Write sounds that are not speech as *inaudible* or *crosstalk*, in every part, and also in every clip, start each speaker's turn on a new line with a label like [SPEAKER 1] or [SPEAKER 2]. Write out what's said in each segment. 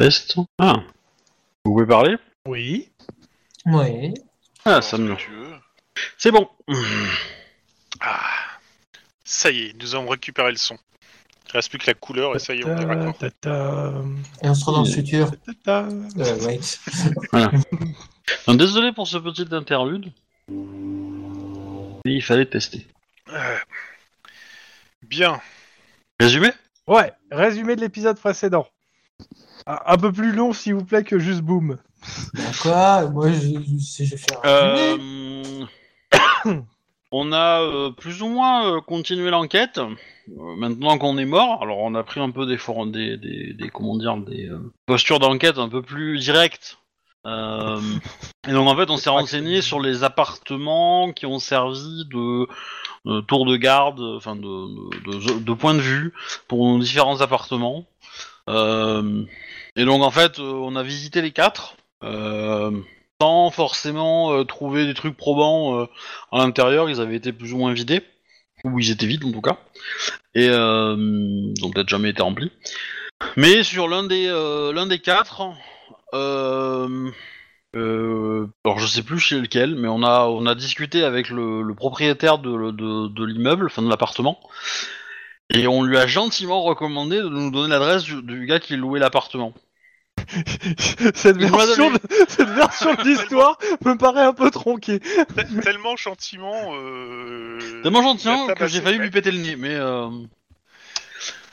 [SPEAKER 1] Est Ah Vous pouvez parler
[SPEAKER 2] Oui.
[SPEAKER 3] Oui.
[SPEAKER 1] Ah,
[SPEAKER 4] Alors,
[SPEAKER 1] ça
[SPEAKER 4] ce
[SPEAKER 1] me.
[SPEAKER 4] que tu veux.
[SPEAKER 1] C'est bon
[SPEAKER 4] Ah. Ça y est, nous avons récupéré le son. Il reste plus que la couleur et ça y est, on est
[SPEAKER 2] Ta-
[SPEAKER 4] raccord.
[SPEAKER 2] ta- ta-
[SPEAKER 3] Et on sera dans le futur.
[SPEAKER 2] ta- ta-
[SPEAKER 3] Euh, ouais.
[SPEAKER 1] Non, Désolé pour ce petit interlude. Mais il fallait tester.
[SPEAKER 4] Euh. Bien. *laughs*
[SPEAKER 1] Résumé
[SPEAKER 2] Ouais, résumé de l'épisode précédent. Un, un peu plus long, s'il vous plaît, que juste boum.
[SPEAKER 3] Pourquoi Moi, je, je, sais, je vais faire.
[SPEAKER 1] Euh, *coughs* on a euh, plus ou moins euh, continué l'enquête. Euh, maintenant qu'on est mort, alors on a pris un peu des for- des, des, des- comment dire des euh, postures d'enquête un peu plus directes. Euh, et donc en fait, on s'est renseigné sur les appartements qui ont servi de, de tour de garde, enfin de, de, de- de point de vue pour nos différents appartements. Euh, et donc en fait, euh, on a visité les quatre. Euh, sans forcément euh, trouver des trucs probants euh, à l'intérieur, ils avaient été plus ou moins vidés, ou ils étaient vides en tout cas, et euh, ils ont peut-être jamais été remplis. Mais sur l'un des euh, l'un des quatre, euh, euh, alors je sais plus chez lequel, mais on a on a discuté avec le, le propriétaire de, de- de l'immeuble, enfin de l'appartement. Et on lui a gentiment recommandé de nous donner l'adresse du, du gars qui louait l'appartement.
[SPEAKER 2] *laughs* Cette
[SPEAKER 1] Il m'a
[SPEAKER 2] version,
[SPEAKER 1] donné.
[SPEAKER 2] de- *laughs* cette version de l'histoire me paraît un peu tronquée.
[SPEAKER 4] Te- Tellement gentiment. euh,
[SPEAKER 1] Tellement gentiment
[SPEAKER 4] il a
[SPEAKER 1] que j'ai
[SPEAKER 4] tabassé,
[SPEAKER 1] failli
[SPEAKER 4] ouais.
[SPEAKER 1] lui péter le nez, mais euh,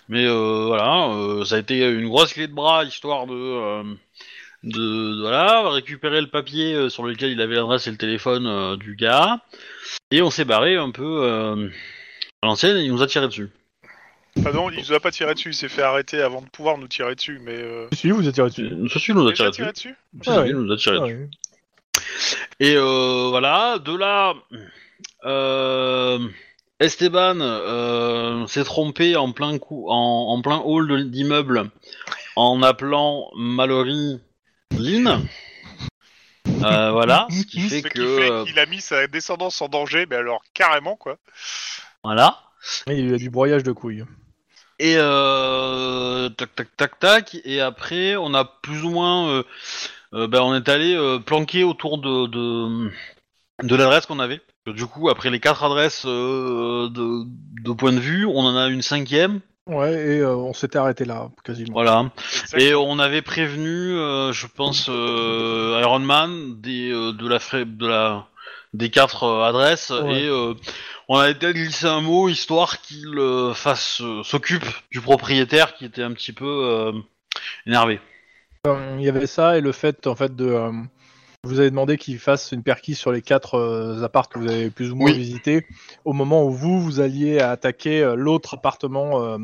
[SPEAKER 1] mais euh, voilà, euh, ça a été une grosse clé de bras histoire de euh, de, de- voilà récupérer le papier euh, sur lequel il avait l'adresse et le téléphone euh, du gars, et on s'est barré un peu euh, à l'ancienne et il nous a tiré dessus.
[SPEAKER 4] Enfin, non, il nous a pas tiré dessus, il s'est fait arrêter avant de pouvoir nous tirer dessus, mais. Euh...
[SPEAKER 2] Si, vous étiez là-dessus.
[SPEAKER 1] Ce celui nous a tiré dessus.
[SPEAKER 4] Déjà tiré dessus
[SPEAKER 1] Ce
[SPEAKER 2] Ah ouais.
[SPEAKER 1] celui nous a tiré
[SPEAKER 2] Ah
[SPEAKER 1] dessus.
[SPEAKER 2] ouais.
[SPEAKER 1] Et euh, voilà, de là, euh, Esteban euh, s'est trompé en plein coup, en, en plein hall de- d'immeuble en appelant Mallory Lynn. Euh, voilà, ce
[SPEAKER 4] *laughs*
[SPEAKER 1] qui
[SPEAKER 4] Ce
[SPEAKER 1] fait
[SPEAKER 4] qui
[SPEAKER 1] que
[SPEAKER 4] fait
[SPEAKER 1] euh,
[SPEAKER 4] qu'il a mis sa descendance en danger, mais alors carrément quoi.
[SPEAKER 1] voilà.
[SPEAKER 2] Il y a du broyage de couilles.
[SPEAKER 1] Et euh, tac tac tac tac. Et après, on a plus ou moins, euh, euh, ben, on est allé euh, planquer autour de de, de l'adresse qu'on avait. Du coup, après les quatre adresses euh, de, de point de vue, on en a une cinquième.
[SPEAKER 2] Ouais, et euh, on s'était arrêté là, quasiment.
[SPEAKER 1] Voilà.
[SPEAKER 4] Exact.
[SPEAKER 1] Et on avait prévenu, euh, je pense, euh, Iron Man des euh, de la fra- de la des quatre euh, adresses
[SPEAKER 2] Ouais.
[SPEAKER 1] et euh, on a été glisser un mot histoire qu'il euh, fasse euh, s'occupe du propriétaire qui était un petit peu euh, énervé.
[SPEAKER 2] Euh, Il y avait ça et le fait, en fait, de. euh, vous avez demandé qu'il fasse une perquise sur les quatre euh, apparts que vous avez plus ou moins
[SPEAKER 1] Oui.
[SPEAKER 2] visités au moment où vous, vous alliez à attaquer euh, l'autre appartement euh,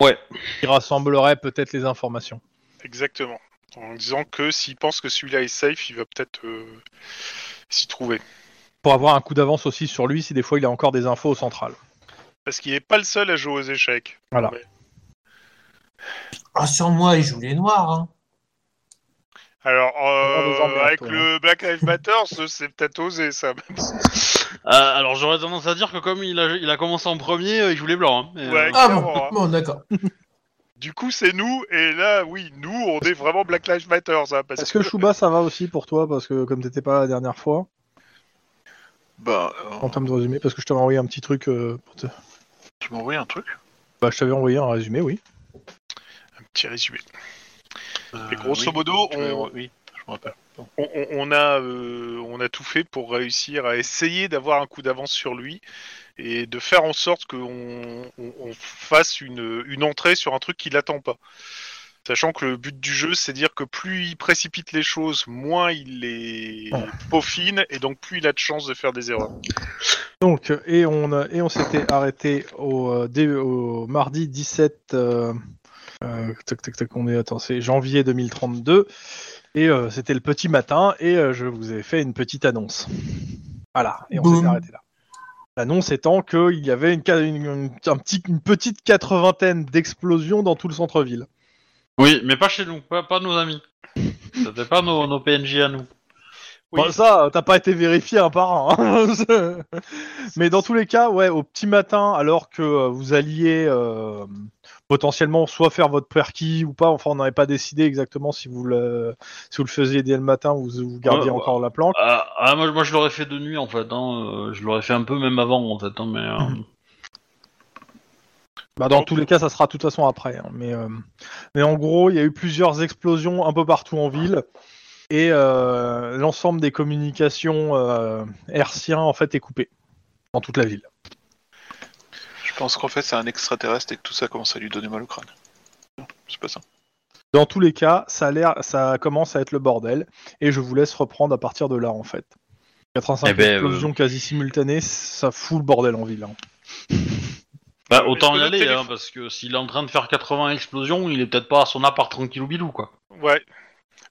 [SPEAKER 1] Ouais.
[SPEAKER 2] qui rassemblerait peut-être les informations.
[SPEAKER 4] Exactement. En disant que s'il pense que celui-là est safe, il va peut-être euh, s'y trouver.
[SPEAKER 2] Pour avoir un coup d'avance aussi sur lui si des fois il a encore des infos au central.
[SPEAKER 4] Parce qu'il n'est pas le seul à jouer aux échecs.
[SPEAKER 2] Voilà.
[SPEAKER 4] Mais-
[SPEAKER 3] Ah, sur moi, il joue les noirs. Hein.
[SPEAKER 4] Alors,
[SPEAKER 2] va nous
[SPEAKER 4] euh,
[SPEAKER 2] emmerder,
[SPEAKER 4] avec
[SPEAKER 2] toi,
[SPEAKER 4] le Black Lives Matter, *laughs* ce- c'est peut-être osé ça.
[SPEAKER 1] Euh, alors j'aurais tendance à dire que comme il a, il a commencé en premier, euh, il joue les blancs. hein. Mais,
[SPEAKER 4] Ouais.
[SPEAKER 1] euh,
[SPEAKER 3] Ah
[SPEAKER 4] Clairement, hein.
[SPEAKER 3] bon, bon d'accord.
[SPEAKER 4] Du coup, c'est nous, et là, oui, nous, on est vraiment Black Lives Matter, ça. Parce
[SPEAKER 2] Est-ce que Chouba ça va aussi pour toi Parce que comme t'étais pas la dernière fois,
[SPEAKER 5] Bah, euh,
[SPEAKER 2] en termes de résumé, parce que je t'avais envoyé un petit truc. euh, pour te-
[SPEAKER 5] tu m'as envoyé un truc
[SPEAKER 2] Bah, je t'avais envoyé un résumé, oui.
[SPEAKER 4] Un petit résumé.
[SPEAKER 5] Euh,
[SPEAKER 4] Et grosso
[SPEAKER 5] oui,
[SPEAKER 4] modo,
[SPEAKER 5] tu m'avais
[SPEAKER 4] on-
[SPEAKER 5] envoyé- Oui, je me rappelle.
[SPEAKER 4] On, on- on a, euh, on a tout fait pour réussir à essayer d'avoir un coup d'avance sur lui et de faire en sorte qu'on on, on fasse une, une entrée sur un truc qu'il n'attend pas. Sachant que le but du jeu, c'est dire que plus il précipite les choses, moins il les peaufine et donc plus il a de chances de faire des erreurs.
[SPEAKER 2] Donc, euh, et on, euh, et on s'était arrêté au, euh, dé- au mardi 17. euh, euh, tac, tac, tac, on est, attends, c'est janvier 2032. Et euh, c'était le petit matin, et euh, je vous ai fait une petite annonce. Voilà, et on
[SPEAKER 3] Boum.
[SPEAKER 2] s'est arrêté là. L'annonce étant qu'il y avait une, ca- une- une- un petit, une petite quatre-vingtaine d'explosions dans tout le centre-ville.
[SPEAKER 1] Oui, mais pas chez nous, pas, pas nos amis. C'était pas nos, nos PNJ à nous.
[SPEAKER 2] Bon, ça, euh, t'as pas été vérifié un par un. hein. *laughs* Mais dans tous les cas, ouais, au petit matin, alors que euh, vous alliez euh, potentiellement soit faire votre perquis ou pas. Enfin, on n'avait pas décidé exactement si vous le, si vous le faisiez dès le matin ou si vous gardiez
[SPEAKER 1] Ouais, ouais.
[SPEAKER 2] encore la planque.
[SPEAKER 1] Ah, ah, moi, moi, je l'aurais fait de nuit en fait. hein, euh, Je l'aurais fait un peu même avant en fait. hein, mais, euh,
[SPEAKER 2] Bah, dans tous les cas, ça sera de toute façon après. hein. Mais, euh, mais en gros, il y a eu plusieurs explosions un peu partout en ville. Et euh, l'ensemble des communications euh, hertziens, en fait, est coupé. Dans toute la ville.
[SPEAKER 5] Je pense qu'en fait, c'est un extraterrestre et que tout ça commence à lui donner mal au crâne. Non, C'est pas ça.
[SPEAKER 2] Dans tous les cas, ça, a l'air, ça commence à être le bordel. Et je vous laisse reprendre à partir de là, en fait. 85
[SPEAKER 1] Eh ben,
[SPEAKER 2] explosions quasi simultanées, ça fout le bordel en ville. hein.
[SPEAKER 1] bah,
[SPEAKER 4] Ouais,
[SPEAKER 1] autant
[SPEAKER 4] mais
[SPEAKER 1] y
[SPEAKER 4] est-ce que
[SPEAKER 1] aller
[SPEAKER 4] le
[SPEAKER 1] hein, parce que s'il est en train de faire 80 explosions, il est peut-être pas à son appart tranquillou bilou quoi.
[SPEAKER 4] Ouais.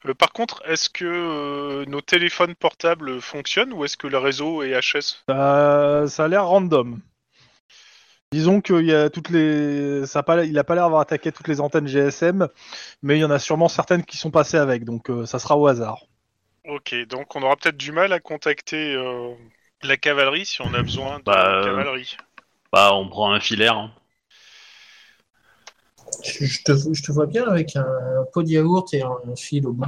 [SPEAKER 4] Euh, par contre, est-ce que euh, nos téléphones portables fonctionnent ou est-ce que le réseau est HS
[SPEAKER 2] Ça, ça a l'air random. Disons qu'il y a toutes les, ça a pas, il a pas l'air d'avoir attaqué toutes les antennes GSM, mais il y en a sûrement certaines qui sont passées avec, donc euh, ça sera au hasard.
[SPEAKER 4] Ok, donc on aura peut-être du mal à contacter euh, la cavalerie si on a besoin de
[SPEAKER 1] Bah, euh,
[SPEAKER 4] cavalerie.
[SPEAKER 1] Bah, on prend un filaire. hein.
[SPEAKER 3] Je, je te, je te vois bien avec un, pot de yaourt et un, un fil au bout.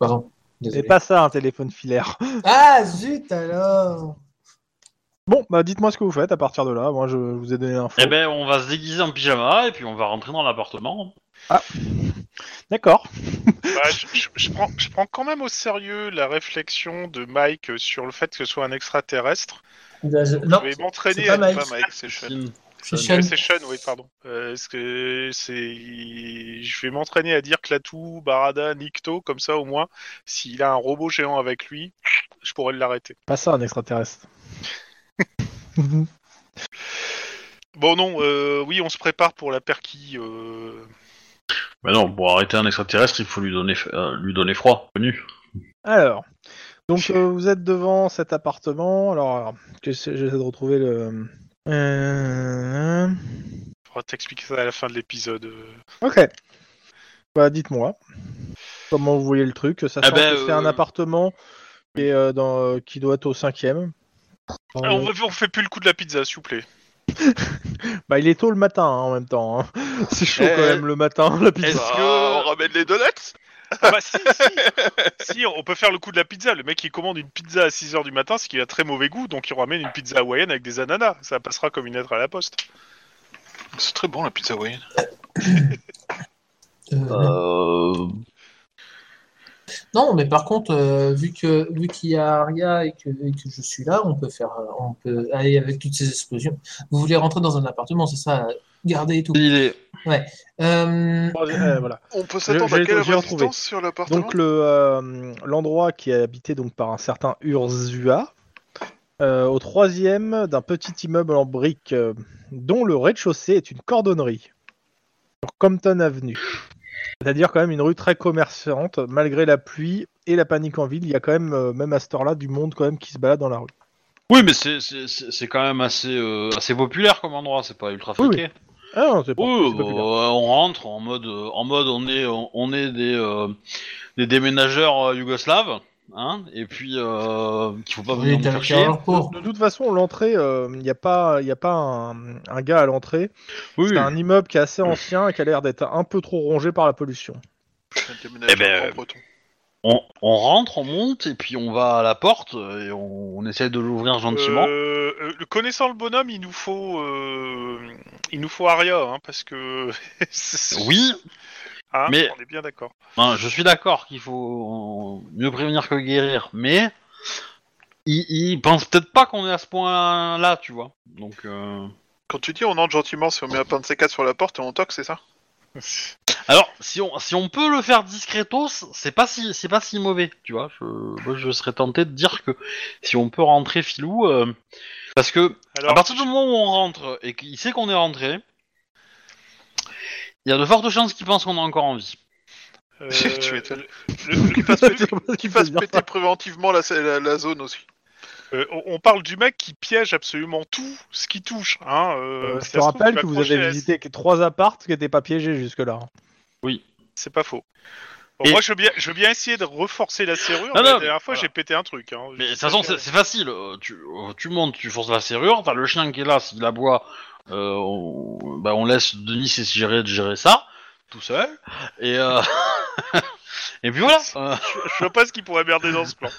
[SPEAKER 3] Pardon.
[SPEAKER 2] C'est
[SPEAKER 3] Désolé.
[SPEAKER 1] Eh
[SPEAKER 2] pas ça un téléphone filaire.
[SPEAKER 1] ben-
[SPEAKER 3] Ah zut alors
[SPEAKER 2] Bon, bah dites-moi ce que vous faites à partir de là. Moi, je vous ai donné l'info.
[SPEAKER 1] Eh ben, on va se déguiser en pyjama et puis on va rentrer dans l'appartement.
[SPEAKER 2] D'accord.
[SPEAKER 4] Bah, je, je- je prends, je prends quand même au sérieux la réflexion de Mike sur le fait que ce soit un extraterrestre.
[SPEAKER 1] Eh ben,
[SPEAKER 3] Là, je-
[SPEAKER 4] Je
[SPEAKER 3] Non,
[SPEAKER 4] vais m'entraîner
[SPEAKER 3] c'est
[SPEAKER 4] à
[SPEAKER 3] pas
[SPEAKER 4] ne
[SPEAKER 3] Mike.
[SPEAKER 4] pas Mike.
[SPEAKER 5] C'est chouette.
[SPEAKER 1] Christine.
[SPEAKER 3] c'est
[SPEAKER 1] ça-
[SPEAKER 4] Euh,
[SPEAKER 3] Sean.
[SPEAKER 4] C'est Sean, oui, pardon. Euh, Est-ce que c'est. Je vais m'entraîner à dire Clatou, Barada, Nikto, comme ça au moins, s'il a un robot géant avec lui, je pourrais l'arrêter.
[SPEAKER 2] Pas ça
[SPEAKER 1] *laughs*
[SPEAKER 2] un extraterrestre.
[SPEAKER 4] Bon, non, euh, oui, on se prépare pour la perquis. euh,
[SPEAKER 1] Bah non, pour arrêter un extraterrestre, il faut lui donner, euh, lui donner froid. Connu.
[SPEAKER 2] Alors, donc euh, vous êtes devant cet appartement. Alors, alors, j'essaie j'essaie de retrouver le. Euh,
[SPEAKER 4] faudra t'expliquer ça à la fin de l'épisode. euh.
[SPEAKER 2] Ok. Bah, dites-moi comment vous voyez le truc, sachant
[SPEAKER 1] Ah ben,
[SPEAKER 2] que c'est
[SPEAKER 1] euh,
[SPEAKER 2] un appartement qui, est, euh, dans, euh, qui doit être au cinquième.
[SPEAKER 4] Ah, on, on fait plus le coup de la pizza, s'il vous plaît.
[SPEAKER 2] Bah, il est tôt le matin hein, en même temps. hein. *laughs* C'est chaud
[SPEAKER 5] Eh,
[SPEAKER 2] quand même le matin, *laughs* la
[SPEAKER 1] Euh, Est-ce
[SPEAKER 2] pizza.
[SPEAKER 5] Ah,
[SPEAKER 1] que-
[SPEAKER 5] On ramène les donuts
[SPEAKER 4] Bah, Ah bah si, si, Si, on peut faire le coup de la pizza. Le mec, il commande une pizza à 6h du matin, ce qui a très mauvais goût, donc il ramène une pizza hawaïenne avec des ananas. Ça passera comme une lettre à la poste.
[SPEAKER 5] C'est très bon la pizza hawaïenne.
[SPEAKER 3] Euh,
[SPEAKER 1] Euh...
[SPEAKER 3] Non, mais par contre, euh, vu que vu qu'il y a Aria et que, et que je suis là, on peut faire, euh, on peut aller avec toutes ces explosions. Vous voulez rentrer dans un appartement, c'est ça, euh, garder et tout.
[SPEAKER 1] Il
[SPEAKER 3] Euh,
[SPEAKER 2] Euh, voilà.
[SPEAKER 5] On peut
[SPEAKER 2] s'attendre à j'ai- quelle j'ai retrouvé. résistance
[SPEAKER 5] sur l'appartement
[SPEAKER 2] Donc le, euh, l'endroit qui est habité donc par un certain Urzua, euh, au troisième d'un petit immeuble en briques euh, dont le rez-de-chaussée est une cordonnerie sur Compton Avenue. C'est-à-dire quand même une rue très commerçante, malgré la pluie et la panique en ville, il y a quand même, euh, même à cette heure-là, du monde quand même qui se balade dans la rue.
[SPEAKER 1] Oui, mais c'est- c'est c'est- c'est quand même assez, euh, assez populaire comme endroit, c'est pas ultra
[SPEAKER 2] Oui, oui.
[SPEAKER 1] fliqué.
[SPEAKER 2] Ah non, c'est pas,
[SPEAKER 1] Oui,
[SPEAKER 2] c'est
[SPEAKER 1] bah,
[SPEAKER 2] populaire.
[SPEAKER 1] on rentre en mode, euh, en mode on est, on, on est des, euh, des déménageurs euh, yougoslaves, hein, et puis euh, qu'il faut pas
[SPEAKER 3] vous
[SPEAKER 1] venir
[SPEAKER 3] êtes
[SPEAKER 1] nous faire
[SPEAKER 3] avec
[SPEAKER 1] chier.
[SPEAKER 3] Aria pour.
[SPEAKER 2] De toute façon, l'entrée, euh, il n'y a pas, y a pas un, un gars à l'entrée.
[SPEAKER 1] Oui,
[SPEAKER 2] C'est un immeuble qui est assez ancien et qui a l'air d'être un peu trop rongé par la pollution.
[SPEAKER 1] Eh ben, euh, on, on rentre, on monte, et puis on va à la porte et on, on essaie de l'ouvrir gentiment.
[SPEAKER 4] Euh, euh, le- connaissant le bonhomme, il nous faut, euh, il nous faut Aria, hein, parce que. *laughs* c'est-
[SPEAKER 1] Oui,
[SPEAKER 4] Hein,
[SPEAKER 1] mais-
[SPEAKER 4] On est bien d'accord.
[SPEAKER 1] ben, je suis d'accord qu'il faut euh, mieux prévenir que guérir, mais ils il pensent peut-être pas qu'on est à ce point-là, tu vois. Donc. euh,
[SPEAKER 5] Quand tu dis on entre gentiment, si on met un pain de C4 sur la porte et on toque, c'est ça
[SPEAKER 1] Alors, si on, si on peut le faire discretos, c'est pas si c'est pas si mauvais, tu vois. Je, moi, je serais tenté de dire que si on peut rentrer filou, euh, parce que
[SPEAKER 4] Alors,
[SPEAKER 1] à partir du moment où on rentre et qu'il sait qu'on est rentré, il y a de fortes chances qu'il pense qu'on est encore en vie.
[SPEAKER 4] *laughs* euh,
[SPEAKER 5] Tu m'étonnes.
[SPEAKER 4] le-
[SPEAKER 2] *laughs*
[SPEAKER 4] le-
[SPEAKER 5] Qui fasse,
[SPEAKER 2] C'est comme ça qu'il
[SPEAKER 5] qui
[SPEAKER 2] faut
[SPEAKER 5] fasse
[SPEAKER 2] dire
[SPEAKER 5] péter
[SPEAKER 2] ça.
[SPEAKER 5] préventivement la, la- la zone aussi.
[SPEAKER 4] euh, on- on parle du mec qui piège absolument tout ce qui touche. Hein, euh,
[SPEAKER 2] Euh, je
[SPEAKER 4] si ça
[SPEAKER 2] te
[SPEAKER 4] se trouve,
[SPEAKER 2] rappelle
[SPEAKER 4] tu vas
[SPEAKER 2] que vous
[SPEAKER 4] accrocher
[SPEAKER 2] avez
[SPEAKER 4] à-
[SPEAKER 2] visité que trois appartes qui n'étaient pas piégés jusque-là.
[SPEAKER 4] C'est pas faux. Bon,
[SPEAKER 1] Et-
[SPEAKER 4] Moi, je veux, bien, je veux bien essayer de reforcer la serrure.
[SPEAKER 1] Non,
[SPEAKER 4] mais
[SPEAKER 1] non,
[SPEAKER 4] la dernière fois,
[SPEAKER 1] voilà.
[SPEAKER 4] j'ai pété un truc. Hein.
[SPEAKER 1] Mais de
[SPEAKER 4] Je-
[SPEAKER 1] toute façon, c'est c'est facile. euh, Tu, euh, tu montes, tu forces la serrure, t'as le chien qui est là, s'il aboie, euh, on, bah, on laisse Denis et gérer, gérer ça, tout seul. Et, euh, *laughs* et puis voilà. Euh,
[SPEAKER 4] Je vois pas ce qui pourrait merder dans
[SPEAKER 1] *laughs*
[SPEAKER 4] ce plan.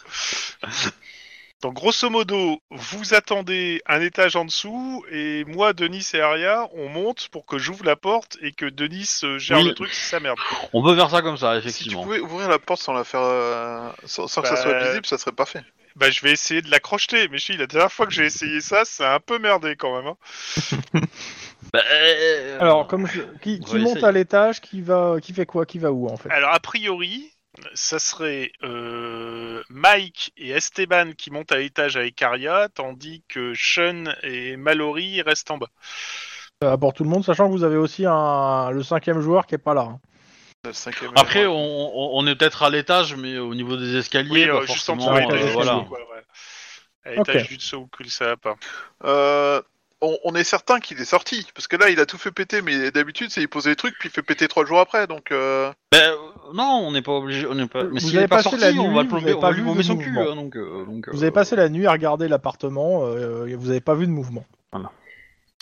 [SPEAKER 4] Donc, grosso modo, vous attendez un étage en dessous, et moi, Denis et Aria, on monte pour que j'ouvre la porte et que Denis euh, gère
[SPEAKER 1] Oui.
[SPEAKER 4] le truc si ça merde.
[SPEAKER 1] on peut faire ça comme ça,
[SPEAKER 5] Si tu
[SPEAKER 1] effectivement.
[SPEAKER 5] pouvais ouvrir la porte sans la faire, euh, sans, sans que
[SPEAKER 4] Bah,
[SPEAKER 5] ça soit visible, ça serait parfait.
[SPEAKER 4] Bah, je vais essayer de l'accrocher, mais je suis la dernière fois que j'ai essayé ça, ça a un peu merdé quand même. hein.
[SPEAKER 1] Bah, euh,
[SPEAKER 2] Alors, comme je- qui,
[SPEAKER 1] On
[SPEAKER 2] qui
[SPEAKER 1] va
[SPEAKER 2] monte
[SPEAKER 1] essayer.
[SPEAKER 2] à l'étage, qui va, qui fait quoi, qui va où en fait
[SPEAKER 4] Alors, a priori, ça serait euh, Mike et Esteban qui montent à l'étage avec Aria, tandis que Sean et Mallory restent en bas.
[SPEAKER 2] Euh, Pour tout le monde, sachant que vous avez aussi un, le cinquième joueur qui est pas là. hein.
[SPEAKER 5] Le cinquième
[SPEAKER 1] Après,
[SPEAKER 5] élément.
[SPEAKER 1] on, on- on est peut-être à l'étage, mais au niveau des escaliers,
[SPEAKER 4] Oui,
[SPEAKER 1] pas
[SPEAKER 4] euh, juste en
[SPEAKER 1] forcément.
[SPEAKER 4] dessous à
[SPEAKER 2] euh,
[SPEAKER 4] l'étage du
[SPEAKER 1] voilà.
[SPEAKER 4] dessous, quoi, ouais. À l'étage
[SPEAKER 2] Ok.
[SPEAKER 4] du dessous, que ça va pas.
[SPEAKER 5] Euh, on, on est certain qu'il est sorti, parce que là, il a tout fait péter, mais d'habitude, c'est il pose des trucs, puis il fait péter trois jours après, donc... euh,
[SPEAKER 1] Bah, euh, non, on n'est pas obligé. On n'est pas...
[SPEAKER 2] Vous
[SPEAKER 1] Mais s'il
[SPEAKER 2] avez
[SPEAKER 1] n'est pas
[SPEAKER 2] passé
[SPEAKER 1] sorti,
[SPEAKER 2] la
[SPEAKER 1] on
[SPEAKER 2] nuit,
[SPEAKER 1] va le
[SPEAKER 2] vous
[SPEAKER 1] plomber,
[SPEAKER 2] avez
[SPEAKER 1] on
[SPEAKER 2] pas
[SPEAKER 1] va lui
[SPEAKER 2] vu
[SPEAKER 1] bomber
[SPEAKER 2] de
[SPEAKER 1] son cul.
[SPEAKER 2] mouvement.
[SPEAKER 1] hein, donc, euh, donc,
[SPEAKER 2] Vous
[SPEAKER 1] euh,
[SPEAKER 2] avez passé la nuit à regarder l'appartement, euh, et vous avez pas vu de mouvement.
[SPEAKER 1] Voilà.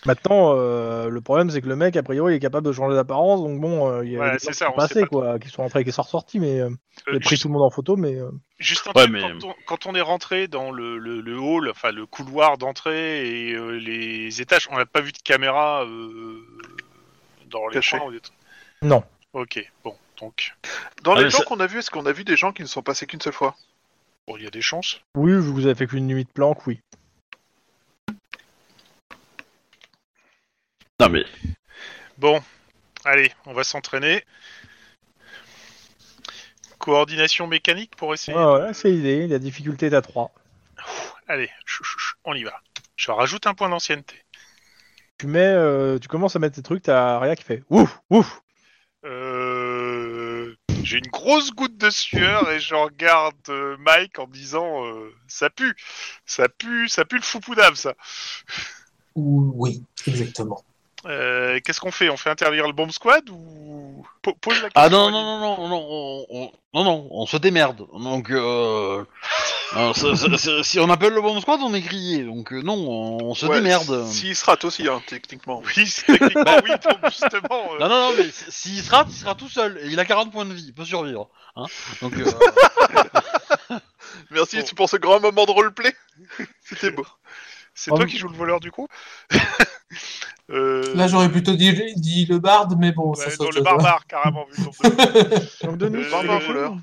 [SPEAKER 2] Maintenant, euh, le problème c'est que le mec, a priori, il est capable de changer d'apparence, donc bon, euh, il y a
[SPEAKER 4] Ouais,
[SPEAKER 2] des
[SPEAKER 4] c'est
[SPEAKER 2] gens
[SPEAKER 4] ça,
[SPEAKER 2] qui sont
[SPEAKER 4] on sait
[SPEAKER 2] passés,
[SPEAKER 4] pas
[SPEAKER 2] quoi, qui sont rentrés, qui sont ressortis, mais euh,
[SPEAKER 4] Euh,
[SPEAKER 2] j'ai pris
[SPEAKER 4] juste,
[SPEAKER 2] tout le monde en photo, mais euh,
[SPEAKER 4] juste un
[SPEAKER 1] Ouais,
[SPEAKER 4] truc,
[SPEAKER 1] mais-
[SPEAKER 4] quand, on, quand on est rentré dans le, le- le hall, enfin le couloir d'entrée et euh, les étages, on n'a pas vu de caméra euh, dans les
[SPEAKER 5] Caché.
[SPEAKER 4] coins ou des trucs
[SPEAKER 2] non.
[SPEAKER 4] Ok, bon, donc,
[SPEAKER 5] Dans
[SPEAKER 1] Ah,
[SPEAKER 5] les
[SPEAKER 1] mais
[SPEAKER 5] gens
[SPEAKER 1] ça-
[SPEAKER 5] qu'on a vus, est-ce qu'on a vu des gens qui ne sont passés qu'une seule fois
[SPEAKER 4] bon, il y a des chances.
[SPEAKER 2] Oui, vous avez fait qu'une nuit de planque, oui.
[SPEAKER 1] Non, mais
[SPEAKER 4] Bon, allez, on va s'entraîner. Coordination mécanique pour essayer.
[SPEAKER 2] Ouais, ouais, Ah, c'est l'idée, la difficulté est à 3.
[SPEAKER 4] Allez, chou, chou, chou, on y va. Je rajoute un point d'ancienneté.
[SPEAKER 2] Tu mets, euh, tu commences à mettre tes trucs, t'as Aria qui fait ouf, ouf.
[SPEAKER 4] Euh, J'ai une grosse goutte de sueur et je regarde euh, Mike en disant euh, ça pue, ça pue, ça pue le foupoudave ça.
[SPEAKER 3] Ou- Oui, exactement.
[SPEAKER 4] Euh, Qu'est-ce qu'on fait On fait intervenir le bomb squad ou Po- pose la question
[SPEAKER 1] Ah non,
[SPEAKER 4] à
[SPEAKER 1] non,
[SPEAKER 4] Lynn.
[SPEAKER 1] non, non, non, on, on- non, non, on se démerde. Donc, euh, euh, c'est- c'est- c'est- si on appelle le bon squad, on est grillé. Donc, euh, non, on, on se
[SPEAKER 5] Ouais,
[SPEAKER 1] démerde.
[SPEAKER 5] s- S'il se rate aussi, hein, techniquement.
[SPEAKER 4] Oui,
[SPEAKER 1] *laughs*
[SPEAKER 4] techniquement oui, donc justement. euh,
[SPEAKER 1] Non, non, non, mais s- s'il se rate, il sera tout seul. Et il a 40 points de vie, il peut survivre. Hein Donc, euh,
[SPEAKER 5] Merci
[SPEAKER 4] Bon.
[SPEAKER 5] c'est pour ce grand moment de roleplay. C'était beau.
[SPEAKER 4] C'est
[SPEAKER 2] Oh,
[SPEAKER 4] toi
[SPEAKER 2] mais-
[SPEAKER 4] qui joues le voleur du coup Euh,
[SPEAKER 3] Là, j'aurais plutôt dit, dit le barde, mais bon,
[SPEAKER 4] ouais,
[SPEAKER 3] ça
[SPEAKER 4] dans
[SPEAKER 3] saute.
[SPEAKER 4] le barbare, carrément. vu le nombre de-
[SPEAKER 2] Donc Denis,
[SPEAKER 4] Euh,
[SPEAKER 2] tu
[SPEAKER 4] barbare
[SPEAKER 2] fais-
[SPEAKER 5] voleur.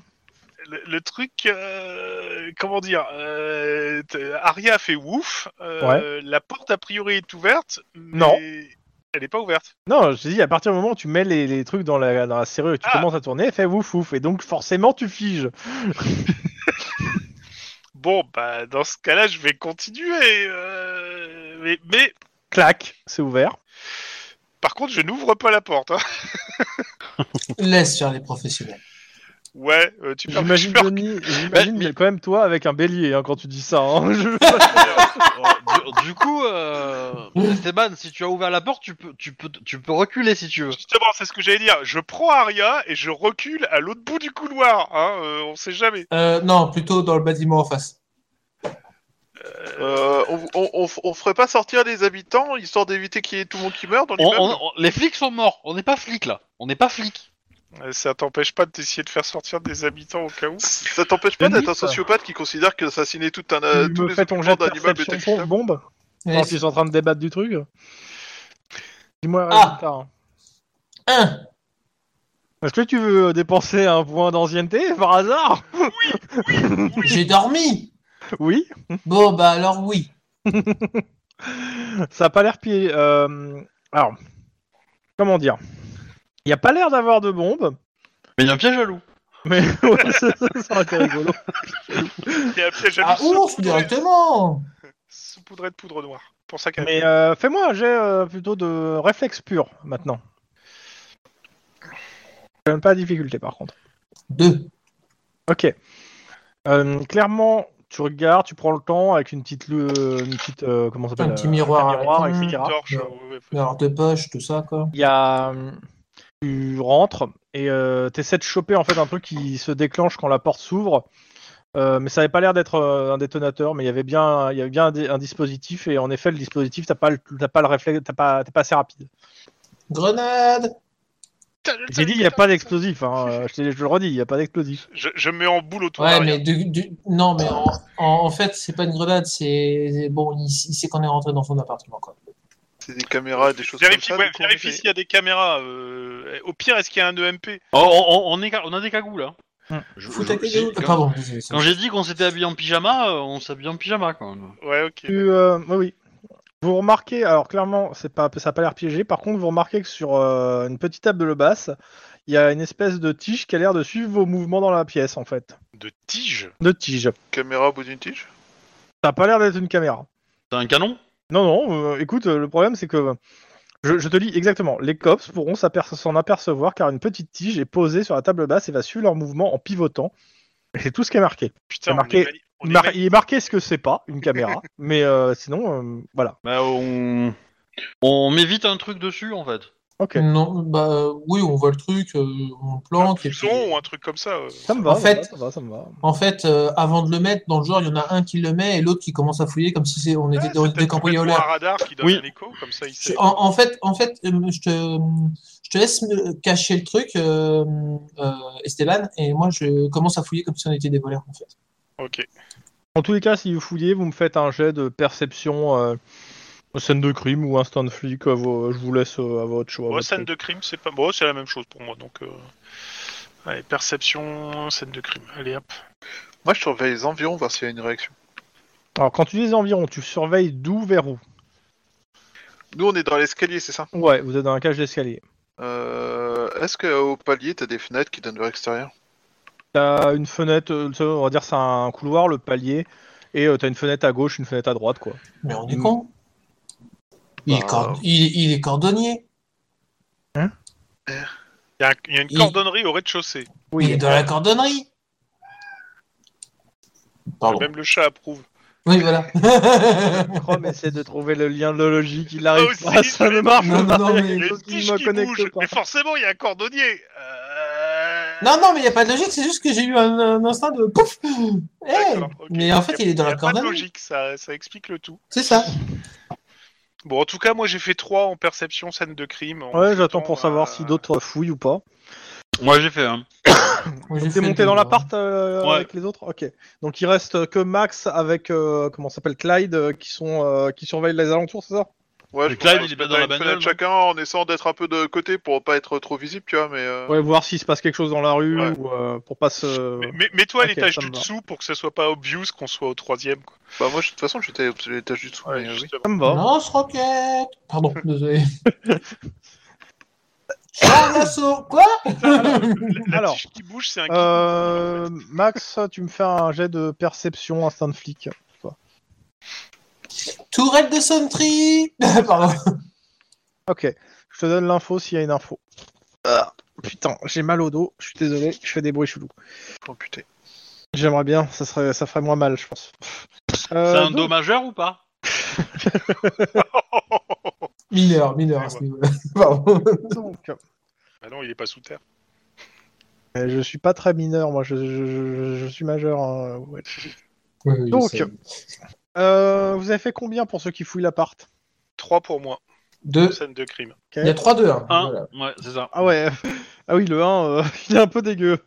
[SPEAKER 4] le, le truc, euh, comment dire, euh, t- Aria a fait ouf. euh, La porte a priori est ouverte. mais
[SPEAKER 2] Non.
[SPEAKER 4] Elle n'est pas ouverte.
[SPEAKER 2] Non, je te dis, à partir du moment où tu mets les, les trucs dans la, dans la serrure et tu
[SPEAKER 4] Ah.
[SPEAKER 2] commences à tourner, elle fait ouf, ouf. Et donc forcément, tu figes.
[SPEAKER 4] Bon, bah dans ce cas-là, je vais continuer. euh, mais, mais
[SPEAKER 2] Clac, c'est ouvert.
[SPEAKER 4] par contre, je n'ouvre pas la porte. hein.
[SPEAKER 3] Laisse faire les professionnels.
[SPEAKER 4] Ouais, euh, tu perds
[SPEAKER 2] J'imagine
[SPEAKER 4] tu perds-
[SPEAKER 2] Denis, j'imagine
[SPEAKER 1] mais-
[SPEAKER 2] quand même toi avec un bélier hein, quand tu dis ça. hein. Je- *laughs*
[SPEAKER 1] euh, du, du coup, euh, Esteban, si tu as ouvert la porte, tu peux, tu peux, tu peux reculer si tu veux.
[SPEAKER 4] Justement, c'est ce que j'allais dire. Je prends Aria et je recule à l'autre bout du couloir. Hein, euh, on sait jamais.
[SPEAKER 3] Euh, non, plutôt dans le bâtiment en face.
[SPEAKER 5] Euh, on, on, on f- on ferait pas sortir les habitants, histoire d'éviter qu'il y ait tout le monde qui meure dans
[SPEAKER 1] On-
[SPEAKER 5] l'immeuble
[SPEAKER 1] on- on- les flics sont morts. On n'est pas flics là. On n'est pas flics.
[SPEAKER 4] Euh, Ça t'empêche pas d'essayer de faire sortir des habitants au cas où.
[SPEAKER 5] Ça t'empêche pas
[SPEAKER 2] Denis,
[SPEAKER 5] d'être un
[SPEAKER 2] ça.
[SPEAKER 5] sociopathe qui considère que assassiner tout un,
[SPEAKER 2] tu
[SPEAKER 5] euh, tous
[SPEAKER 2] me
[SPEAKER 5] les
[SPEAKER 2] fais ton
[SPEAKER 5] occupants
[SPEAKER 2] jet de
[SPEAKER 5] d'un immeuble est
[SPEAKER 2] perception
[SPEAKER 5] acceptable.
[SPEAKER 2] pour bombe
[SPEAKER 3] Ouais,
[SPEAKER 2] Quand ils sont en train de débattre du truc. Dis-moi le
[SPEAKER 3] Ah.
[SPEAKER 2] résultat. hein.
[SPEAKER 3] un.
[SPEAKER 2] Est-ce que tu veux dépenser un point d'ancienneté par hasard
[SPEAKER 3] J'ai dormi.
[SPEAKER 2] Oui.
[SPEAKER 3] Bon, bah alors oui.
[SPEAKER 2] Ça a pas l'air pi- euh, alors, comment dire Il n'y a pas l'air d'avoir de bombe,
[SPEAKER 1] Mais il y a un piège à loup.
[SPEAKER 2] mais ouais, ça, ça, ça aurait été rigolo.
[SPEAKER 4] Il y a un piège à
[SPEAKER 3] Ah
[SPEAKER 4] loup
[SPEAKER 3] ours
[SPEAKER 4] saupoudré-
[SPEAKER 3] directement.
[SPEAKER 4] saupoudré de poudre noire. Pour ça qu'elle
[SPEAKER 2] Mais euh, fais-moi un jet euh, plutôt de réflexe pur maintenant. Quand même pas de difficulté par contre.
[SPEAKER 3] Deux.
[SPEAKER 2] Ok. Euh, clairement, tu regardes, tu prends le temps avec une petite, lou- euh, une petite euh, comment ça s'appelle
[SPEAKER 3] Un petit
[SPEAKER 2] euh,
[SPEAKER 3] miroir
[SPEAKER 2] un miroir,
[SPEAKER 3] avec une
[SPEAKER 5] ah,
[SPEAKER 2] etc.
[SPEAKER 4] torche.
[SPEAKER 3] Non.
[SPEAKER 4] ouais, ouais, ouais.
[SPEAKER 3] Alors de poche, tout ça quoi.
[SPEAKER 2] Il y a, euh, tu rentres et euh, t'essaies de choper en fait un truc qui se déclenche quand la porte s'ouvre. Euh, mais ça n'avait pas l'air d'être euh, un détonateur, mais il y avait bien, il y avait bien un, di- un dispositif et en effet le dispositif t'as pas le, t'as pas le réflexe, t'as pas, t'es pas assez rapide.
[SPEAKER 3] Grenade
[SPEAKER 2] J'ai dit il n'y a pas d'explosif, hein, euh, je, te- je le redis, il n'y a pas d'explosif.
[SPEAKER 4] Je, je me mets en boule autour de
[SPEAKER 3] Ouais,
[SPEAKER 4] l'arrière.
[SPEAKER 3] mais du- du- non, mais en, en- en fait, c'est pas une grenade, c'est c'est- bon, il, il sait qu'on est rentré dans son appartement. Quoi.
[SPEAKER 5] C'est des caméras, des choses
[SPEAKER 4] Vérifie,
[SPEAKER 5] comme ça.
[SPEAKER 4] ouais,
[SPEAKER 5] donc on
[SPEAKER 4] vérifie
[SPEAKER 5] essaye.
[SPEAKER 4] s'il y a des caméras. euh, Au pire, est-ce qu'il y a un EMP
[SPEAKER 1] Oh, on, on- on est ca- on a des cagoules là.
[SPEAKER 2] Hmm.
[SPEAKER 1] Je-
[SPEAKER 3] Fous
[SPEAKER 1] je-
[SPEAKER 3] ta
[SPEAKER 1] c'est-
[SPEAKER 3] cagoule. Ah,
[SPEAKER 1] quand-
[SPEAKER 3] Pardon, désolé, c'est-
[SPEAKER 1] Quand j'ai dit qu'on s'était habillé en pyjama, euh, on s'habille en pyjama quand même.
[SPEAKER 4] Ouais, ok.
[SPEAKER 2] Tu, euh, oui, oui. Vous remarquez, alors clairement c'est pas, ça n'a pas l'air piégé, par contre vous remarquez que sur euh, une petite table de basse, il y a une espèce de tige qui a l'air de suivre vos mouvements dans la pièce en fait.
[SPEAKER 4] De tige
[SPEAKER 2] De tige.
[SPEAKER 5] Caméra au bout d'une tige
[SPEAKER 2] Ça n'a pas l'air d'être une caméra.
[SPEAKER 1] T'as un canon
[SPEAKER 2] Non, non, euh, écoute, euh, le problème c'est que je, je te lis exactement, les cops pourront s'aper- s'en apercevoir car une petite tige est posée sur la table basse et va suivre leur mouvement en pivotant. Et C'est tout ce qui est marqué.
[SPEAKER 4] Putain,
[SPEAKER 2] C'est marqué-
[SPEAKER 4] on est mali- on est
[SPEAKER 2] Mar-
[SPEAKER 4] mali-
[SPEAKER 2] Il est marqué ce que c'est pas, une caméra, mais euh, sinon, euh, voilà.
[SPEAKER 1] Bah on... on met vite un truc dessus en fait.
[SPEAKER 2] Ok,
[SPEAKER 3] Non, bah euh, oui, on voit le truc, euh, on le plante.
[SPEAKER 4] Ah,
[SPEAKER 3] et puis-
[SPEAKER 4] Pousson ou un truc comme ça. euh.
[SPEAKER 2] ça me va,
[SPEAKER 3] En
[SPEAKER 2] ça me va,
[SPEAKER 3] fait-
[SPEAKER 2] ça me va, ça me va.
[SPEAKER 3] En fait, euh, avant de le mettre dans le genre, il y en a un qui le met et l'autre qui commence à fouiller comme si c'est- on
[SPEAKER 4] Ouais,
[SPEAKER 3] était
[SPEAKER 4] c'est
[SPEAKER 3] dans
[SPEAKER 4] peut-être
[SPEAKER 3] des
[SPEAKER 4] complètement
[SPEAKER 3] cambrioleurs.
[SPEAKER 4] un radar qui donne
[SPEAKER 1] Oui.
[SPEAKER 4] un écho, comme ça il
[SPEAKER 3] Je-
[SPEAKER 4] sait.
[SPEAKER 3] en, en fait, en fait, euh, je te, je te laisse me cacher le truc, euh, euh, Esteban, et moi je commence à fouiller comme si on était des voleurs en fait.
[SPEAKER 4] Ok.
[SPEAKER 2] En tous les cas, si vous fouillez, vous me faites un jet de perception, euh, scène de crime ou instant flic, à vos- je vous laisse euh, à votre choix. à
[SPEAKER 4] Bon,
[SPEAKER 2] votre
[SPEAKER 4] scène de crime, c'est pas. Bon, c'est la même chose pour moi. Donc, euh, allez, perception, scène de crime. Allez, hop.
[SPEAKER 5] Moi, je surveille les environs, voir s'il y a une réaction.
[SPEAKER 2] Alors, quand tu dis environ, tu surveilles d'où vers où
[SPEAKER 5] Nous, on est dans l'escalier, c'est ça
[SPEAKER 2] Ouais, vous êtes dans un cage d'escalier.
[SPEAKER 5] euh, Est-ce qu'au palier, t'as des fenêtres qui donnent vers l'extérieur
[SPEAKER 2] T'as une fenêtre, euh, ça, on va dire c'est un couloir, le palier, et euh, t'as une fenêtre à gauche, une fenêtre à droite, quoi.
[SPEAKER 3] Mais on est
[SPEAKER 2] Mm.
[SPEAKER 3] con. Il, est
[SPEAKER 5] Bah,
[SPEAKER 3] cor- il- il est cordonnier.
[SPEAKER 4] Il y a, un- il y a une
[SPEAKER 3] Il-
[SPEAKER 4] cordonnerie au rez-de-chaussée.
[SPEAKER 2] Oh.
[SPEAKER 3] il est dans la cordonnerie. Pardon.
[SPEAKER 4] Même le chat approuve.
[SPEAKER 3] Oui,
[SPEAKER 4] *laughs*
[SPEAKER 3] voilà. *laughs*
[SPEAKER 2] Chrome essaie de trouver le lien de logique, il
[SPEAKER 4] Ah,
[SPEAKER 2] arrive
[SPEAKER 4] aussi,
[SPEAKER 2] pas, ça ne marche
[SPEAKER 3] Non,
[SPEAKER 2] pas,
[SPEAKER 3] non,
[SPEAKER 2] il y a quelque
[SPEAKER 3] mais-
[SPEAKER 4] Il y a
[SPEAKER 2] chose
[SPEAKER 4] une
[SPEAKER 2] qui
[SPEAKER 4] tige
[SPEAKER 2] me
[SPEAKER 4] qui
[SPEAKER 2] connecte
[SPEAKER 4] bouge.
[SPEAKER 2] pas.
[SPEAKER 4] Mais forcément, il y a un cordonnier. Euh,
[SPEAKER 3] non, non, mais il n'y a pas de logique, c'est juste que j'ai eu un, un instinct de pouf. Eh,
[SPEAKER 4] d'accord, ok.
[SPEAKER 3] Mais en fait,
[SPEAKER 4] y a-
[SPEAKER 3] il est dans
[SPEAKER 4] y a
[SPEAKER 3] la
[SPEAKER 4] pas de
[SPEAKER 3] cordonnerie.
[SPEAKER 4] logique, ça, ça explique le tout.
[SPEAKER 3] C'est ça.
[SPEAKER 4] Bon, en tout cas, moi j'ai fait 3 en perception, scène de crime. en
[SPEAKER 2] Ouais, j'attends
[SPEAKER 4] jetant,
[SPEAKER 2] pour savoir
[SPEAKER 4] euh,
[SPEAKER 2] si d'autres fouillent ou pas.
[SPEAKER 1] Moi j'ai fait un.
[SPEAKER 3] Moi, j'ai
[SPEAKER 2] T'es
[SPEAKER 3] fait
[SPEAKER 2] monté
[SPEAKER 3] le-
[SPEAKER 2] dans l'appart euh,
[SPEAKER 1] Ouais.
[SPEAKER 2] avec les autres Ok. Donc il reste euh, que Max avec, euh, comment ça s'appelle, Clyde, euh, qui, sont, euh, qui surveillent les alentours, c'est ça
[SPEAKER 5] Ouais,
[SPEAKER 1] Le
[SPEAKER 5] je pense
[SPEAKER 1] Clyde,
[SPEAKER 5] qu'on
[SPEAKER 1] il
[SPEAKER 5] se
[SPEAKER 1] est pas
[SPEAKER 5] met
[SPEAKER 1] dans la
[SPEAKER 5] une
[SPEAKER 1] bagnole,
[SPEAKER 5] fenêtre
[SPEAKER 1] non
[SPEAKER 5] Chacun en essayant d'être un peu de côté pour pas être trop visible, tu vois, mais. euh,
[SPEAKER 2] Ouais, voir s'il se passe quelque chose dans la rue,
[SPEAKER 5] Ouais.
[SPEAKER 2] ou, euh, pour pas se...
[SPEAKER 4] Mais- mais- Mets-toi à
[SPEAKER 2] Ok,
[SPEAKER 4] l'étage
[SPEAKER 2] ça
[SPEAKER 4] du
[SPEAKER 2] me va.
[SPEAKER 4] dessous pour que ce soit pas obvious qu'on soit au troisième. Quoi.
[SPEAKER 5] Bah, moi, je- de toute façon, j'étais à l'étage du dessous. mais, euh, oui.
[SPEAKER 4] justement.
[SPEAKER 2] Ça me va.
[SPEAKER 3] Lance roquette. Pardon, désolé. Charge d'assaut. Quoi
[SPEAKER 4] La
[SPEAKER 2] Alors,
[SPEAKER 4] tige qui bouge, c'est un
[SPEAKER 2] Euh, Max, tu me fais un jet de perception instinct de flic.
[SPEAKER 3] Tourelle de sonnerie. *laughs* Pardon.
[SPEAKER 2] Ok, je te donne l'info s'il y a une info. Ah, putain, j'ai mal au dos, je suis désolé, je fais des bruits chelous.
[SPEAKER 5] Oh, putain.
[SPEAKER 2] J'aimerais bien, ça, serait, ça ferait moins mal, je pense. Euh,
[SPEAKER 1] C'est un
[SPEAKER 2] donc,
[SPEAKER 1] do majeur ou pas
[SPEAKER 3] Mineur, mineur à ce niveau-là. *laughs* Pardon.
[SPEAKER 2] donc,
[SPEAKER 4] Ah non, il est pas sous terre.
[SPEAKER 2] euh, je suis pas très mineur, moi, je, je- je- je suis majeur. hein,
[SPEAKER 4] *laughs*
[SPEAKER 2] ouais.
[SPEAKER 3] Oui, oui,
[SPEAKER 2] Donc.
[SPEAKER 3] c'est-
[SPEAKER 2] Euh, vous avez fait combien pour ceux qui fouillent l'appart
[SPEAKER 4] 3 pour moi,
[SPEAKER 3] deux.
[SPEAKER 4] scène de crime.
[SPEAKER 3] Il y a hein. 3-2.
[SPEAKER 1] Un Hein Ouais, c'est ça.
[SPEAKER 2] Ah ouais, *laughs* ah oui, le 1, euh, *laughs* il est un peu dégueu.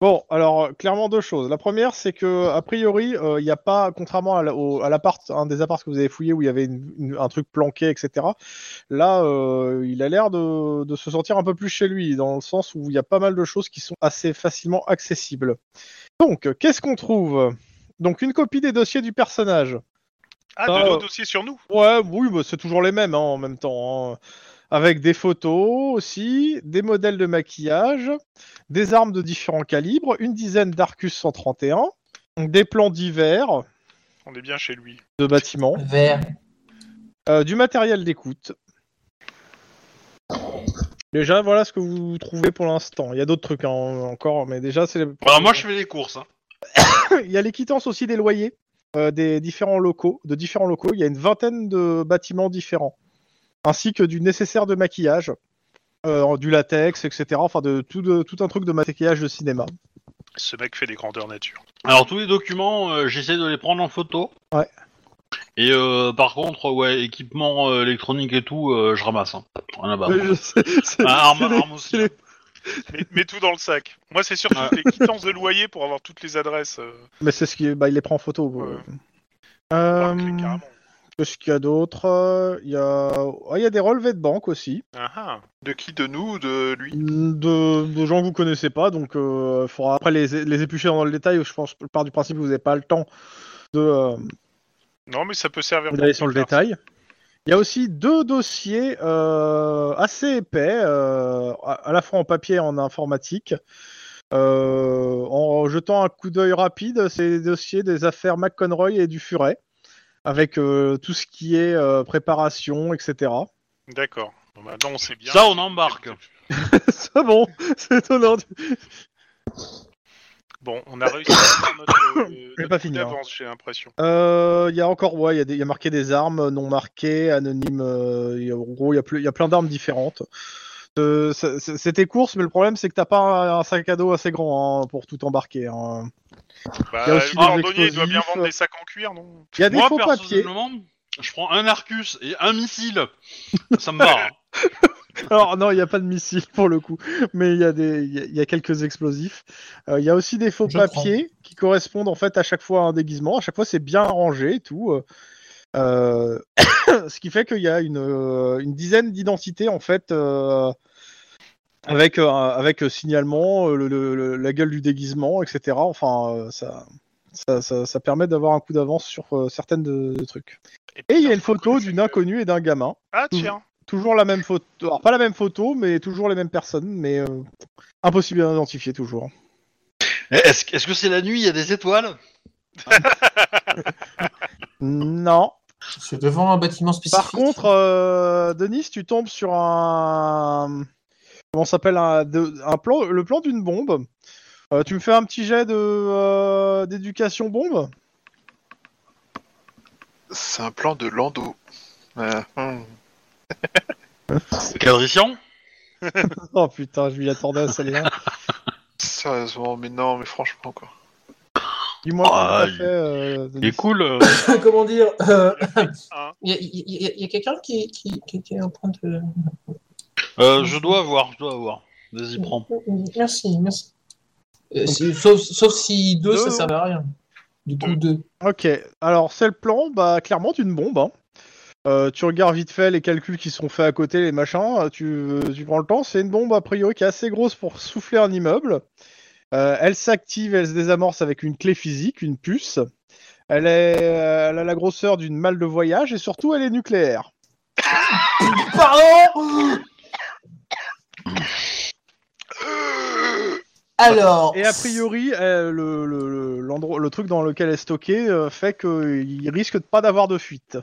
[SPEAKER 2] Bon, alors euh, clairement deux choses. La première, c'est que a priori, euh, il n'y a pas, contrairement à la- au- à l'appart, un des apparts que vous avez fouillé où il y avait une- une- un truc planqué, etc. Là, euh, il a l'air de, de se sentir un peu plus chez lui, dans le sens où il y a pas mal de choses qui sont assez facilement accessibles. Donc, euh, qu'est-ce qu'on trouve Donc, une copie des dossiers du personnage.
[SPEAKER 4] Ah,
[SPEAKER 2] Ah,
[SPEAKER 4] de nos
[SPEAKER 2] euh.
[SPEAKER 4] dossiers sur nous
[SPEAKER 2] Ouais, oui, bah, c'est toujours les mêmes hein, en même temps. hein. Avec des photos aussi, des modèles de maquillage, des armes de différents calibres, une dizaine d'Arcus 131, donc des plans divers
[SPEAKER 4] On est bien chez lui.
[SPEAKER 2] de bâtiments,
[SPEAKER 3] Vert.
[SPEAKER 2] euh, du matériel d'écoute. Déjà, voilà ce que vous trouvez pour l'instant. Il y a d'autres trucs hein, encore, mais déjà, c'est les...
[SPEAKER 1] Bah, moi je fais les courses. hein.
[SPEAKER 2] Il y a les quittances aussi des loyers euh, des différents locaux, de différents locaux. Il y a une vingtaine de bâtiments différents, ainsi que du nécessaire de maquillage, euh, du latex, etc. Enfin, de tout, de- tout un truc de maquillage de cinéma.
[SPEAKER 4] Ce mec fait des grandeurs nature.
[SPEAKER 1] Alors tous les documents, euh, j'essaie de les prendre en photo.
[SPEAKER 2] Ouais.
[SPEAKER 1] Et euh, par contre, ouais, équipement euh, électronique et tout, euh, je ramasse. Hein. Rien à battre.
[SPEAKER 2] Je sais- *laughs* c'est-
[SPEAKER 1] Ah, arme,
[SPEAKER 2] c'est les-
[SPEAKER 1] arme aussi.
[SPEAKER 2] c'est les-
[SPEAKER 4] Mets, mets tout dans le sac. Moi, c'est surtout
[SPEAKER 2] Ah.
[SPEAKER 1] Ouais.
[SPEAKER 4] les quittances de loyer pour avoir toutes les adresses. euh,
[SPEAKER 2] Mais c'est ce qui, bah, il les prend en photo. quoi.
[SPEAKER 4] Ouais.
[SPEAKER 2] Euh,
[SPEAKER 4] par clé, carrément.
[SPEAKER 2] Qu'est-ce qu'il y a d'autre Il y a, ah, il y a des relevés de banque aussi,
[SPEAKER 4] Ah, ah.
[SPEAKER 5] De qui De nous ou de lui
[SPEAKER 2] de, de gens que vous connaissez pas, donc il faudra après les, les éplucher dans le détail. Je pense, je pars du principe que vous n'avez pas le temps de euh,
[SPEAKER 4] Non, mais ça peut servir.
[SPEAKER 2] d'aller
[SPEAKER 4] pour
[SPEAKER 2] sur le
[SPEAKER 4] plus tard.
[SPEAKER 2] détail. Il y a aussi deux dossiers euh, assez épais, euh, à, à la fois en papier et en informatique. Euh, en jetant un coup d'œil rapide, c'est les dossiers des affaires McConroy et du Furet, avec euh, tout ce qui est euh, préparation, etc.
[SPEAKER 4] D'accord. Bon, Maintenant, on sait bien.
[SPEAKER 1] Ça, on embarque.
[SPEAKER 2] *laughs* C'est bon, c'est étonnant.
[SPEAKER 4] Bon, on a réussi à faire
[SPEAKER 2] *coughs*
[SPEAKER 4] notre, euh,
[SPEAKER 2] vais
[SPEAKER 4] notre
[SPEAKER 2] pas
[SPEAKER 4] coup
[SPEAKER 2] finir. hein.
[SPEAKER 4] d'avance, j'ai l'impression.
[SPEAKER 2] Euh, Il y a encore, ouais, il y a des- il y, a marqué des armes non marquées, anonymes. euh, il y a- en gros, il y a ple- il y, a plein d'armes différentes. Euh, ça- ça- C'était course, mais le problème c'est que t'as pas un, un sac à dos assez grand hein, pour tout embarquer. hein.
[SPEAKER 4] Bah,
[SPEAKER 2] Il y a aussi
[SPEAKER 4] le
[SPEAKER 2] des
[SPEAKER 4] cordonnier, il doit bien
[SPEAKER 2] explosifs.
[SPEAKER 4] vendre des sacs en cuir, non
[SPEAKER 2] Il y a des
[SPEAKER 1] Moi,
[SPEAKER 2] faux papiers.
[SPEAKER 1] personnellement, je prends un Arcus et un missile. Ça me hein. barre.
[SPEAKER 2] Alors non, il n'y a pas de missile pour le coup, mais il y a des, il y a- il y a quelques explosifs. Euh, Il y a aussi des faux
[SPEAKER 3] Je
[SPEAKER 2] papiers qui correspondent en fait à chaque fois à un déguisement. À chaque fois, c'est bien rangé et tout. Euh, euh, *coughs* ce qui fait qu'il y a une, euh, une dizaine d'identités en fait. euh, Avec, euh, avec euh, signalement, euh, le- le- le- la gueule du déguisement, etc. Enfin, euh, ça, ça, ça- ça permet d'avoir un coup d'avance sur euh, certaines de, de trucs. Et il y a une photo d'une inconnue et d'un gamin.
[SPEAKER 4] Ah, tiens.
[SPEAKER 2] Toujours la même photo. Alors, pas la même photo, mais toujours les mêmes personnes, mais euh, impossible à identifier toujours.
[SPEAKER 1] *laughs* Eh, Est-ce que- est-ce que c'est la nuit, il y a des étoiles
[SPEAKER 2] Non.
[SPEAKER 3] C'est devant un bâtiment spécifique.
[SPEAKER 2] Par contre, euh, Denis, tu tombes sur un. Comment ça s'appelle un, de- un plan, Le plan d'une bombe. Euh, tu me fais un petit jet de euh, d'éducation bombe
[SPEAKER 5] C'est un plan de Lando. Euh, hmm.
[SPEAKER 1] Cadrician
[SPEAKER 2] Oh putain, je m'y attendais à celle-là.
[SPEAKER 5] Sérieusement, oh, mais non, mais franchement quoi.
[SPEAKER 2] Dis-moi
[SPEAKER 1] Ah,
[SPEAKER 2] comment t'as fait, euh,
[SPEAKER 1] Il est
[SPEAKER 2] Denis.
[SPEAKER 1] cool. euh.
[SPEAKER 3] *laughs* comment dire euh, *laughs*
[SPEAKER 4] Hein.
[SPEAKER 3] Il y a, il y a- il y a quelqu'un qui, qui, qui- qui est en train de.
[SPEAKER 1] Euh, je dois avoir, je dois avoir. Vas-y, prends.
[SPEAKER 3] Merci, merci. Euh, c'est- sauf, sauf si deux,
[SPEAKER 2] Deux, non.
[SPEAKER 3] ça servait à rien. Du coup,
[SPEAKER 4] Euh.
[SPEAKER 3] deux.
[SPEAKER 2] Ok, alors c'est le plan, bah clairement d'une bombe. hein. Euh, tu regardes vite fait les calculs qui sont faits à côté, les machins, euh, tu, tu prends le temps, c'est une bombe a priori qui est assez grosse pour souffler un immeuble. Euh, elle s'active, elle se désamorce avec une clé physique, une puce. Elle, est, euh, elle a la grosseur d'une malle de voyage et surtout elle est nucléaire.
[SPEAKER 3] Pardon Alors.
[SPEAKER 2] Et a priori, euh, le, le- le- l'endroit- le truc dans lequel elle est stockée euh, fait qu'il risque de pas d'avoir de fuite.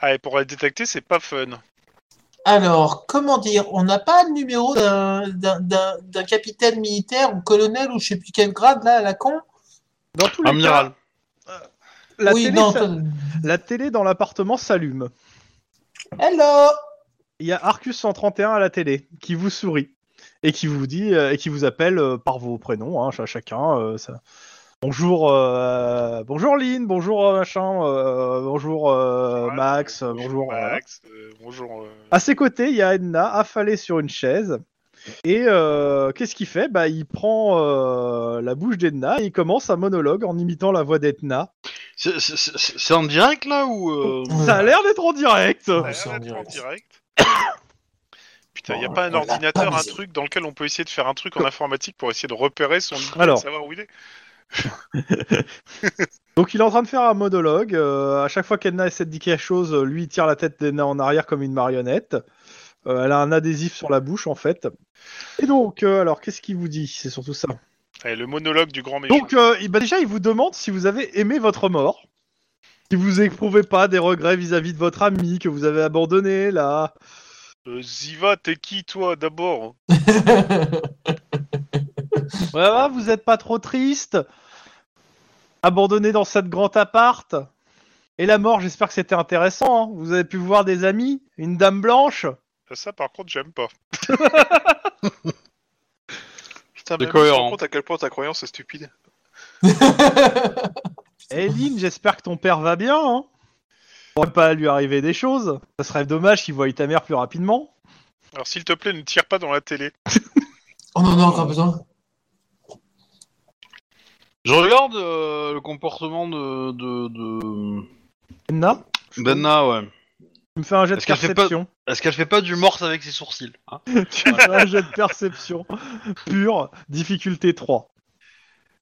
[SPEAKER 4] Ah, et pour la détecter, c'est pas fun.
[SPEAKER 3] Alors, comment dire, on n'a pas le numéro d'un- d'un d'un- d'un capitaine militaire ou colonel ou je sais plus quel grade là à la con
[SPEAKER 2] Dans tous les
[SPEAKER 1] Amiral.
[SPEAKER 2] cas, la,
[SPEAKER 3] Oui,
[SPEAKER 2] télé,
[SPEAKER 3] non.
[SPEAKER 2] s'a-
[SPEAKER 3] toi-
[SPEAKER 2] la télé dans l'appartement s'allume.
[SPEAKER 3] Hello
[SPEAKER 2] il y a Arcus 131 à la télé qui vous sourit et qui vous dit euh, et qui vous appelle euh, par vos prénoms, hein, ch- chacun. euh, ça- Bonjour, euh, bonjour Lynn, bonjour euh, machin, euh, bonjour euh,
[SPEAKER 4] Voilà.
[SPEAKER 2] Max, euh, bonjour. voilà.
[SPEAKER 4] Max. euh, bonjour. euh,
[SPEAKER 2] À ses côtés, il y a Edna affalée sur une chaise. Et euh, qu'est-ce qu'il fait Bah, il prend euh, la bouche d'Edna et il commence un monologue en imitant la voix d'Edna.
[SPEAKER 1] C'est- C'est c'est- c'est en direct là ou euh,
[SPEAKER 2] Ça a l'air d'être en direct.
[SPEAKER 3] Ouais,
[SPEAKER 4] ça
[SPEAKER 3] c'est
[SPEAKER 4] a
[SPEAKER 3] en
[SPEAKER 4] l'air d'être en
[SPEAKER 3] direct.
[SPEAKER 4] direct.
[SPEAKER 5] *coughs*
[SPEAKER 4] Putain, il
[SPEAKER 3] Bon,
[SPEAKER 4] n'y a pas un
[SPEAKER 3] on l'a pas,
[SPEAKER 4] ordinateur,
[SPEAKER 3] mais
[SPEAKER 4] un
[SPEAKER 3] c'est-
[SPEAKER 4] truc dans lequel on peut essayer de faire un truc en informatique pour essayer de repérer son idée,
[SPEAKER 2] Alors.
[SPEAKER 4] de savoir où il est.
[SPEAKER 2] Donc il est en train de faire un monologue. euh, à chaque fois qu'Edna essaie de dire quelque chose, euh, lui il tire la tête d'Edna en arrière comme une marionnette. Euh, elle a un adhésif sur la bouche en fait. Et donc, euh, alors qu'est-ce qu'il vous dit C'est surtout ça.
[SPEAKER 4] Allez, le monologue du grand méchant.
[SPEAKER 2] Donc euh, il- bah, déjà il vous demande si vous avez aimé votre mort. Si vous éprouvez pas des regrets vis-à-vis de votre ami que vous avez abandonné là.
[SPEAKER 4] Euh, Ziva, t'es qui toi d'abord
[SPEAKER 2] Voilà, vous êtes pas trop triste. Abandonné dans cette grande appart. Et la mort, j'espère que c'était intéressant. hein. Vous avez pu voir des amis, une dame blanche.
[SPEAKER 4] Ça, par contre,
[SPEAKER 2] *laughs*
[SPEAKER 4] j'aime pas.
[SPEAKER 5] Putain,
[SPEAKER 1] C'est
[SPEAKER 5] mais on se
[SPEAKER 1] cohérent.
[SPEAKER 5] rend compte à quel point ta croyance est stupide.
[SPEAKER 2] Eh Lynn, j'espère que ton père va bien. Hein On va pas lui arriver des choses. Ça serait dommage qu'il voie ta mère plus rapidement.
[SPEAKER 4] Alors, s'il te plaît, ne tire pas dans la télé.
[SPEAKER 3] *laughs* On en a encore besoin.
[SPEAKER 1] Je regarde euh, le comportement de, de, de...
[SPEAKER 2] Edna,
[SPEAKER 1] d'Anna, ouais.
[SPEAKER 2] tu me fais un jet de
[SPEAKER 1] Est-ce qu'elle fait pas-
[SPEAKER 2] perception. *laughs*
[SPEAKER 1] Est-ce qu'elle fait pas du morse avec ses sourcils hein
[SPEAKER 2] Tu me fais un jet de perception pure, difficulté 3.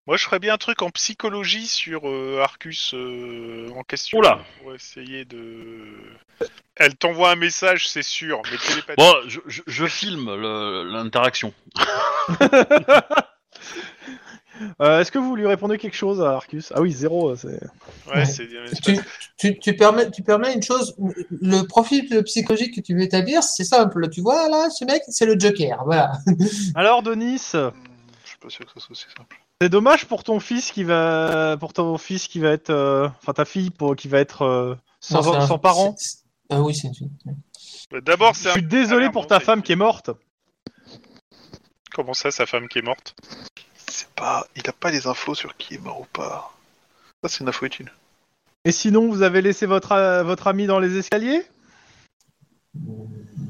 [SPEAKER 4] Moi, je ferais bien un truc en psychologie sur euh, Arcus euh, en question.
[SPEAKER 1] Oula.
[SPEAKER 4] Pour essayer de. Elle t'envoie un message, c'est sûr, mais
[SPEAKER 2] *coughs*
[SPEAKER 4] télépathique.
[SPEAKER 1] Bon, je, je- je filme le- l'interaction.
[SPEAKER 2] Euh, Est-ce que vous lui répondez quelque chose à Arcus Ah oui, zéro. c'est-
[SPEAKER 4] Ouais, c'est une espèce
[SPEAKER 3] Tu, tu- tu permets, tu permets une chose, le profil psychologique que tu veux établir, c'est simple. Tu vois, là, ce mec, c'est le Joker. Voilà.
[SPEAKER 2] Alors, Denis, euh,
[SPEAKER 5] Hmm, Je suis pas sûr que ça soit aussi simple.
[SPEAKER 2] c'est dommage pour ton fils qui va, pour ton fils qui va être, euh, enfin ta fille pour... qui va être euh, sans,
[SPEAKER 3] Non, c'est un-
[SPEAKER 2] sans parents.
[SPEAKER 3] c'est- c'est- Ah oui, c'est une fille.
[SPEAKER 4] de- D'abord,
[SPEAKER 2] Je
[SPEAKER 4] c'est un...
[SPEAKER 2] suis désolé pour ta femme qui est morte.
[SPEAKER 4] Comment ça, sa femme qui est morte
[SPEAKER 5] C'est pas... Il a pas les infos sur qui est mort ou pas. Ça, c'est une info utile.
[SPEAKER 2] Et sinon, vous avez laissé votre, euh, votre ami dans les escaliers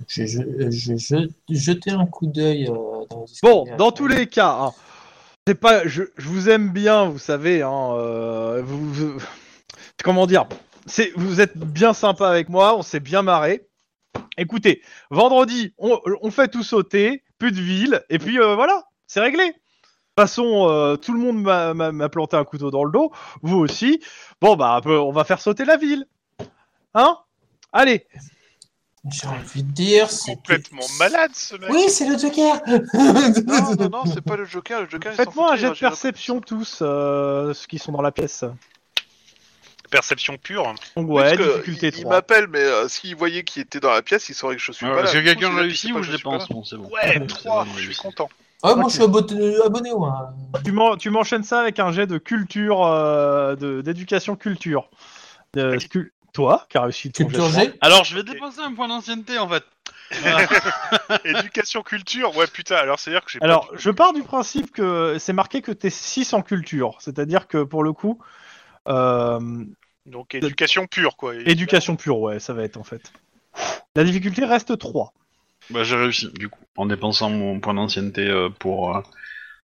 [SPEAKER 3] J'ai je- j'ai je- jeté un coup d'œil euh, dans les
[SPEAKER 2] Bon,
[SPEAKER 3] escaliers.
[SPEAKER 2] dans tous les cas, hein, c'est pas, je, je vous aime bien, vous savez, hein, euh, vous- vous- *laughs* comment dire, c'est, vous êtes bien sympa avec moi, on s'est bien marré. Écoutez, vendredi, on, on fait tout sauter, plus de ville, et puis euh, voilà, c'est réglé. De toute façon, euh, tout le monde m'a- m'a m'a planté un couteau dans le dos, vous aussi. Bon, bah, un peu, on va faire sauter la ville. Hein Allez,
[SPEAKER 3] J'ai envie de dire. c'est-
[SPEAKER 4] Complètement malade, ce mec
[SPEAKER 3] Oui, c'est le Joker. *laughs*
[SPEAKER 5] Non, non, non, c'est pas le Joker. Le Joker, il s'en
[SPEAKER 2] faites-moi un
[SPEAKER 5] fout,
[SPEAKER 2] jet
[SPEAKER 5] il
[SPEAKER 2] de
[SPEAKER 5] a- il a-
[SPEAKER 2] perception tous, euh, ceux qui sont dans la pièce.
[SPEAKER 4] Perception pure.
[SPEAKER 2] Donc
[SPEAKER 5] Oui,
[SPEAKER 2] ouais,
[SPEAKER 5] parce que
[SPEAKER 2] difficulté
[SPEAKER 5] il, il
[SPEAKER 2] 3.
[SPEAKER 5] m'appelle, mais euh, s'il voyait qu'il était dans la pièce, il saurait que Ah, je suis pas là.
[SPEAKER 1] Est-ce que
[SPEAKER 5] Du coup,
[SPEAKER 1] quelqu'un
[SPEAKER 5] s'il appuie, c'est
[SPEAKER 1] réussit
[SPEAKER 5] pas
[SPEAKER 1] ou
[SPEAKER 5] que
[SPEAKER 1] je
[SPEAKER 5] suis pas
[SPEAKER 1] dépense
[SPEAKER 5] là.
[SPEAKER 1] Bon, *laughs* c'est bon.
[SPEAKER 4] Ouais,
[SPEAKER 1] bon,
[SPEAKER 4] 3, je suis
[SPEAKER 1] réussi.
[SPEAKER 4] content.
[SPEAKER 3] Ah, moi,
[SPEAKER 2] Ok.
[SPEAKER 3] je suis abonné, abonné, ouais.
[SPEAKER 2] Tu m'en- Tu m'enchaînes ça avec un jet de culture, euh, de- d'éducation culture. De, cul- toi, qui as réussi ton
[SPEAKER 3] Culture
[SPEAKER 2] jet. de
[SPEAKER 3] G.
[SPEAKER 1] Alors, je vais
[SPEAKER 4] Ok.
[SPEAKER 1] dépenser un point d'ancienneté, en fait.
[SPEAKER 4] Éducation, culture, ouais, putain, alors c'est-à-dire que j'ai
[SPEAKER 2] choix. Alors, je pars du principe que c'est marqué que t'es 6 en culture. C'est-à-dire que pour le coup, euh,
[SPEAKER 4] Donc, éducation pure, quoi.
[SPEAKER 2] éducation pure, ouais, ça va être en fait. La difficulté reste 3.
[SPEAKER 1] Bah, j'ai réussi, du coup, en dépensant mon point d'ancienneté euh, pour euh,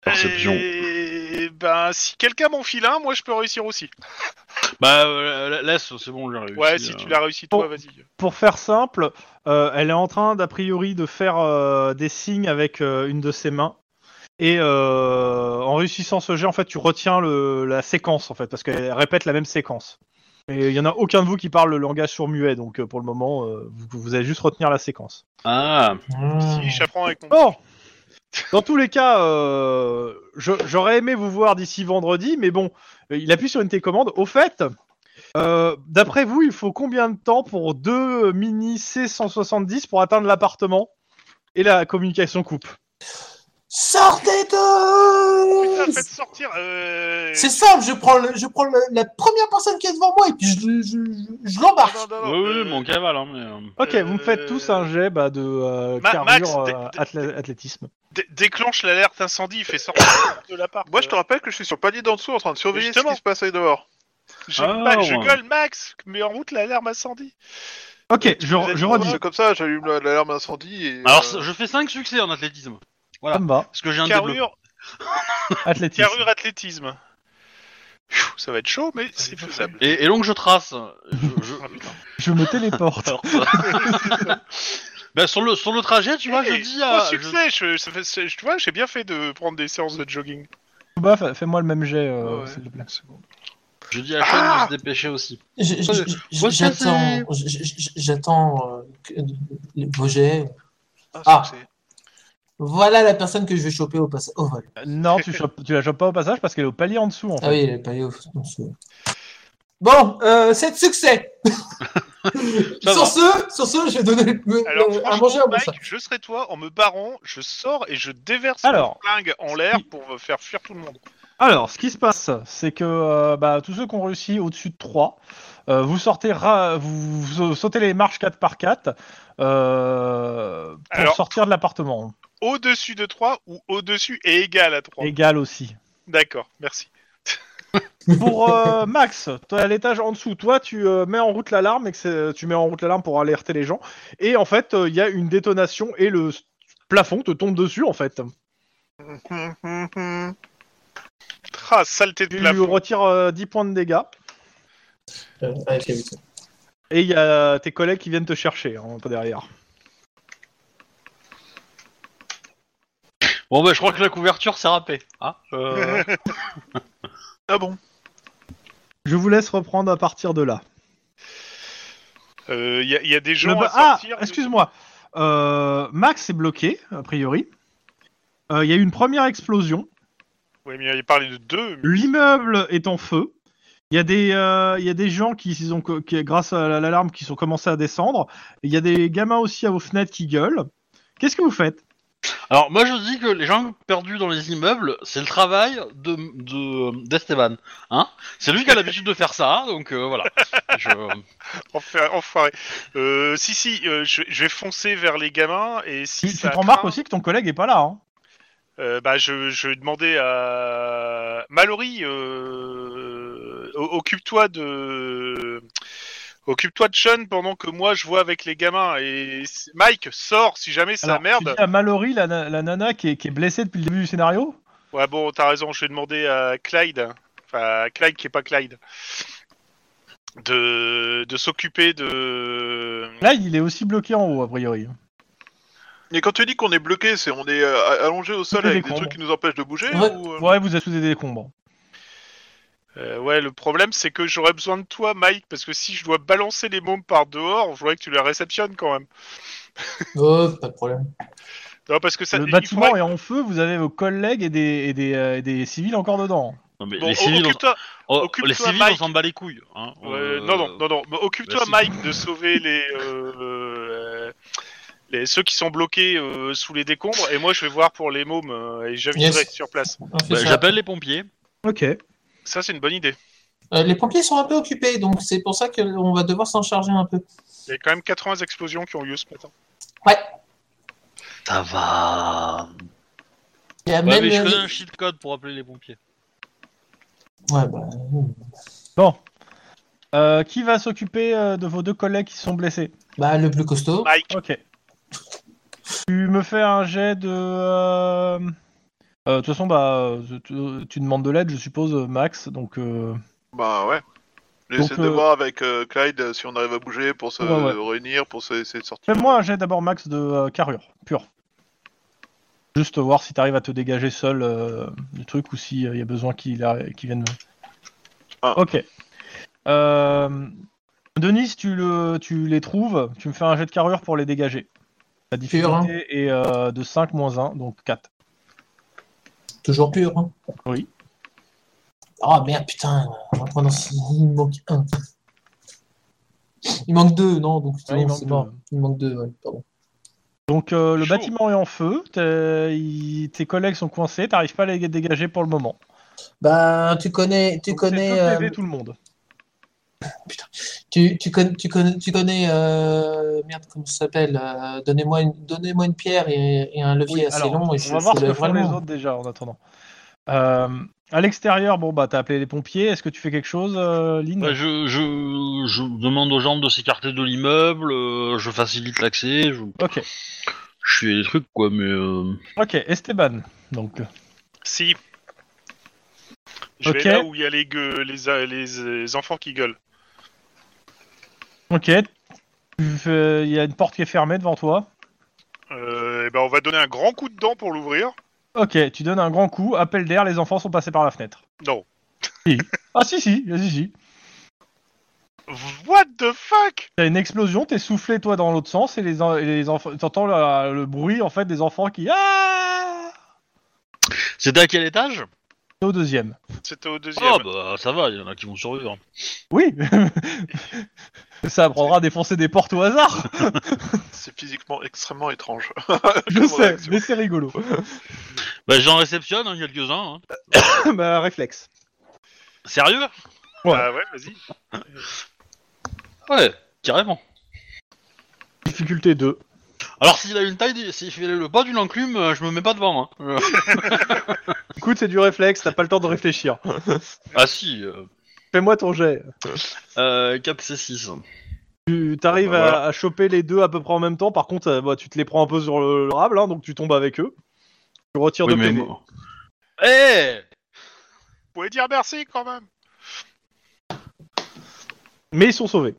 [SPEAKER 1] perception.
[SPEAKER 4] Et ben, si quelqu'un m'en file un, moi, je peux réussir aussi.
[SPEAKER 1] Bah, euh, la- laisse, c'est bon, j'ai réussi. euh.
[SPEAKER 4] Ouais, si tu l'as réussi, toi,
[SPEAKER 2] Bon.
[SPEAKER 4] vas-y.
[SPEAKER 2] Pour faire simple, euh, elle est en train d'a priori de faire euh, des signes avec euh, une de ses mains. Et euh, en réussissant ce jet, en fait, tu retiens le, la séquence, en fait, parce qu'elle répète la même séquence. Et il y en a aucun de vous qui parle le langage sourd-muet, donc euh, pour le moment, euh, vous, vous allez juste retenir la séquence.
[SPEAKER 1] Ah,
[SPEAKER 4] Si, j'apprends avec mon...
[SPEAKER 2] Bon Dans tous les cas, euh, je- j'aurais aimé vous voir d'ici vendredi, mais bon, euh, il appuie sur une télécommande. Au fait, euh, d'après vous, il faut combien de temps pour deux mini C170 pour atteindre l'appartement Et la communication coupe.
[SPEAKER 3] Sortez
[SPEAKER 4] Putain,
[SPEAKER 3] tous
[SPEAKER 4] faites sortir euh...
[SPEAKER 3] C'est simple, je prends, le- je prends le- la première personne qui est devant moi et puis je, je, je- je l'embarque.
[SPEAKER 4] Non, non, non,
[SPEAKER 1] oui, oui,
[SPEAKER 4] euh,
[SPEAKER 1] mon cavale, hein, mais... Oh, euh,
[SPEAKER 2] Ok,
[SPEAKER 4] Euh,
[SPEAKER 2] vous me faites tous un jet bah, de euh,
[SPEAKER 4] Ma-
[SPEAKER 2] carrure,
[SPEAKER 4] Max, t'es-
[SPEAKER 2] euh,
[SPEAKER 4] t'es-
[SPEAKER 2] athlè- athlétisme.
[SPEAKER 4] dé- Déclenche l'alerte incendie, fais sortir *coughs* de euh, l'appart.
[SPEAKER 5] Moi, je te rappelle que je suis sur le palier d'en dessous en train de surveiller
[SPEAKER 4] Justement.
[SPEAKER 5] ce qui se passe dehors.
[SPEAKER 4] Je,
[SPEAKER 1] Ah,
[SPEAKER 4] Max, je
[SPEAKER 1] ouais.
[SPEAKER 4] gueule Max, mais en route l'alarme incendie.
[SPEAKER 2] Ok, je,
[SPEAKER 4] vous êtes
[SPEAKER 2] je
[SPEAKER 4] pas
[SPEAKER 2] redis.
[SPEAKER 4] *laughs*
[SPEAKER 5] C'est comme ça, j'allume la- l'alarme incendie et.
[SPEAKER 1] Alors,
[SPEAKER 5] euh,
[SPEAKER 1] je fais 5 succès en athlétisme.
[SPEAKER 2] Ça me va.
[SPEAKER 1] Parce que j'ai un double.
[SPEAKER 4] Carrure,
[SPEAKER 2] Athlétisme.
[SPEAKER 4] carrure athlétisme. Pfiou, Ça va être chaud, mais c'est faisable.
[SPEAKER 1] Et, et donc, je trace. Je- je-
[SPEAKER 4] Ah, putain.
[SPEAKER 2] Je me téléporte.
[SPEAKER 1] *laughs* bah, sur, le, sur le trajet, tu vois, je
[SPEAKER 4] Hey,
[SPEAKER 1] dis
[SPEAKER 4] gros
[SPEAKER 1] à... je-
[SPEAKER 4] succès, je- ça fait- c'est- tu vois, j'ai bien fait de prendre des séances de jogging.
[SPEAKER 2] Bah, fa- Fais-moi le même jet, euh,
[SPEAKER 5] Ah ouais.
[SPEAKER 2] s'il te plaît.
[SPEAKER 1] Je dis à Sean
[SPEAKER 4] Ah
[SPEAKER 1] de se dépêcher aussi.
[SPEAKER 3] Je- je- je-
[SPEAKER 1] Ouais,
[SPEAKER 3] J'attends,
[SPEAKER 1] c'est-
[SPEAKER 3] je- je- je- j'attends euh, que- le- vos jets.
[SPEAKER 5] Ah, c'est-
[SPEAKER 3] Voilà la personne que je vais choper au, pass- au vol.
[SPEAKER 2] Non,
[SPEAKER 4] *laughs*
[SPEAKER 2] tu, chopes- tu la chopes pas au passage parce qu'elle est au palier en dessous. En fait.
[SPEAKER 3] Ah oui, elle est pas allée au on se- Bon, euh, c'est de succès.
[SPEAKER 1] *laughs* Ça
[SPEAKER 3] sur
[SPEAKER 1] va.
[SPEAKER 3] ce, sur ce, je vais donner le-
[SPEAKER 4] Alors,
[SPEAKER 3] le- à
[SPEAKER 4] franchement,
[SPEAKER 3] manger à mon
[SPEAKER 4] Mike,
[SPEAKER 3] sac.
[SPEAKER 4] je serais toi, en me barrant, je sors et je déverse
[SPEAKER 2] Alors,
[SPEAKER 4] mon flingue en l'air pour me faire fuir tout le monde.
[SPEAKER 2] Alors, ce qui se passe, c'est que euh, bah, tous ceux qui ont réussi au-dessus de 3, euh, vous sortez, ra- vous, vous sautez les marches 4 par 4 euh, pour
[SPEAKER 4] Alors-
[SPEAKER 2] sortir de l'appartement.
[SPEAKER 4] Au-dessus de 3 ou au-dessus et égal à 3
[SPEAKER 2] Égal aussi.
[SPEAKER 4] D'accord, merci.
[SPEAKER 2] pour
[SPEAKER 4] *laughs*
[SPEAKER 2] euh, Max, toi à l'étage en dessous, toi tu euh, mets en route l'alarme et que c'est- tu mets en route l'alarme pour alerter les gens. Et en fait, euh, il y a une détonation et le s- plafond te tombe dessus en fait.
[SPEAKER 4] Ah, saleté de
[SPEAKER 2] Tu
[SPEAKER 4] plafond.
[SPEAKER 2] retires euh, 10 points de dégâts
[SPEAKER 3] Euh, allez, fais vite.
[SPEAKER 2] et il y a tes collègues qui viennent te chercher hein, un peu derrière.
[SPEAKER 1] Bon, bah, je crois que la couverture s'est râpée. Ah,
[SPEAKER 4] *laughs*
[SPEAKER 1] euh,
[SPEAKER 5] Ah bon
[SPEAKER 2] Je vous laisse reprendre à partir de là.
[SPEAKER 4] Il Euh, y, a- y a des gens
[SPEAKER 2] Le ba-
[SPEAKER 4] à
[SPEAKER 2] Ah,
[SPEAKER 4] sortir. de-
[SPEAKER 2] excuse-moi. Euh, Max est bloqué, a priori. Euh, Il y a eu une première explosion.
[SPEAKER 4] Oui, mais il parlait de deux. mais-
[SPEAKER 2] L'immeuble est en feu. Il y, a des, euh, il y a des gens qui, ils ont, co- qui, grâce à la- l'alarme, qui sont commencés à descendre. Il y a des gamins aussi à vos fenêtres qui gueulent. Qu'est-ce que vous faites
[SPEAKER 1] Alors, moi, je dis que les gens perdus dans les immeubles, c'est le travail de, de, d'Esteban. Hein c'est lui qui a l'habitude de faire ça, donc euh, voilà. Je-
[SPEAKER 4] Enfer- Enfoiré. Euh, si, si, euh, je, je vais foncer vers les gamins et si
[SPEAKER 2] Tu, tu
[SPEAKER 4] ça
[SPEAKER 2] te remarques
[SPEAKER 4] craint,
[SPEAKER 2] aussi que ton collègue est pas là. hein.
[SPEAKER 4] euh, bah, je, je vais demander à Mallory, euh, o- occupe-toi de... Occupe-toi de Sean pendant que moi je vois avec les gamins et s- Mike sors si jamais ça
[SPEAKER 2] Alors,
[SPEAKER 4] merde.
[SPEAKER 2] Tu dis à Mallory, la, na- la nana qui est, qui est blessée depuis le début du scénario
[SPEAKER 4] Ouais bon t'as raison je vais demander à Clyde, enfin à Clyde qui est pas Clyde, de, de s'occuper de.
[SPEAKER 2] Là, il est aussi bloqué en haut, a priori.
[SPEAKER 5] Mais quand tu dis qu'on est bloqué, c'est on est euh, allongé au sol
[SPEAKER 2] des
[SPEAKER 5] avec des
[SPEAKER 2] décombres.
[SPEAKER 5] trucs qui nous empêchent de bouger
[SPEAKER 3] Ouais.
[SPEAKER 5] ou, euh,
[SPEAKER 2] Ouais, vous êtes sous des décombres.
[SPEAKER 4] Euh, ouais, le problème, c'est que j'aurais besoin de toi, Mike, parce que si je dois balancer les bombes par dehors, je voudrais que tu les réceptionnes quand même.
[SPEAKER 3] Oh, pas de problème.
[SPEAKER 4] Non, parce que ça.
[SPEAKER 2] le
[SPEAKER 4] il
[SPEAKER 2] bâtiment
[SPEAKER 4] faudrait-
[SPEAKER 2] est en feu, vous avez vos collègues et des, et des, euh, et des civils encore dedans.
[SPEAKER 1] Non, mais
[SPEAKER 4] Bon,
[SPEAKER 1] les
[SPEAKER 4] o-
[SPEAKER 1] civils, on,
[SPEAKER 4] occupe-toi.
[SPEAKER 1] oh,
[SPEAKER 4] occupe-toi,
[SPEAKER 1] les civils,
[SPEAKER 4] Mike.
[SPEAKER 1] on s'en bat les couilles. Hein.
[SPEAKER 4] Euh,
[SPEAKER 1] Euh,
[SPEAKER 4] non, non, non, non. mais Occupe-toi,
[SPEAKER 1] merci.
[SPEAKER 4] Mike, de sauver les, euh, euh, les ceux qui sont bloqués euh, sous les décombres, et moi, je vais voir pour les mômes euh, et j'aviserai
[SPEAKER 3] Yes.
[SPEAKER 4] sur place.
[SPEAKER 3] On fait
[SPEAKER 1] bah,
[SPEAKER 3] ça.
[SPEAKER 1] J'appelle les pompiers.
[SPEAKER 2] Ok.
[SPEAKER 4] Ça, c'est une bonne idée.
[SPEAKER 3] Euh, les pompiers sont un peu occupés, donc c'est pour ça qu'on va devoir s'en charger un peu.
[SPEAKER 4] Il y a quand même 80 explosions qui ont eu lieu ce matin.
[SPEAKER 1] Ça va.
[SPEAKER 3] Il y a
[SPEAKER 1] Ouais,
[SPEAKER 3] même,
[SPEAKER 1] mais je
[SPEAKER 3] euh,
[SPEAKER 1] connais un cheat code pour appeler les pompiers.
[SPEAKER 3] ouais, bah,
[SPEAKER 2] Bon. Euh, qui va s'occuper euh, de vos deux collègues qui sont blessés
[SPEAKER 3] bah, le plus costaud.
[SPEAKER 4] Mike,
[SPEAKER 2] Ok. Tu me fais un jet de. euh, euh, De toute façon, bah, euh, tu, tu demandes de l'aide, je suppose, euh, Max. Donc, euh,
[SPEAKER 5] Bah ouais.
[SPEAKER 2] Donc,
[SPEAKER 5] J'essaie de
[SPEAKER 2] euh,
[SPEAKER 5] voir avec euh, Clyde euh, si on arrive à bouger pour se
[SPEAKER 2] Ouais, ouais.
[SPEAKER 5] euh, réunir, pour se- essayer de sortir.
[SPEAKER 2] fais-moi un jet d'abord, Max, de euh, carrure pure. Juste voir si t'arrives à te dégager seul euh, du truc ou s'il y a besoin qu'il a- qu'il vienne.
[SPEAKER 5] Ah.
[SPEAKER 2] Ok. Euh, Denis, tu, le, tu les trouves, tu me fais un jet de carrure pour les dégager. La
[SPEAKER 3] Pure, hein.
[SPEAKER 2] difficulté est euh, de 5 moins 1, donc 4.
[SPEAKER 3] Toujours pur. Hein.
[SPEAKER 2] Oui.
[SPEAKER 3] Ah merde, putain. on va prendre un si- Il manque un. Il manque deux, non Donc c'est
[SPEAKER 2] Ouais, il
[SPEAKER 3] bon,
[SPEAKER 2] manque
[SPEAKER 3] Ah c'est mort.
[SPEAKER 2] deux.
[SPEAKER 3] Il manque deux, ouais, pardon.
[SPEAKER 2] Donc euh, le
[SPEAKER 4] Chaud.
[SPEAKER 2] bâtiment est en feu, t'es- il- tes collègues sont coincés, t'arrives pas à les dégager pour le moment.
[SPEAKER 3] Bah, tu connais, tu
[SPEAKER 2] Donc,
[SPEAKER 3] connais,
[SPEAKER 2] c'est deux PV
[SPEAKER 3] euh,
[SPEAKER 2] tout le monde.
[SPEAKER 3] tu, tu connais, tu connais, tu connais, euh, merde, comment ça s'appelle euh, Donnez-moi une, donnez-moi une pierre et, et un levier
[SPEAKER 2] Oui,
[SPEAKER 3] assez
[SPEAKER 2] alors,
[SPEAKER 3] long et
[SPEAKER 2] on
[SPEAKER 3] je
[SPEAKER 2] va voir
[SPEAKER 3] je
[SPEAKER 2] ce que
[SPEAKER 3] lève
[SPEAKER 2] font les
[SPEAKER 3] vraiment.
[SPEAKER 2] autres déjà en attendant. Euh, à l'extérieur, bon bah t'as appelé les pompiers. Est-ce que tu fais quelque chose, euh, Lynn
[SPEAKER 1] Bah, je, je, je demande aux gens de s'écarter de l'immeuble, euh, je facilite l'accès, je,
[SPEAKER 2] Ok,
[SPEAKER 1] je fais des trucs quoi, mais. euh,
[SPEAKER 2] ok. Esteban, donc
[SPEAKER 4] si. Je
[SPEAKER 2] Ok.
[SPEAKER 4] vais là où il y a les, gueux- les, les- les enfants qui gueulent.
[SPEAKER 2] ok. Tu fais- Il y a une porte qui est fermée devant toi.
[SPEAKER 4] Euh, eh ben, on va donner un grand coup de dent pour l'ouvrir.
[SPEAKER 2] Ok, tu donnes un grand coup, appel d'air, les enfants sont passés par la fenêtre.
[SPEAKER 4] Non.
[SPEAKER 2] Ah *laughs* si si, si si.
[SPEAKER 4] What the fuck
[SPEAKER 2] T'as une explosion, t'es soufflé toi dans l'autre sens et les, en- et les enfants, t'entends la- le, bruit en fait des enfants qui ah
[SPEAKER 1] C'était à quel étage
[SPEAKER 2] au deuxième.
[SPEAKER 4] C'était au deuxième.
[SPEAKER 1] Ah bah ça va, il y en a qui vont survivre.
[SPEAKER 2] Oui. *laughs* Ça apprendra à défoncer des portes au *laughs* hasard.
[SPEAKER 5] C'est physiquement extrêmement étrange.
[SPEAKER 2] Je
[SPEAKER 5] Comme
[SPEAKER 2] sais,
[SPEAKER 5] réaction.
[SPEAKER 2] mais c'est rigolo.
[SPEAKER 1] Bah, j'en réceptionne hein, quelques-uns. hein.
[SPEAKER 2] *laughs* bah, réflexe.
[SPEAKER 1] Sérieux
[SPEAKER 2] Ouais.
[SPEAKER 4] Bah ouais, vas-y.
[SPEAKER 1] Ouais, carrément.
[SPEAKER 2] Difficulté 2.
[SPEAKER 1] Alors, s'il a une taille, d- s'il fait le pas d'une enclume, euh, je me mets pas devant. hein. Euh,
[SPEAKER 2] Écoute, c'est du réflexe, t'as pas le temps de réfléchir.
[SPEAKER 1] *laughs* ah si, euh,
[SPEAKER 2] Fais-moi ton jet.
[SPEAKER 1] euh, 4C6.
[SPEAKER 2] Tu t'arrives
[SPEAKER 1] Bah,
[SPEAKER 2] à-
[SPEAKER 1] voilà.
[SPEAKER 2] à, choper les deux à peu près en même temps. Par contre, euh, bah, tu te les prends un peu sur le, le rable, hein, donc tu tombes avec eux. Tu retires
[SPEAKER 1] Oui,
[SPEAKER 2] de
[SPEAKER 1] mais
[SPEAKER 2] PV.
[SPEAKER 1] moi- Eh
[SPEAKER 4] Vous pouvez dire merci quand même.
[SPEAKER 2] Mais ils sont sauvés.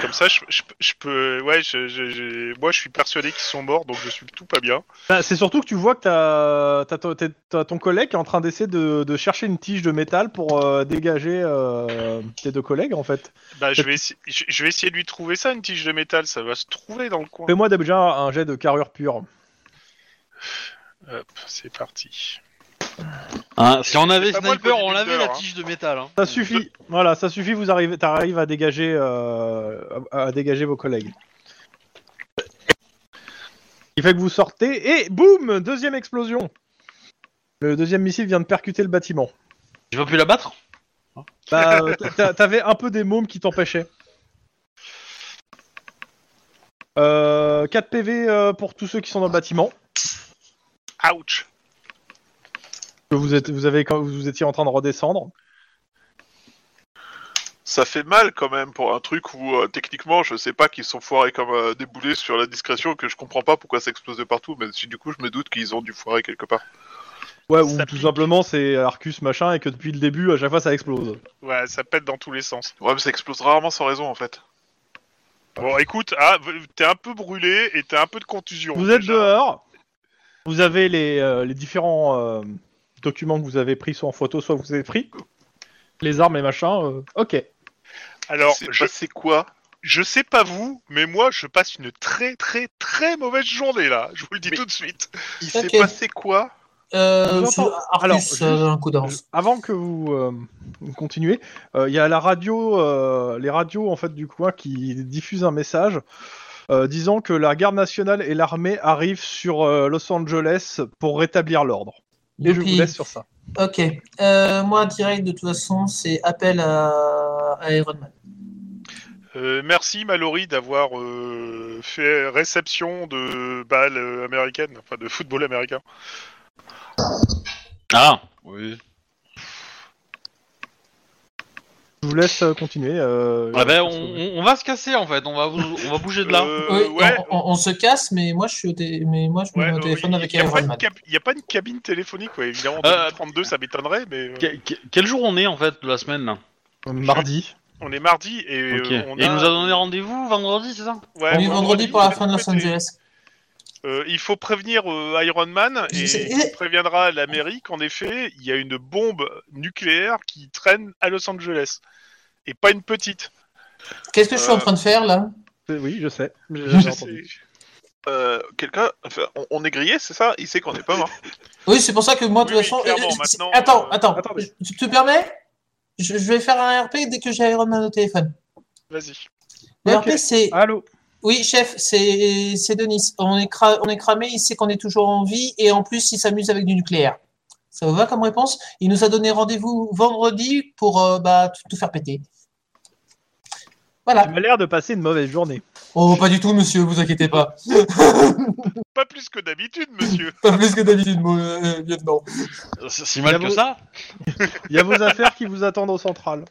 [SPEAKER 4] Comme ça, je, je- je peux. Ouais, je, je- je- moi, je suis persuadé qu'ils sont morts, donc je suis tout pas bien.
[SPEAKER 2] Bah, c'est surtout que tu vois que t'as, t'as ton- t'es- t'as ton collègue qui est en train d'essayer de, de chercher une tige de métal pour euh, dégager euh, tes deux collègues en fait.
[SPEAKER 4] Bah, je vais, essa- je, je vais essayer de lui trouver ça, une tige de métal. Ça va se trouver dans le coin.
[SPEAKER 2] Fais-moi déjà un jet de carrure pure.
[SPEAKER 4] Hop, c'est parti.
[SPEAKER 1] Hein, Si on avait
[SPEAKER 4] C'est pas moi le
[SPEAKER 1] sniper, on l'avait
[SPEAKER 4] bodybuilder,
[SPEAKER 1] la
[SPEAKER 4] hein.
[SPEAKER 1] tige de métal. hein.
[SPEAKER 2] Ça suffit. Voilà, ça suffit. Vous arrivez, t'arrives à dégager, euh, à, à dégager vos collègues. Il fait que vous sortez et boum, deuxième explosion. Le deuxième missile vient de percuter le bâtiment.
[SPEAKER 1] J'ai pas pu la battre
[SPEAKER 2] Bah, euh, t'a- t'avais un peu des mômes qui t'empêchaient. Euh, 4 PV euh, pour tous ceux qui sont dans le bâtiment.
[SPEAKER 4] Ouch.
[SPEAKER 2] que Vous, êtes, vous, avez, quand vous étiez en train de redescendre.
[SPEAKER 5] Ça fait mal quand même pour un truc où euh, techniquement je sais pas qu'ils sont foirés comme euh, des boulets sur la discrétion que je comprends pas pourquoi ça explose de partout, même si du coup je me doute qu'ils ont dû foirer quelque part.
[SPEAKER 2] Ouais,
[SPEAKER 4] Ça
[SPEAKER 2] ou tout
[SPEAKER 4] pique.
[SPEAKER 2] simplement c'est Arcus machin et que depuis le début à chaque fois ça explose.
[SPEAKER 4] Ouais, ça pète dans tous les sens.
[SPEAKER 5] Ouais, mais ça explose rarement sans raison en fait.
[SPEAKER 4] Bon, écoute, ah, v- t'es un peu brûlé et t'as un peu de contusion.
[SPEAKER 2] Vous êtes
[SPEAKER 4] déjà.
[SPEAKER 2] dehors, vous avez les, euh, les différents euh, documents que vous avez pris, soit en photo, soit que vous avez pris. Les armes et machin, euh, ok.
[SPEAKER 4] Alors,
[SPEAKER 5] c'est
[SPEAKER 4] je,
[SPEAKER 5] c'est quoi
[SPEAKER 4] je sais pas vous, mais moi, je passe une très, très, très mauvaise journée là. Ah, Je vous le dis
[SPEAKER 5] Mais-
[SPEAKER 4] tout de suite.
[SPEAKER 5] Il
[SPEAKER 3] Ok.
[SPEAKER 5] s'est passé quoi
[SPEAKER 3] Euh,
[SPEAKER 2] Vous
[SPEAKER 3] sur
[SPEAKER 2] entendez-
[SPEAKER 3] Arcus,
[SPEAKER 2] Alors, juste-
[SPEAKER 3] euh, un coup
[SPEAKER 2] Je-
[SPEAKER 3] d'avance.
[SPEAKER 2] Avant que vous euh, continuez, euh, il y a la radio, euh, les radios en fait du coin qui diffusent un message euh, disant que la garde nationale et l'armée arrivent sur euh, Los Angeles pour rétablir l'ordre. Et je vous
[SPEAKER 3] Youpi.
[SPEAKER 2] laisse sur ça.
[SPEAKER 3] Ok. Euh, moi, direct, de toute façon, c'est appel à, à Iron Man.
[SPEAKER 4] Euh, merci Mallory d'avoir euh, fait réception de balles euh, américaines, enfin de football américain.
[SPEAKER 1] Ah Oui.
[SPEAKER 2] Je vous laisse euh, continuer. euh,
[SPEAKER 1] Ah ben, on,
[SPEAKER 2] parce que-
[SPEAKER 1] on- on va se casser en fait, on va, vous- on va bouger de là.
[SPEAKER 4] Euh,
[SPEAKER 3] oui,
[SPEAKER 4] ouais,
[SPEAKER 3] on, on- on se casse, mais moi, je suis au, té- mais moi, je me
[SPEAKER 4] ouais,
[SPEAKER 3] mets au
[SPEAKER 4] euh,
[SPEAKER 3] téléphone
[SPEAKER 4] il-
[SPEAKER 3] avec
[SPEAKER 4] il y a
[SPEAKER 3] Iron
[SPEAKER 4] pas de
[SPEAKER 3] Man.
[SPEAKER 4] cab- Il n'y a pas de cabine téléphonique, ouais, évidemment.
[SPEAKER 1] Euh,
[SPEAKER 4] 32, ça m'étonnerait, mais euh,
[SPEAKER 1] Que- que- quel jour on est en fait de la semaine là
[SPEAKER 2] Mardi.
[SPEAKER 4] on est mardi et
[SPEAKER 1] Ok.
[SPEAKER 4] euh, on
[SPEAKER 1] Et il nous a donné rendez-vous vendredi, c'est ça
[SPEAKER 4] Ouais,
[SPEAKER 3] On est vendredi pour la fin de Los
[SPEAKER 4] pété.
[SPEAKER 3] Angeles.
[SPEAKER 4] Euh, il faut prévenir euh, Iron Man et
[SPEAKER 3] C'est-
[SPEAKER 4] il préviendra l'Amérique. En effet, il y a une bombe nucléaire qui traîne à Los Angeles et pas une petite.
[SPEAKER 3] Qu'est-ce que je suis en train de faire là
[SPEAKER 2] Euh, Oui, je sais. J'ai
[SPEAKER 4] Je
[SPEAKER 2] jamais entendu.
[SPEAKER 4] sais.
[SPEAKER 5] Euh, Quelqu'un, enfin, on, on est grillé, c'est ça Il sait qu'on est pas mort.
[SPEAKER 3] Oui, c'est pour ça que moi, de
[SPEAKER 4] Oui,
[SPEAKER 3] toute façon.
[SPEAKER 4] oui, clairement,
[SPEAKER 3] euh, c'est-
[SPEAKER 4] maintenant,
[SPEAKER 3] attends,
[SPEAKER 4] euh,
[SPEAKER 3] attends.
[SPEAKER 2] attendez.
[SPEAKER 3] Je- Tu te permets je, je vais faire un RP dès que j'ai Iron Man au téléphone.
[SPEAKER 4] Vas-y.
[SPEAKER 3] Le
[SPEAKER 2] Ok. Ah,
[SPEAKER 3] RP, c'est.
[SPEAKER 2] Allô.
[SPEAKER 3] Oui, chef, c'est c'est Denis. On est, cra- on est cramé, il sait qu'on est toujours en vie et en plus, il s'amuse avec du nucléaire. Ça vous va comme réponse Il nous a donné rendez-vous vendredi pour euh, bah, tout, tout faire péter.
[SPEAKER 2] Tu
[SPEAKER 3] Voilà.
[SPEAKER 2] m'as l'air de passer une mauvaise journée.
[SPEAKER 3] Oh, pas du tout, monsieur, vous inquiétez pas.
[SPEAKER 4] Pas plus que d'habitude, monsieur.
[SPEAKER 3] Pas plus que d'habitude, mon euh, lieutenant.
[SPEAKER 1] C'est si mal
[SPEAKER 2] J'avoue.
[SPEAKER 1] que ça
[SPEAKER 2] Il y a vos affaires qui vous attendent au central.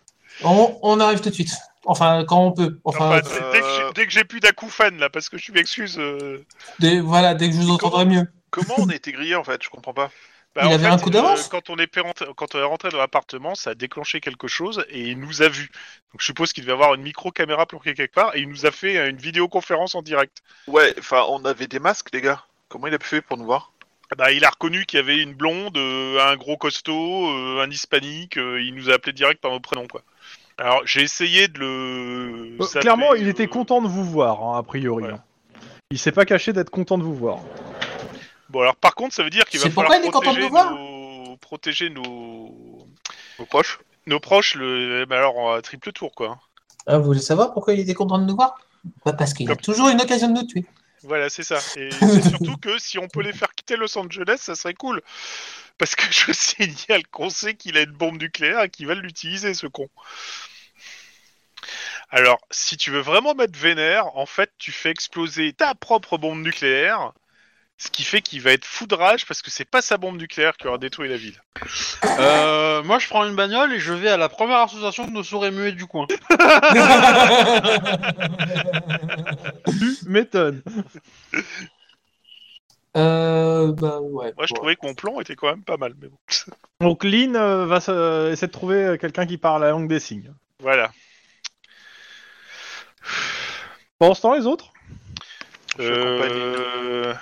[SPEAKER 3] On, on arrive tout de suite. Enfin, quand on peut. Enfin,
[SPEAKER 2] Ah, bah,
[SPEAKER 4] Enfin, d- dès que j'ai- dès que j'ai plus d'acouphènes, là, parce que je m'excuse. euh,
[SPEAKER 3] dès- voilà, dès que je vous entendrai mieux.
[SPEAKER 5] Comment on a été grillé en fait Je comprends pas.
[SPEAKER 4] bah,
[SPEAKER 3] Il
[SPEAKER 4] en
[SPEAKER 3] avait
[SPEAKER 4] fait,
[SPEAKER 3] un coup d'avance
[SPEAKER 4] quand, on est pérenté- quand on est rentré dans l'appartement, ça a déclenché quelque chose et il nous a vus. Donc je suppose qu'il devait avoir une micro-caméra planquée quelque part et il nous a fait euh, une vidéoconférence en direct.
[SPEAKER 5] Ouais, enfin, on avait des masques, les gars. Comment il a pu faire pour nous voir
[SPEAKER 4] Bah, il a reconnu qu'il y avait une blonde, euh, un gros costaud, euh, un hispanique. euh, il nous a appelé direct par nos prénoms, quoi. Alors j'ai essayé de le.
[SPEAKER 2] Euh,
[SPEAKER 4] s'appeler,
[SPEAKER 2] clairement, il
[SPEAKER 4] euh,
[SPEAKER 2] était content de vous voir, hein, a priori.
[SPEAKER 4] Ouais.
[SPEAKER 2] hein. Il s'est pas caché d'être content de vous voir.
[SPEAKER 4] Bon alors par contre, ça veut dire qu'il va
[SPEAKER 3] C'est pourquoi
[SPEAKER 4] falloir
[SPEAKER 3] il est content de
[SPEAKER 4] protéger
[SPEAKER 3] nous voir
[SPEAKER 4] nos... protéger nos
[SPEAKER 5] Nos proches
[SPEAKER 4] nos proches. Le... bah, alors en triple tour, quoi.
[SPEAKER 3] Ah, vous voulez savoir pourquoi il était content de nous voir Bah, Parce qu'il a toujours une occasion de nous tuer. *laughs*
[SPEAKER 4] Voilà, c'est ça. Et *laughs* c'est surtout que si on peut les faire quitter Los Angeles, ça serait cool. Parce que *laughs* je signale qu'on sait qu'il a une bombe nucléaire et qu'il va l'utiliser, ce con. Alors, si tu veux vraiment mettre vénère, en fait, tu fais exploser ta propre bombe nucléaire, ce qui fait qu'il va être fou de rage parce que c'est pas sa bombe nucléaire qui aura détruit la ville.
[SPEAKER 1] Euh, moi, je prends une bagnole et je vais à la première association de sourds et muets du coin.
[SPEAKER 2] Tu m'étonnes.
[SPEAKER 3] euh, bah ouais.
[SPEAKER 4] Moi, je
[SPEAKER 3] bon.
[SPEAKER 4] trouvais que mon plan était quand même pas mal, mais bon.
[SPEAKER 2] Donc Lynn euh, va se- essayer de trouver euh, quelqu'un qui parle la langue des signes.
[SPEAKER 4] Voilà.
[SPEAKER 2] Pendant ce temps, les autres
[SPEAKER 5] Je
[SPEAKER 4] Euh,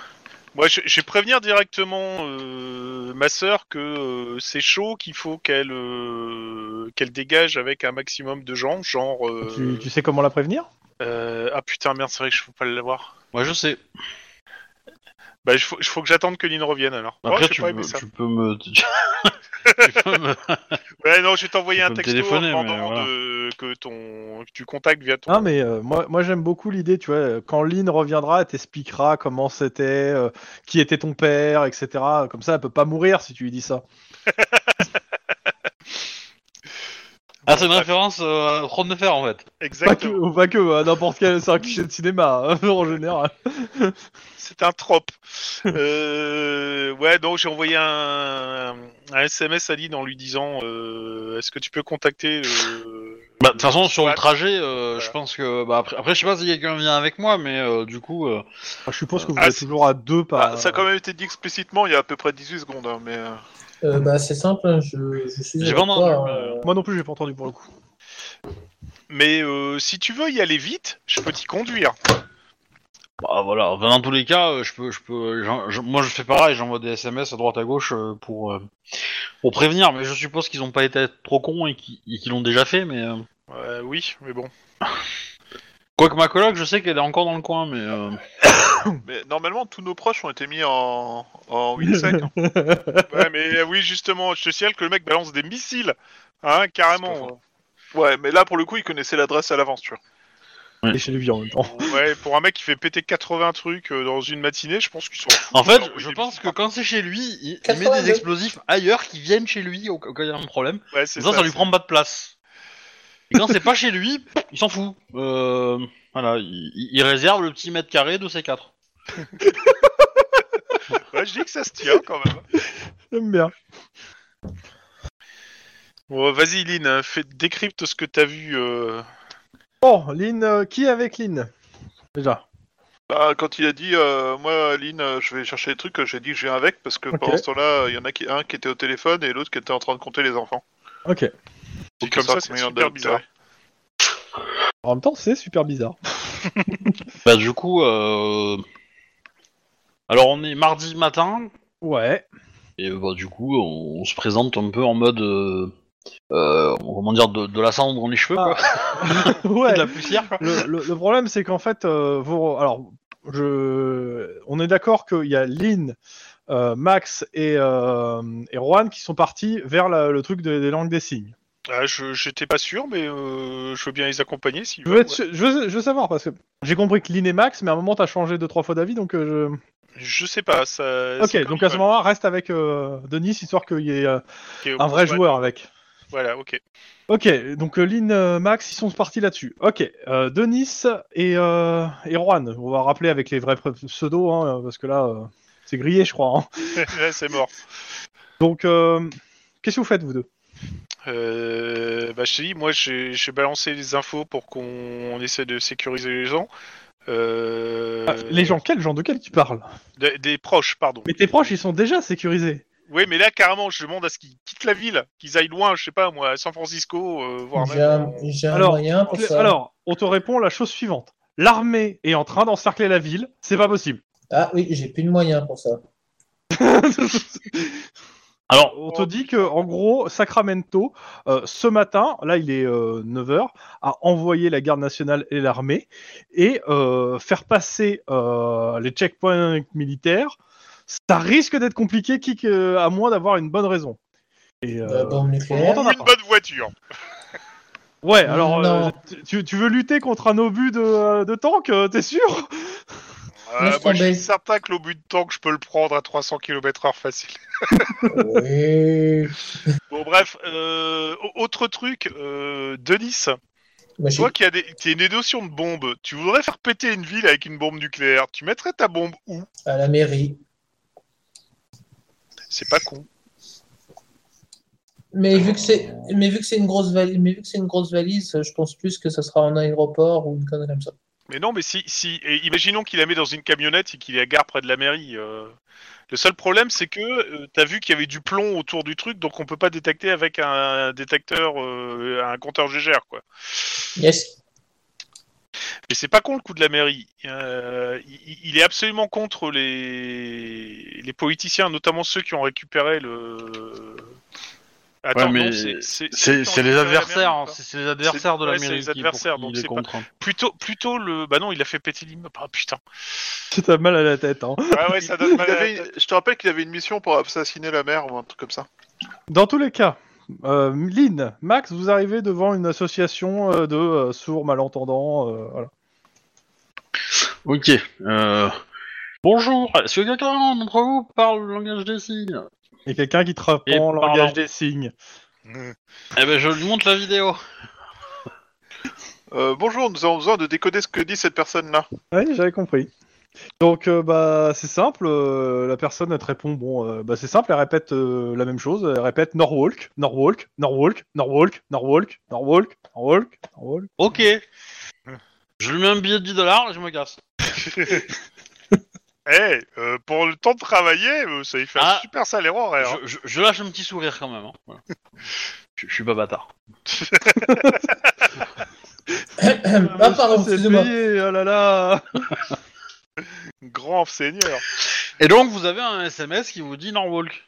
[SPEAKER 4] Moi, je, je vais prévenir directement euh, ma sœur que euh, c'est chaud, qu'il faut qu'elle euh, qu'elle dégage avec un maximum de gens, genre. euh,
[SPEAKER 2] tu, tu sais comment la prévenir
[SPEAKER 4] euh, ah putain, merde, c'est vrai que je peux pas l'avoir.
[SPEAKER 1] Moi, je sais.
[SPEAKER 4] Bah, il faut, il faut que j'attende que Lynn revienne alors. Oh,
[SPEAKER 1] Après,
[SPEAKER 4] j'ai
[SPEAKER 1] tu,
[SPEAKER 4] pas
[SPEAKER 1] peux,
[SPEAKER 4] aimé ça.
[SPEAKER 1] tu peux me. *laughs* tu peux me-
[SPEAKER 4] Ouais, non, je vais t'envoyer
[SPEAKER 1] tu
[SPEAKER 4] un
[SPEAKER 1] peux me
[SPEAKER 4] texto en
[SPEAKER 1] téléphoner, mais
[SPEAKER 4] demandant
[SPEAKER 1] voilà.
[SPEAKER 4] de- que ton que tu contactes via ton.
[SPEAKER 2] Non, mais euh, moi, moi j'aime beaucoup l'idée, tu vois, euh, quand Lynn reviendra, elle t'expliquera comment c'était, euh, qui était ton père, etc. Comme ça, elle peut pas mourir si tu lui dis ça.
[SPEAKER 1] Ah, c'est une référence euh, à Trône de Fer en fait.
[SPEAKER 2] Pas que,
[SPEAKER 4] Exactement.
[SPEAKER 2] ou pas que, à n'importe quel, c'est un cliché de cinéma, hein, *laughs* en général.
[SPEAKER 4] C'est
[SPEAKER 2] *laughs*
[SPEAKER 4] un trope. Euh, ouais, donc j'ai envoyé un, un SMS à Lynn en lui disant euh, Est-ce que tu peux contacter. euh,
[SPEAKER 1] Bah, de toute façon, sur le
[SPEAKER 4] Ouais.
[SPEAKER 1] trajet, euh, je
[SPEAKER 4] Voilà.
[SPEAKER 1] pense que. Bah, après, après, je sais pas si quelqu'un vient avec moi, mais euh, du coup. euh,
[SPEAKER 2] Ah, je suppose que vous
[SPEAKER 4] Ah,
[SPEAKER 2] êtes
[SPEAKER 4] c'est-
[SPEAKER 2] toujours à deux par.
[SPEAKER 5] Ah, ça a quand même été dit explicitement il y a à peu près 18 secondes, hein, mais. euh,
[SPEAKER 3] Euh, bah, c'est simple, je, je suis.
[SPEAKER 1] J'ai
[SPEAKER 3] avec
[SPEAKER 1] pas entendu,
[SPEAKER 3] toi,
[SPEAKER 1] mais-
[SPEAKER 3] euh,
[SPEAKER 2] Moi non plus, j'ai pas entendu pour le coup.
[SPEAKER 4] Mais euh, si tu veux y aller vite, je peux t'y conduire.
[SPEAKER 1] Bah voilà, Enfin, dans tous les cas, euh, je peux, je peux, j'en- je- moi je fais pareil, j'envoie des SMS à droite à gauche euh, pour euh, pour prévenir, mais je suppose qu'ils ont pas été trop cons et qui- et qu'ils l'ont déjà fait, mais euh,
[SPEAKER 4] Euh, oui, mais bon.
[SPEAKER 1] *laughs* quoique ma coloc, je sais qu'elle est encore dans le coin, mais euh,
[SPEAKER 5] Mais normalement, tous nos proches ont été mis en, en huile sec. *laughs* hein.
[SPEAKER 4] Ouais, mais euh, oui, justement, je te signale que le mec balance des missiles. Hein, carrément.
[SPEAKER 5] Ouais, mais là, pour le coup, ils connaissaient l'adresse à l'avance, tu vois.
[SPEAKER 2] Et chez lui en même temps.
[SPEAKER 4] Ouais, pour un mec qui fait péter 80 trucs euh, dans une matinée, je pense qu'ils sont.
[SPEAKER 1] en fait,
[SPEAKER 4] Alors, oui,
[SPEAKER 1] je
[SPEAKER 4] des
[SPEAKER 1] pense
[SPEAKER 4] petits
[SPEAKER 1] que quand c'est chez lui, il, il met
[SPEAKER 3] 82.
[SPEAKER 1] des explosifs ailleurs qui viennent chez lui au, au cas où il y a un problème.
[SPEAKER 4] Ouais, c'est
[SPEAKER 1] Ça, ça, lui prend pas de place. Et quand c'est pas chez lui, *laughs* il s'en fout. Euh, voilà, il, il- il réserve le petit mètre carré de ses quatre.
[SPEAKER 4] Ouais, je dis que ça se tient quand même.
[SPEAKER 2] *laughs* J'aime bien.
[SPEAKER 4] Bon, vas-y, Lynn, hein, fais- décrypte ce que t'as vu. euh,
[SPEAKER 2] Bon, Lynn, euh, qui est avec Lynn Déjà.
[SPEAKER 5] Bah, quand il a dit, euh, moi, Lynn, euh, je vais chercher des trucs, euh, j'ai dit que je viens avec parce que
[SPEAKER 2] Ok.
[SPEAKER 5] pendant ce temps-là, euh, il y en a qui, un qui était au téléphone et l'autre qui était en train de compter les enfants.
[SPEAKER 2] Ok.
[SPEAKER 4] Dit
[SPEAKER 5] Faut
[SPEAKER 4] comme ça,
[SPEAKER 5] savoir
[SPEAKER 4] c'est
[SPEAKER 5] combien il y en a
[SPEAKER 4] super
[SPEAKER 5] de-
[SPEAKER 4] bizarre.
[SPEAKER 2] En même temps, c'est super bizarre.
[SPEAKER 1] Bah du coup, euh, alors on est mardi matin.
[SPEAKER 2] Ouais.
[SPEAKER 1] Et euh, bah, du coup, on, on se présente un peu en mode. euh, euh, comment dire, de, de la cendre dans les cheveux, quoi.
[SPEAKER 2] *laughs* ouais.
[SPEAKER 1] de la poussière, quoi.
[SPEAKER 2] Le, le- le problème, c'est qu'en fait, euh, vos- alors, je, on est d'accord qu'il y a Lynn, euh, Max et, euh, et Juan qui sont partis vers la- le truc des- des langues des signes.
[SPEAKER 4] Ah, je j'étais pas sûr, mais euh, je veux bien les accompagner si.
[SPEAKER 2] Je veux, être sûr- je veux- je veux savoir parce que j'ai compris que Lynn et Max, mais à un moment t'as changé deux trois fois d'avis, donc euh,
[SPEAKER 4] Je sais pas. Ça,
[SPEAKER 2] je.
[SPEAKER 4] c'est
[SPEAKER 2] Ok,
[SPEAKER 4] comme
[SPEAKER 2] donc
[SPEAKER 4] ils
[SPEAKER 2] à ce moment-là, reste avec euh, Denis histoire qu'il y ait euh,
[SPEAKER 4] veulent. Ok,
[SPEAKER 2] un vrai
[SPEAKER 4] ouais,
[SPEAKER 2] joueur avec.
[SPEAKER 4] Voilà, ok.
[SPEAKER 2] Ok, donc euh, Lynn, euh, Max, ils sont partis là-dessus. Ok, euh, Denis et euh, et Juan, on va rappeler avec les vrais pre- pseudos hein, parce que là euh, c'est grillé, je crois. hein.
[SPEAKER 4] Là, c'est mort.
[SPEAKER 2] Donc euh, qu'est-ce que vous faites vous deux
[SPEAKER 4] Euh, bah, je te dis, moi, j'ai j'ai balancé les infos pour qu'on essaie de sécuriser les gens. Euh,
[SPEAKER 2] Ah, Les gens, quel gens de quel tu parles
[SPEAKER 4] Des, des proches, pardon.
[SPEAKER 2] Mais tes proches, ils sont déjà sécurisés.
[SPEAKER 4] Oui, mais là, carrément, je demande à ce qu'ils quittent la ville, qu'ils aillent loin, je sais pas, moi, à San Francisco, euh, voire
[SPEAKER 3] J'ai
[SPEAKER 4] même.
[SPEAKER 3] un,
[SPEAKER 4] en-
[SPEAKER 3] j'ai un
[SPEAKER 2] Alors,
[SPEAKER 3] moyen pour Ah, ça.
[SPEAKER 2] Alors, on te répond la chose suivante. L'armée est en train d'encercler la ville, c'est pas possible.
[SPEAKER 3] Ah oui, j'ai plus de moyens pour ça.
[SPEAKER 1] Alors,
[SPEAKER 2] On te dit que en gros, Sacramento, euh, ce matin, là il est 9h, a envoyé la garde nationale et l'armée et euh, faire passer euh, les checkpoints militaires, ça risque d'être compliqué, qui que- à moins d'avoir une bonne raison. Et,
[SPEAKER 3] La
[SPEAKER 2] euh,
[SPEAKER 3] bombe
[SPEAKER 2] pour le moment,
[SPEAKER 3] nucléaire.
[SPEAKER 2] t'en as
[SPEAKER 4] Une
[SPEAKER 2] pas.
[SPEAKER 4] bonne voiture.
[SPEAKER 2] Ouais, alors *laughs*
[SPEAKER 3] Non.
[SPEAKER 2] euh, tu, tu veux lutter contre un obus de, euh, de tank, euh, t'es sûr
[SPEAKER 4] Ah,
[SPEAKER 6] Laisse
[SPEAKER 4] moi, je
[SPEAKER 6] tomber.
[SPEAKER 4] suis certain que l'obus de tank, je peux le prendre à 300 km/h facile.
[SPEAKER 3] *laughs*
[SPEAKER 6] Ouais.
[SPEAKER 4] Bon, bref, euh, au- autre truc, euh, Denis,
[SPEAKER 3] Bah, j'ai-
[SPEAKER 4] tu vois qu'il y a des, qu'il y a une notion de bombe. Tu voudrais faire péter une ville avec une bombe nucléaire. Tu mettrais ta bombe où
[SPEAKER 3] à la mairie.
[SPEAKER 4] C'est pas con.
[SPEAKER 3] Mais vu que c'est, mais vu que c'est une grosse valise, mais vu que c'est une grosse valise, je pense plus que ça sera en aéroport ou une connerie comme ça.
[SPEAKER 4] Mais non, mais si, si et imaginons qu'il la met dans une camionnette et qu'il la gare près de la mairie. euh, Le seul problème, c'est que euh, t'as vu qu'il y avait du plomb autour du truc, donc on peut pas détecter avec un détecteur, euh, un compteur GGR, quoi.
[SPEAKER 3] Yes.
[SPEAKER 4] Mais c'est pas con le coup de la mairie. Euh, il, il est absolument contre les, les politiciens, notamment ceux qui ont récupéré le. Attends,
[SPEAKER 1] Ouais, mais
[SPEAKER 4] non, c'est- c'est- ceux
[SPEAKER 1] C'est
[SPEAKER 4] qui ont
[SPEAKER 1] c'est les
[SPEAKER 4] récupéré la
[SPEAKER 1] adversaires,
[SPEAKER 4] mairie,
[SPEAKER 1] hein, c'est c'est les adversaires de la
[SPEAKER 4] ouais, c'est
[SPEAKER 1] mairie
[SPEAKER 4] les
[SPEAKER 1] qui- pour
[SPEAKER 4] adversaires,
[SPEAKER 1] qui
[SPEAKER 4] donc
[SPEAKER 1] les
[SPEAKER 4] c'est pas-
[SPEAKER 1] contre.
[SPEAKER 4] quoi. Plutôt, plutôt le. Bah non, il a fait péter l'immeuble. Ah putain.
[SPEAKER 2] C'est t'as mal à la tête. Hein.
[SPEAKER 4] Ah Ouais, ouais, ça donne mal *laughs*
[SPEAKER 5] Il
[SPEAKER 4] à la
[SPEAKER 5] avait-
[SPEAKER 4] tête.
[SPEAKER 5] Je te rappelle qu'il avait une mission pour assassiner la mère ou un truc comme ça.
[SPEAKER 2] Dans tous les cas, euh, Lynn, Max, vous arrivez devant une association euh, de euh, sourds malentendants. euh, voilà.
[SPEAKER 1] Ok. Euh... Bonjour. Est-ce que quelqu'un d'entre vous parle le langage des signes
[SPEAKER 2] Et quelqu'un qui te
[SPEAKER 1] Et
[SPEAKER 2] reprend
[SPEAKER 1] parlant.
[SPEAKER 2] le langage des signes.
[SPEAKER 1] Eh ben, je lui montre la vidéo.
[SPEAKER 5] Euh, bonjour, nous avons besoin de décoder ce que dit cette personne-là.
[SPEAKER 2] Oui, j'avais compris. Donc, euh, bah, c'est simple. euh, la personne elle te répond, bon, euh, bah, c'est simple. Elle répète euh, la même chose. Elle répète Norwalk, Norwalk, Norwalk, Norwalk, Norwalk, Norwalk, Norwalk, Norwalk.
[SPEAKER 4] *laughs*
[SPEAKER 1] Ok. Je lui mets un billet de 10 dollars et je me casse.
[SPEAKER 4] Eh, euh, pour le temps de travailler, euh, ça y fait
[SPEAKER 1] Ah.
[SPEAKER 4] un super salaire horaire. hein.
[SPEAKER 1] Je, je- je lâche un petit sourire quand même. hein. Voilà. je, je suis pas bâtard.
[SPEAKER 3] ah pardon,
[SPEAKER 2] c'est
[SPEAKER 3] excusez-moi.
[SPEAKER 2] payé, oh là là.
[SPEAKER 4] Grand seigneur.
[SPEAKER 1] Et donc, vous avez un SMS qui vous dit Norwalk.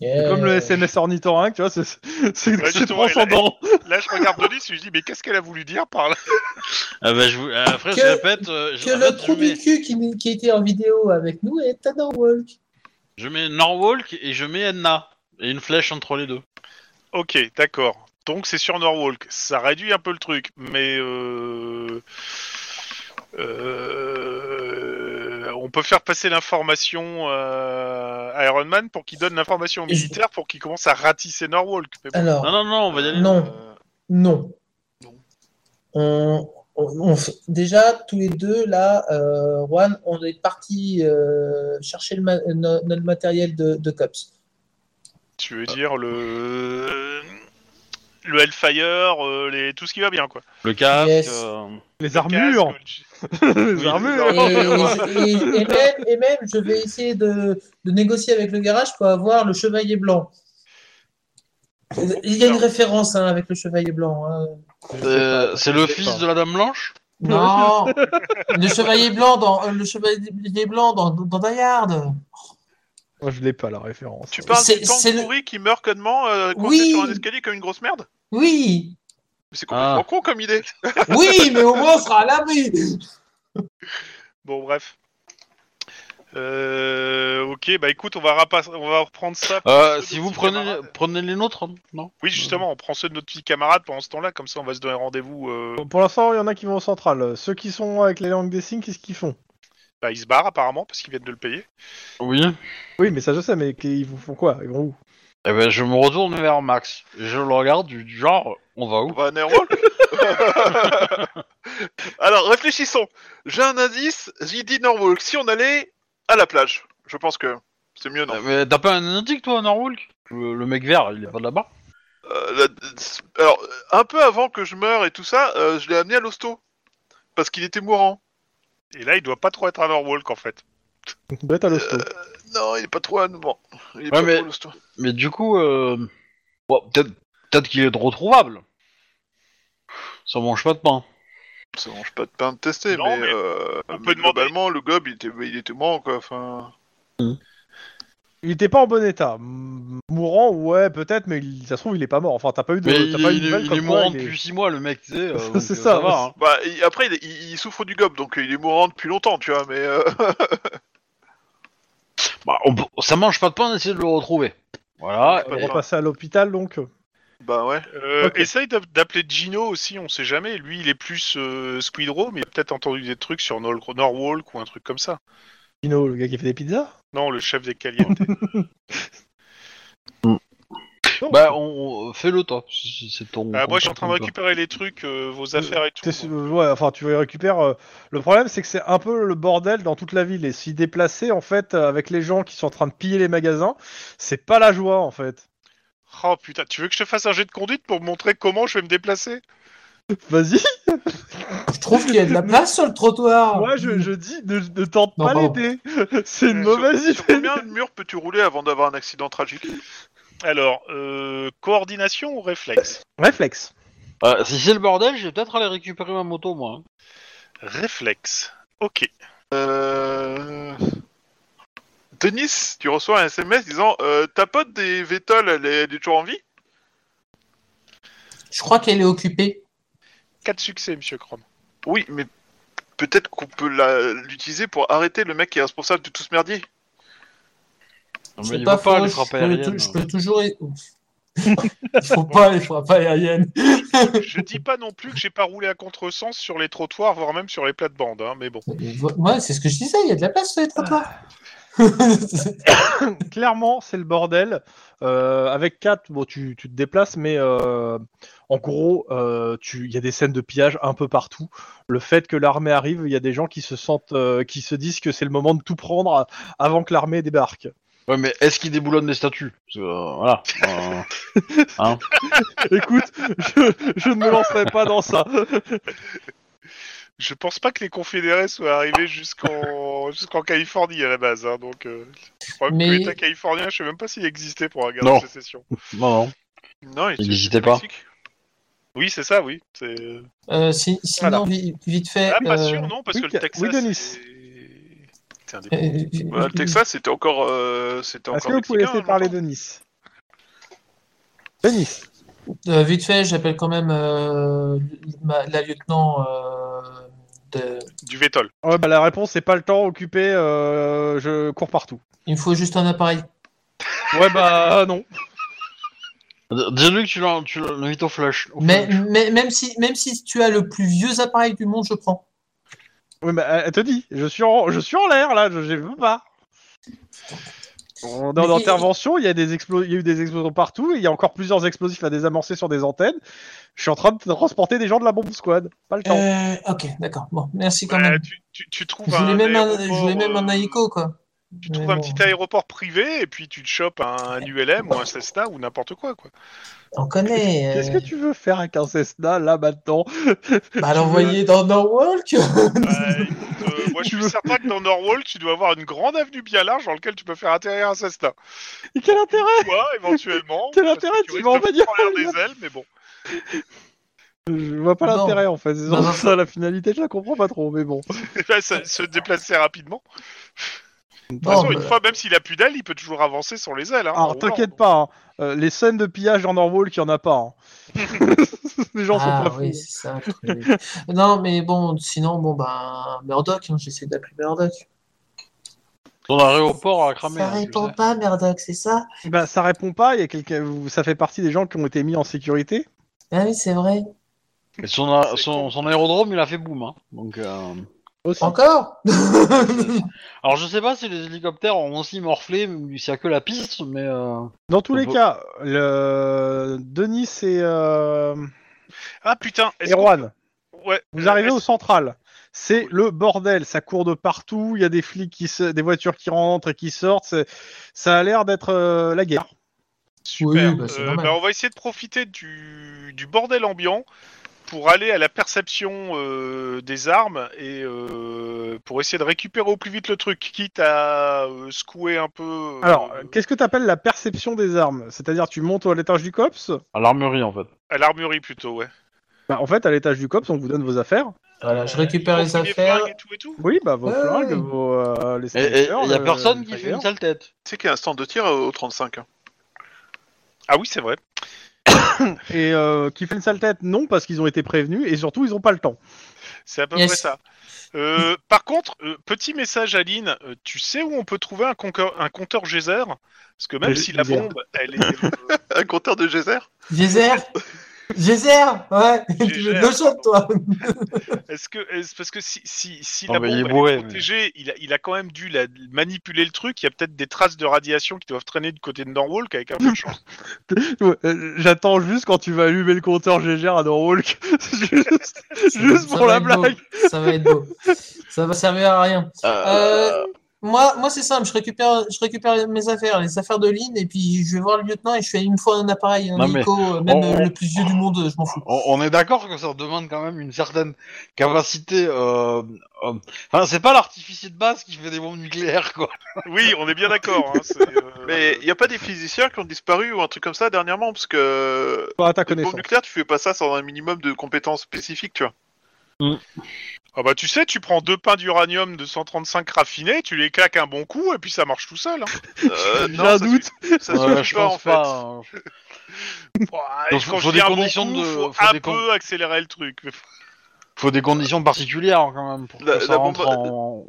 [SPEAKER 3] Yeah.
[SPEAKER 2] Comme le SMS ornithorynque, tu vois, c'est c'est-
[SPEAKER 4] Ouais,
[SPEAKER 2] c'est
[SPEAKER 4] justement, elle-
[SPEAKER 2] transcendant.
[SPEAKER 4] Là, je regarde Denis et je dis, mais qu'est-ce qu'elle a voulu dire par là
[SPEAKER 1] Ah ben, je vous- euh, après, je
[SPEAKER 3] Que-
[SPEAKER 1] répète. euh, je,
[SPEAKER 3] Que
[SPEAKER 1] en
[SPEAKER 3] le
[SPEAKER 1] fait, je
[SPEAKER 3] trou du
[SPEAKER 1] mets,
[SPEAKER 3] cul qui, qui était en vidéo avec nous est à Norwalk.
[SPEAKER 1] je mets Norwalk et je mets Enna. Et une flèche entre les deux.
[SPEAKER 4] Ok, d'accord. Donc c'est sur Norwalk. Ça réduit un peu le truc, mais euh... euh, on peut faire passer l'information euh, à Iron Man pour qu'il donne l'information aux
[SPEAKER 3] Et je-
[SPEAKER 4] militaires pour qu'il commence à ratisser Norwalk. Mais bon,
[SPEAKER 1] Non, non,
[SPEAKER 3] Alors,
[SPEAKER 1] non, on va y aller.
[SPEAKER 3] non,
[SPEAKER 4] euh,
[SPEAKER 3] non.
[SPEAKER 5] non.
[SPEAKER 3] On, on- on f- déjà, tous les deux, là, euh, Juan, on est parti euh, chercher le ma- euh, no- notre matériel de, de COPS.
[SPEAKER 4] tu veux dire le le Hellfire, euh, les... tout ce qui va bien quoi.
[SPEAKER 1] Le casque.
[SPEAKER 3] Yes.
[SPEAKER 1] euh,
[SPEAKER 2] Les armures,
[SPEAKER 4] Casque,
[SPEAKER 2] les
[SPEAKER 5] Oui,
[SPEAKER 2] *laughs*
[SPEAKER 3] Et,
[SPEAKER 2] armures.
[SPEAKER 5] les armures.
[SPEAKER 3] et- et même, et même, je vais essayer de, de négocier avec le garage pour avoir le chevalier blanc. Il y a une référence hein, avec le chevalier blanc. hein.
[SPEAKER 1] euh, c'est le fils de la Dame Blanche
[SPEAKER 3] Non, le chevalier blanc dans euh, le chevalier blanc dans, dans Die Hard.
[SPEAKER 2] Moi, je l'ai pas la référence.
[SPEAKER 5] Tu parles
[SPEAKER 3] C'est-
[SPEAKER 5] du tank
[SPEAKER 3] c'est le-
[SPEAKER 5] pourri qui meurt connement, euh, coincé
[SPEAKER 3] Oui.
[SPEAKER 5] sur un escalier comme une grosse merde
[SPEAKER 3] Oui,
[SPEAKER 5] Mais C'est complètement
[SPEAKER 1] Ah.
[SPEAKER 5] con comme idée.
[SPEAKER 3] oui, mais au moins on sera à l'abri.
[SPEAKER 4] Bon bref. Euh, ok, bah écoute, on va, rapace- on va reprendre ça.
[SPEAKER 1] euh,
[SPEAKER 4] Ceux
[SPEAKER 1] Si
[SPEAKER 4] de
[SPEAKER 1] vous
[SPEAKER 4] petits
[SPEAKER 1] prenez,
[SPEAKER 4] camarades.
[SPEAKER 1] prenez les nôtres, hein, non
[SPEAKER 4] Oui, justement, on prend ceux de notre petit camarade pendant ce temps-là, comme ça on va se donner rendez-vous. euh,
[SPEAKER 2] Bon, Pour l'instant, il y en a qui vont au central. Ceux qui sont avec les langues des signes, qu'est-ce qu'ils font
[SPEAKER 4] Bah, ils se barrent apparemment parce qu'ils viennent de le payer.
[SPEAKER 1] Oui.
[SPEAKER 2] Oui, mais ça, je sais, mais ils vous font quoi Ils vont où
[SPEAKER 1] Eh ben, je me retourne vers Max. Et je le regarde du du genre, on va
[SPEAKER 5] On
[SPEAKER 1] où
[SPEAKER 5] va à Nerwalk *laughs* Alors, réfléchissons. J'ai un indice, j'ai dit Norwalk. Si on allait à la plage, je pense que c'est mieux, non
[SPEAKER 1] Euh, Mais t'as pas un indique, toi, à Norwalk le, le mec vert, il est pas de là-bas
[SPEAKER 5] Euh, la- Alors, un peu avant que je meure et tout ça, euh, je l'ai amené à l'hosto. Parce qu'il était mourant.
[SPEAKER 4] Et là, il doit pas trop être à Norwalk en fait.
[SPEAKER 2] Ils doivent être à l'hosto.
[SPEAKER 1] Euh.
[SPEAKER 5] Non, il est pas trop à nous. Il est
[SPEAKER 1] Ouais,
[SPEAKER 5] pas
[SPEAKER 1] mais-
[SPEAKER 5] trop à l'hosto.
[SPEAKER 1] Mais du coup, euh... bon, peut-être peut-être qu'il est retrouvable. Ça mange pas de pain.
[SPEAKER 5] Ça mange pas de pain de tester,
[SPEAKER 4] Non,
[SPEAKER 5] mais,
[SPEAKER 4] mais
[SPEAKER 5] euh,
[SPEAKER 4] on
[SPEAKER 5] mais
[SPEAKER 4] peut demander.
[SPEAKER 5] globalement, le gob, il était, il était mort, quoi. Enfin,
[SPEAKER 2] Il était pas en bon état. M- Mourant, ouais, peut-être, mais il- ça se trouve, il est pas mort. Enfin, t'as pas eu de.
[SPEAKER 1] Mais
[SPEAKER 2] t'as
[SPEAKER 1] il,
[SPEAKER 2] pas eu
[SPEAKER 1] est-
[SPEAKER 2] de
[SPEAKER 1] il
[SPEAKER 2] nouvelles
[SPEAKER 1] est- il
[SPEAKER 2] comme
[SPEAKER 1] est
[SPEAKER 2] quoi
[SPEAKER 1] mourant
[SPEAKER 2] il est- *laughs*
[SPEAKER 1] depuis 6 mois, le mec, tu sais. euh, donc, euh,
[SPEAKER 2] C'est
[SPEAKER 1] ça.
[SPEAKER 2] ça,
[SPEAKER 1] va, hein.
[SPEAKER 5] bah, il- après, il, il- il souffre du gob, donc euh, il est mourant depuis longtemps, tu vois, mais... euh, *laughs*
[SPEAKER 1] Bah, on peut- Ça mange pas de pain d'essayer de le retrouver. Voilà.
[SPEAKER 5] Ouais.
[SPEAKER 2] On va passer à l'hôpital donc.
[SPEAKER 5] Bah ouais.
[SPEAKER 4] Euh,
[SPEAKER 2] Ok.
[SPEAKER 4] Essaye d'app- d'appeler Gino aussi, on sait jamais. Lui, il est plus euh, Squidrow, mais il a peut-être entendu des trucs sur Nor- Norwalk ou un truc comme ça.
[SPEAKER 2] Gino, le gars qui fait des pizzas
[SPEAKER 4] Non, le chef des Calientes.
[SPEAKER 2] Non,
[SPEAKER 1] Bah, on, on- fais-le toi. C'est c'est ton.
[SPEAKER 4] Ah, moi, je suis en train de
[SPEAKER 1] ton-
[SPEAKER 4] récupérer les trucs, euh, vos affaires et tout.
[SPEAKER 2] T'es- euh, ouais, enfin, tu les récupères. euh, le problème, c'est que c'est un peu le bordel dans toute la ville. Et s'y déplacer, en fait, euh, avec les gens qui sont en train de piller les magasins, c'est pas la joie, en fait.
[SPEAKER 4] Oh putain, tu veux que je te fasse un jet de conduite pour montrer comment je vais me déplacer
[SPEAKER 2] Vas-y,
[SPEAKER 3] Je trouve qu'il y a de la place sur le trottoir.
[SPEAKER 2] moi, je, je dis, ne, ne tente
[SPEAKER 3] Ah. Non,
[SPEAKER 2] pas
[SPEAKER 3] pardon.
[SPEAKER 2] l'aider. *laughs* C'est une
[SPEAKER 5] Sur-
[SPEAKER 2] mauvaise
[SPEAKER 5] Sur
[SPEAKER 2] idée.
[SPEAKER 5] combien de murs peux-tu rouler avant d'avoir un accident tragique
[SPEAKER 4] Alors, euh, coordination ou réflexe
[SPEAKER 2] Réflexe.
[SPEAKER 1] Euh, si c'est le bordel, je vais peut-être aller récupérer ma moto, moi. hein.
[SPEAKER 4] Réflexe. Ok.
[SPEAKER 5] Euh... Denis, tu reçois un SMS disant euh, Ta pote des Vettel, elle est, elle est toujours en vie
[SPEAKER 3] Je crois qu'elle est occupée.
[SPEAKER 4] Quatre succès, monsieur Chrome.
[SPEAKER 5] Oui, mais peut-être qu'on peut la- l'utiliser pour arrêter le mec qui est responsable de tout ce merdier.
[SPEAKER 1] Non,
[SPEAKER 3] C'est
[SPEAKER 1] mais il va pas hein.
[SPEAKER 3] faux,
[SPEAKER 1] les
[SPEAKER 3] je
[SPEAKER 1] frapper
[SPEAKER 3] peux-
[SPEAKER 1] aériennes.
[SPEAKER 3] Je peux toujours. *laughs* Il faut pas les frappes aériennes.
[SPEAKER 4] Je dis pas non plus que j'ai pas roulé à contresens sur les trottoirs, voire même sur les plates-bandes, hein, mais bon.
[SPEAKER 3] Moi, Euh, c'est ce que je disais, il y a de la place sur les trottoirs.
[SPEAKER 4] Ah.
[SPEAKER 2] Clairement, c'est le bordel. Euh, avec 4, bon, tu, tu te déplaces, mais euh, en gros, euh, tu- il y a des scènes de pillage un peu partout. Le fait que l'armée arrive, il y a des gens qui se sentent, euh, qui se disent que c'est le moment de tout prendre à- avant que l'armée débarque. *laughs*
[SPEAKER 1] Ouais, mais est-ce qu'il déboulonne des statues Parce que, euh, Voilà. euh, *laughs*
[SPEAKER 2] Écoute, je, je ne me lancerai pas dans ça.
[SPEAKER 4] Je pense pas que les confédérés soient arrivés jusqu'en jusqu'en Californie à la base, hein, donc euh, le problème
[SPEAKER 3] Mais-
[SPEAKER 4] que l'État californien, je sais même pas s'il existait pour un
[SPEAKER 1] Non.
[SPEAKER 4] garde de sécession.
[SPEAKER 1] non, non.
[SPEAKER 5] Non, il
[SPEAKER 1] Il n'hésitait pas.
[SPEAKER 4] Oui, c'est ça, oui. c'est-
[SPEAKER 3] *laughs* Euh, si- sinon,
[SPEAKER 4] Voilà.
[SPEAKER 3] vi- vite fait.
[SPEAKER 4] Ah, pas
[SPEAKER 3] euh,
[SPEAKER 4] sûr, non, parce
[SPEAKER 2] oui,
[SPEAKER 4] que le
[SPEAKER 2] ca-
[SPEAKER 4] Texas.
[SPEAKER 2] oui, Denis.
[SPEAKER 4] c'est- c'est indépendant.
[SPEAKER 3] euh,
[SPEAKER 5] Bah, le Texas, c'était encore. euh, c'était
[SPEAKER 2] Est-ce
[SPEAKER 5] encore
[SPEAKER 2] que vous pouvez
[SPEAKER 5] mexicain, hein,
[SPEAKER 2] laisser parler
[SPEAKER 5] longtemps.
[SPEAKER 2] de Nice Denis,
[SPEAKER 3] euh, vite fait, j'appelle quand même euh, ma- la lieutenant euh, de.
[SPEAKER 4] hein, Du Vétol.
[SPEAKER 2] Ouais, bah, la réponse c'est pas le temps occupé, euh, je cours partout.
[SPEAKER 3] Il me faut juste un appareil.
[SPEAKER 2] Ouais bah non.
[SPEAKER 1] D- Dis-lui que tu l'as- tu l'as mis au flash. Au
[SPEAKER 3] Mais,
[SPEAKER 1] flash.
[SPEAKER 3] mais- même, si, même si tu as le plus vieux appareil du monde, je prends.
[SPEAKER 2] Oui, mais elle- elle te dit, je suis en, je suis en l'air là, je, je veux pas. Dans
[SPEAKER 3] Mais-
[SPEAKER 2] l'intervention, il y, a des explo- il y a eu des explosions partout, et il y a encore plusieurs explosifs à désamorcer sur des antennes. Je suis en train de transporter des gens de la bombe squad, pas le temps.
[SPEAKER 3] Euh, ok, d'accord. Bon, merci quand
[SPEAKER 4] Bah,
[SPEAKER 3] même.
[SPEAKER 4] tu, tu- tu trouves
[SPEAKER 3] Je
[SPEAKER 2] *laughs*
[SPEAKER 3] voulais
[SPEAKER 4] un
[SPEAKER 3] même un, je
[SPEAKER 4] aéroport,
[SPEAKER 3] voulais même un
[SPEAKER 4] euh,
[SPEAKER 3] Aiko, quoi.
[SPEAKER 4] Tu
[SPEAKER 3] Mais
[SPEAKER 4] trouves un
[SPEAKER 3] bon.
[SPEAKER 5] Oh.
[SPEAKER 4] petit aéroport privé et puis tu te chopes un ULM ou un Cessna ou n'importe quoi. quoi.
[SPEAKER 3] On connaît.
[SPEAKER 2] *laughs* Qu'est-ce
[SPEAKER 3] euh,
[SPEAKER 2] que tu veux faire avec un Cessna là maintenant
[SPEAKER 3] Bah, l'envoyer dans Norwalk
[SPEAKER 4] Bah, écoute, euh, moi, je suis certain que dans Norwalk, tu dois avoir une grande avenue bien large dans laquelle tu peux faire atterrir un Cessna.
[SPEAKER 2] Et Quel intérêt
[SPEAKER 4] Toi, éventuellement. *laughs*
[SPEAKER 2] Quel
[SPEAKER 4] parce
[SPEAKER 2] intérêt,
[SPEAKER 4] que
[SPEAKER 2] tu
[SPEAKER 4] risques
[SPEAKER 2] vas en
[SPEAKER 4] de
[SPEAKER 2] venir
[SPEAKER 4] prendre l'air des ailes, mais bon.
[SPEAKER 2] Je vois pas
[SPEAKER 3] Non.
[SPEAKER 2] l'intérêt en fait, c'est
[SPEAKER 3] Non, non.
[SPEAKER 2] surtout ça la finalité, je la comprends pas trop, mais bon.
[SPEAKER 4] Là, ça- se déplacer rapidement. De toute
[SPEAKER 3] Non,
[SPEAKER 4] façon,
[SPEAKER 5] Oh,
[SPEAKER 3] bah,
[SPEAKER 4] une fois, même s'il a plus d'ailes, il peut toujours avancer sur les ailes. hein, en
[SPEAKER 2] Alors
[SPEAKER 4] roulant,
[SPEAKER 2] t'inquiète
[SPEAKER 4] donc.
[SPEAKER 2] pas, hein, euh, les scènes de pillage en Norwalk, il y en a
[SPEAKER 4] *laughs*
[SPEAKER 2] pas. hein. *laughs* les gens
[SPEAKER 3] ah,
[SPEAKER 2] sont pas fous.
[SPEAKER 3] oui, c'est ça. le truc. non, mais bon, sinon, bon, ben, Murdoch, hein, j'essaie d'appeler Murdoch.
[SPEAKER 1] Ton aéroport a cramé.
[SPEAKER 3] Ça
[SPEAKER 1] hein, tu
[SPEAKER 3] répond
[SPEAKER 1] sais.
[SPEAKER 3] pas, Murdoch, c'est ça
[SPEAKER 2] Bah ça répond pas, il y a quelqu'un, vous- ça fait partie des gens qui ont été mis en sécurité.
[SPEAKER 3] Ah oui, c'est vrai.
[SPEAKER 1] Et son, a- son, son aérodrome, il a fait boum. Hein. Donc, euh,
[SPEAKER 2] Aussi.
[SPEAKER 3] Encore *laughs*
[SPEAKER 1] Alors, je sais pas si les hélicoptères ont aussi morflé, ou s'il y a que la piste, mais. euh,
[SPEAKER 2] Dans tous les
[SPEAKER 1] Bon.
[SPEAKER 2] cas, le... Denis et, euh...
[SPEAKER 4] Ah putain, est-ce
[SPEAKER 2] et
[SPEAKER 4] qu'on-
[SPEAKER 2] Juan,
[SPEAKER 4] Ouais,
[SPEAKER 2] vous
[SPEAKER 4] euh,
[SPEAKER 2] arrivez
[SPEAKER 4] est-ce-
[SPEAKER 2] au central. C'est le bordel, ça court de partout, il y a des flics qui se... des voitures qui rentrent et qui sortent, c'est- ça a l'air d'être euh, la guerre.
[SPEAKER 4] Super.
[SPEAKER 3] Oui, bah, c'est
[SPEAKER 4] Euh,
[SPEAKER 3] normal.
[SPEAKER 4] bah, on va essayer de profiter du, du bordel ambiant pour aller à la perception euh, des armes et euh, pour essayer de récupérer au plus vite le truc, quitte à euh, secouer un peu. euh,
[SPEAKER 2] Alors, qu'est-ce que t'appelles la perception des armes C'est-à-dire, tu montes à l'étage du COPS
[SPEAKER 1] À l'armurerie, en fait.
[SPEAKER 4] à l'armurerie plutôt, ouais.
[SPEAKER 2] bah, En fait, à l'étage du COPS, on vous donne vos affaires.
[SPEAKER 3] Voilà, je récupère
[SPEAKER 4] Pour
[SPEAKER 3] les
[SPEAKER 4] fouiller
[SPEAKER 3] affaires.
[SPEAKER 4] flingues Et tout et tout.
[SPEAKER 2] Oui, bah, vos
[SPEAKER 3] Ouais,
[SPEAKER 2] flingues,
[SPEAKER 3] ouais.
[SPEAKER 2] vos. euh, les
[SPEAKER 1] Et et- et
[SPEAKER 2] silenceurs,
[SPEAKER 1] y a
[SPEAKER 2] le-
[SPEAKER 1] personne
[SPEAKER 2] le
[SPEAKER 1] qui fait
[SPEAKER 2] trigger.
[SPEAKER 1] une sale tête.
[SPEAKER 5] Tu sais qu'il y a un stand de tir au 35. hein.
[SPEAKER 4] Ah oui, c'est vrai.
[SPEAKER 2] Et euh, qui fait une sale tête Non, parce qu'ils ont été prévenus et surtout, ils ont pas le temps.
[SPEAKER 4] C'est à peu
[SPEAKER 3] Yes.
[SPEAKER 4] près ça. Euh, par contre, euh, petit message à Lynn, euh, tu sais où on peut trouver un, conqueur- un compteur geyser Parce que
[SPEAKER 1] Euh,
[SPEAKER 4] même
[SPEAKER 2] Le
[SPEAKER 4] si la
[SPEAKER 2] geyser.
[SPEAKER 4] bombe, elle est... euh,
[SPEAKER 5] Un compteur de geyser
[SPEAKER 3] Geyser Geyser Ouais Tu *laughs* veux
[SPEAKER 4] Geyser.
[SPEAKER 3] de l'eau chaude, toi
[SPEAKER 4] Est-ce que est-ce- parce que si si, si
[SPEAKER 1] Non,
[SPEAKER 4] la
[SPEAKER 1] mais
[SPEAKER 4] bombe
[SPEAKER 1] il est
[SPEAKER 4] elle est
[SPEAKER 1] bourré, mais-
[SPEAKER 4] protégée, il, a, il a quand même dû la, manipuler le truc. Il y a peut-être des traces de radiation qui doivent traîner du côté de Norwalk avec
[SPEAKER 1] *laughs*
[SPEAKER 4] un peu de chance.
[SPEAKER 2] Ouais, euh, J'attends juste quand tu vas allumer le compteur GGR à Norwalk. *laughs* juste juste
[SPEAKER 3] Ça
[SPEAKER 2] pour
[SPEAKER 3] va
[SPEAKER 2] la
[SPEAKER 3] être beau.
[SPEAKER 2] blague.
[SPEAKER 3] Ça va être beau. Ça va servir à rien. Euh, moi, moi c'est simple, je récupère, je récupère mes affaires, les affaires de Lynn, et puis je vais voir le lieutenant et je fais une fois un appareil, un
[SPEAKER 1] Non, mais
[SPEAKER 3] hélico, euh, même
[SPEAKER 1] on-
[SPEAKER 3] euh,
[SPEAKER 1] on-
[SPEAKER 3] le plus vieux du monde, euh, je m'en fous.
[SPEAKER 1] On, on est d'accord que ça demande quand même une certaine capacité. euh, euh, Enfin, c'est pas l'artificier de base qui fait des bombes nucléaires, quoi.
[SPEAKER 4] Oui, on est bien d'accord. hein, c'est, euh,
[SPEAKER 5] *laughs* Mais il n'y a pas des physiciens qui ont disparu ou un truc comme ça dernièrement Parce que euh,
[SPEAKER 2] Pas à ta
[SPEAKER 5] une bombe
[SPEAKER 2] connaissance.
[SPEAKER 5] nucléaire, tu fais pas ça sans un minimum de compétences spécifiques, tu vois.
[SPEAKER 4] ah bah tu sais, tu prends deux pains d'uranium 235 raffinés, tu les claques un bon coup et puis ça marche tout seul. hein.
[SPEAKER 5] Euh,
[SPEAKER 2] J'ai
[SPEAKER 5] non,
[SPEAKER 2] un
[SPEAKER 5] ça
[SPEAKER 2] doute.
[SPEAKER 5] suffit- ça
[SPEAKER 1] Euh,
[SPEAKER 5] suffit
[SPEAKER 1] je
[SPEAKER 5] pas,
[SPEAKER 1] pense
[SPEAKER 5] en fait.
[SPEAKER 1] pas. hein.
[SPEAKER 4] Ouah,
[SPEAKER 1] Faut-
[SPEAKER 4] et quand
[SPEAKER 1] faut
[SPEAKER 4] je
[SPEAKER 1] des
[SPEAKER 4] dis un bon
[SPEAKER 1] conditions
[SPEAKER 4] coup,
[SPEAKER 1] de-
[SPEAKER 4] faut,
[SPEAKER 1] faut
[SPEAKER 4] un
[SPEAKER 1] des con-
[SPEAKER 4] peu accélérer le truc.
[SPEAKER 1] Faut des conditions particulières quand même pour que
[SPEAKER 5] La-
[SPEAKER 1] ça
[SPEAKER 5] la bombe-
[SPEAKER 1] rentre en.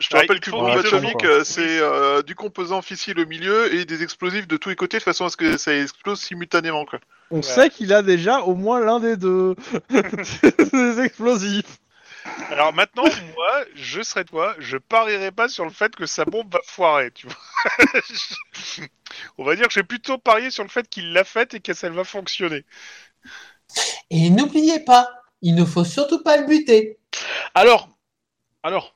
[SPEAKER 5] Je te
[SPEAKER 4] Ouais,
[SPEAKER 5] rappelle
[SPEAKER 4] il
[SPEAKER 5] qu'une
[SPEAKER 4] faut
[SPEAKER 5] bombe
[SPEAKER 1] qu'il tombe,
[SPEAKER 5] atomique,
[SPEAKER 1] quoi.
[SPEAKER 5] euh, c'est euh, du composant fissile au milieu et des explosifs de tous les côtés de façon à ce que ça explose simultanément. Quoi.
[SPEAKER 2] On sait qu'il a déjà au moins l'un des *laughs* deux. des explosifs.
[SPEAKER 4] Alors maintenant, moi, je serais toi, je parierais pas sur le fait que sa bombe va foirer, tu vois. *laughs* On va dire que j'ai plutôt parié sur le fait qu'il l'a faite et qu'elle va fonctionner.
[SPEAKER 3] Et n'oubliez pas, il ne faut surtout pas le buter.
[SPEAKER 1] Alors, alors,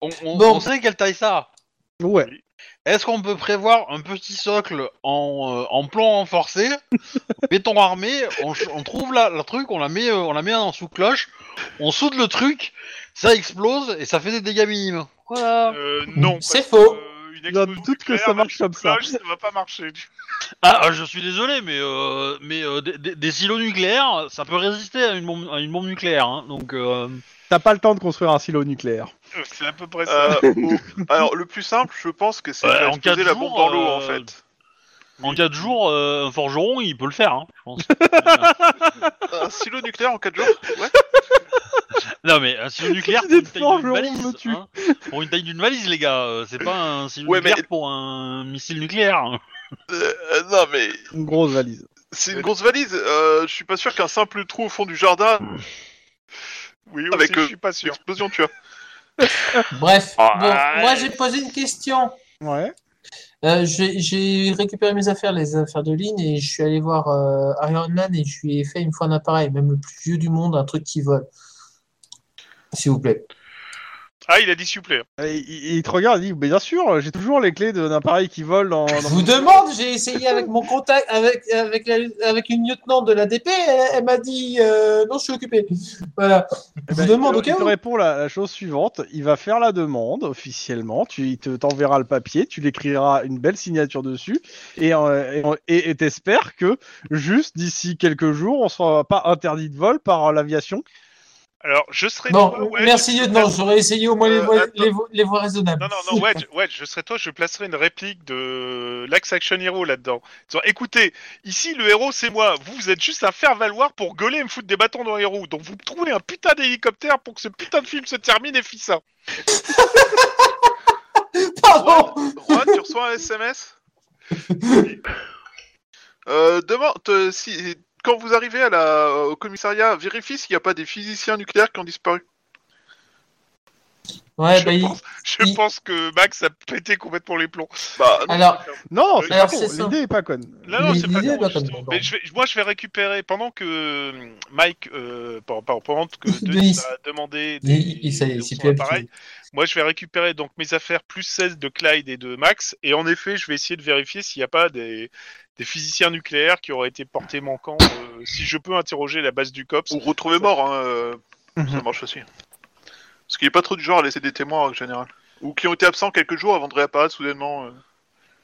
[SPEAKER 1] on, on-
[SPEAKER 3] Bon.
[SPEAKER 1] on sait quelle taille ça. a.
[SPEAKER 2] Ouais.
[SPEAKER 1] Est-ce qu'on peut prévoir un petit socle en, euh, en plomb renforcé, *laughs* béton armé, on, ch- on trouve la, la truc, on la met, euh, on la met en sous cloche, on soude le truc, ça explose et ça fait des dégâts minimes. Voilà.
[SPEAKER 4] Euh, non.
[SPEAKER 3] C'est
[SPEAKER 4] parce
[SPEAKER 3] faux.
[SPEAKER 4] que, euh, une
[SPEAKER 2] J'ai un
[SPEAKER 4] explosion
[SPEAKER 2] doute que
[SPEAKER 4] nucléaire,
[SPEAKER 2] ça marche comme ça.
[SPEAKER 4] là, ça va pas marcher.
[SPEAKER 1] Ah, euh, je suis désolé, mais euh, mais euh, des- des des silos nucléaires, ça peut résister à une bombe, à une bombe nucléaire, hein, donc. euh,
[SPEAKER 2] T'as pas le temps de construire un silo nucléaire.
[SPEAKER 4] Euh, *laughs* C'est à peu près ça.
[SPEAKER 5] Euh, ou- *laughs* Alors, le plus simple, je pense que c'est
[SPEAKER 1] Ouais,
[SPEAKER 5] de faire
[SPEAKER 1] en quatre
[SPEAKER 5] exploser la
[SPEAKER 1] jours,
[SPEAKER 5] bombe dans l'eau,
[SPEAKER 1] euh,
[SPEAKER 5] en fait.
[SPEAKER 1] En 4 jours, euh, un forgeron, il peut le faire, hein, je pense.
[SPEAKER 5] *laughs* Un silo nucléaire en 4 jours Ouais.
[SPEAKER 1] non, mais un
[SPEAKER 2] *laughs*
[SPEAKER 1] silo nucléaire
[SPEAKER 2] Qui
[SPEAKER 1] pour une
[SPEAKER 2] des
[SPEAKER 1] taille d'une
[SPEAKER 2] forgerons me
[SPEAKER 1] valise.
[SPEAKER 2] tue.
[SPEAKER 1] hein. pour une taille d'une valise, les gars. euh, C'est pas un silo
[SPEAKER 5] Ouais, mais-
[SPEAKER 1] nucléaire pour un missile nucléaire. hein.
[SPEAKER 5] Euh, euh, non, mais
[SPEAKER 2] Une grosse valise.
[SPEAKER 5] c'est une grosse valise. Euh, je suis pas sûr qu'un simple trou au fond du jardin,
[SPEAKER 4] Oui,
[SPEAKER 5] avec,
[SPEAKER 4] aussi,
[SPEAKER 5] euh,
[SPEAKER 4] je suis pas
[SPEAKER 5] c'est une
[SPEAKER 4] sûr.
[SPEAKER 5] explosion, tu vois.
[SPEAKER 3] Bref,
[SPEAKER 4] Ah,
[SPEAKER 3] bon,
[SPEAKER 4] ouais.
[SPEAKER 3] moi j'ai posé une question.
[SPEAKER 2] Ouais.
[SPEAKER 3] Euh, j'ai j'ai récupéré mes affaires, les affaires de Lynn, et je suis allé voir euh, Iron Man et je lui ai fait une fois un appareil, même le plus vieux du monde, un truc qui vole. S'il vous plaît.
[SPEAKER 4] Ah, il a dit supplé.
[SPEAKER 2] Et il, il te regarde et dit Bien sûr, j'ai toujours les clés d'un appareil qui vole dans.
[SPEAKER 3] Je vous demande, j'ai essayé avec mon contact, avec, avec, la- avec une lieutenant de l'ADP, elle, elle m'a dit euh, non, je suis occupé. Voilà.
[SPEAKER 4] Eh
[SPEAKER 3] Je
[SPEAKER 4] ben,
[SPEAKER 3] vous demande hein
[SPEAKER 2] Eh
[SPEAKER 3] au
[SPEAKER 2] ben, il
[SPEAKER 3] cas
[SPEAKER 2] te
[SPEAKER 3] où.
[SPEAKER 2] répond la, la chose suivante il va faire la demande officiellement, tu, il te- t'enverra le papier, tu l'écriras une belle signature dessus, et euh, et- et et t'espères que juste d'ici quelques jours, on sera pas interdit de vol par l'aviation.
[SPEAKER 4] Alors, je serais
[SPEAKER 3] Bon,
[SPEAKER 4] toi, Wedge,
[SPEAKER 3] merci
[SPEAKER 4] je
[SPEAKER 3] lieutenant,
[SPEAKER 4] placerais-
[SPEAKER 3] j'aurais essayé au moins les
[SPEAKER 5] Euh,
[SPEAKER 3] voies,
[SPEAKER 5] attends.
[SPEAKER 3] les voies- les voies raisonnables.
[SPEAKER 4] Non, non, non, Wedge, Wedge, je serais toi, je placerais une réplique de l'Axe Action Hero là-dedans. Genre, Écoutez, ici, le héros, c'est moi. Vous, vous êtes juste à faire valoir pour gueuler et me foutre des bâtons dans les roues. Donc, vous me trouvez un putain d'hélicoptère pour que ce putain de film se termine et fit ça.
[SPEAKER 3] *laughs* Pardon
[SPEAKER 5] *laughs* Juan, tu reçois un SMS euh, Demande euh, si quand vous arrivez à la, au commissariat, vérifie s'il n'y a pas des physiciens nucléaires qui ont disparu.
[SPEAKER 3] Ouais,
[SPEAKER 4] je
[SPEAKER 3] bah, il-
[SPEAKER 4] pense, je
[SPEAKER 3] il-
[SPEAKER 4] pense que Max a pété complètement les plombs.
[SPEAKER 5] Bah,
[SPEAKER 4] Ah.
[SPEAKER 5] non.
[SPEAKER 3] Alors,
[SPEAKER 2] Non, non, c'est
[SPEAKER 3] Alors,
[SPEAKER 2] pas con,
[SPEAKER 3] c'est ça.
[SPEAKER 2] l'idée est pas conne.
[SPEAKER 4] Non, non,
[SPEAKER 3] Mais
[SPEAKER 4] c'est pas
[SPEAKER 3] l'idée est
[SPEAKER 4] con,
[SPEAKER 3] pas comme
[SPEAKER 4] justement.
[SPEAKER 3] ça.
[SPEAKER 4] Mais je vais- moi, je vais récupérer pendant que hum, Mike, euh, par- par- pendant
[SPEAKER 3] *laughs*
[SPEAKER 4] que
[SPEAKER 3] Denis.
[SPEAKER 4] Denis a demandé des,
[SPEAKER 3] il, il- ça y est,
[SPEAKER 4] des
[SPEAKER 3] c'est
[SPEAKER 4] son
[SPEAKER 3] plus
[SPEAKER 4] appareil,
[SPEAKER 3] habitué.
[SPEAKER 4] Moi, je vais récupérer donc mes affaires plus 16 de Clyde et de Max. Et en effet, je vais essayer de vérifier s'il n'y a pas des, des physiciens nucléaires qui auraient été portés manquants. euh, si je peux interroger la base du COPS.
[SPEAKER 5] Ou retrouver mort, hein, euh,
[SPEAKER 4] Mhm.
[SPEAKER 5] ça marche aussi. Parce qu'il n'est pas trop du genre à laisser des témoins en général. Ou qui ont été absents quelques jours avant de réapparaître soudainement. euh.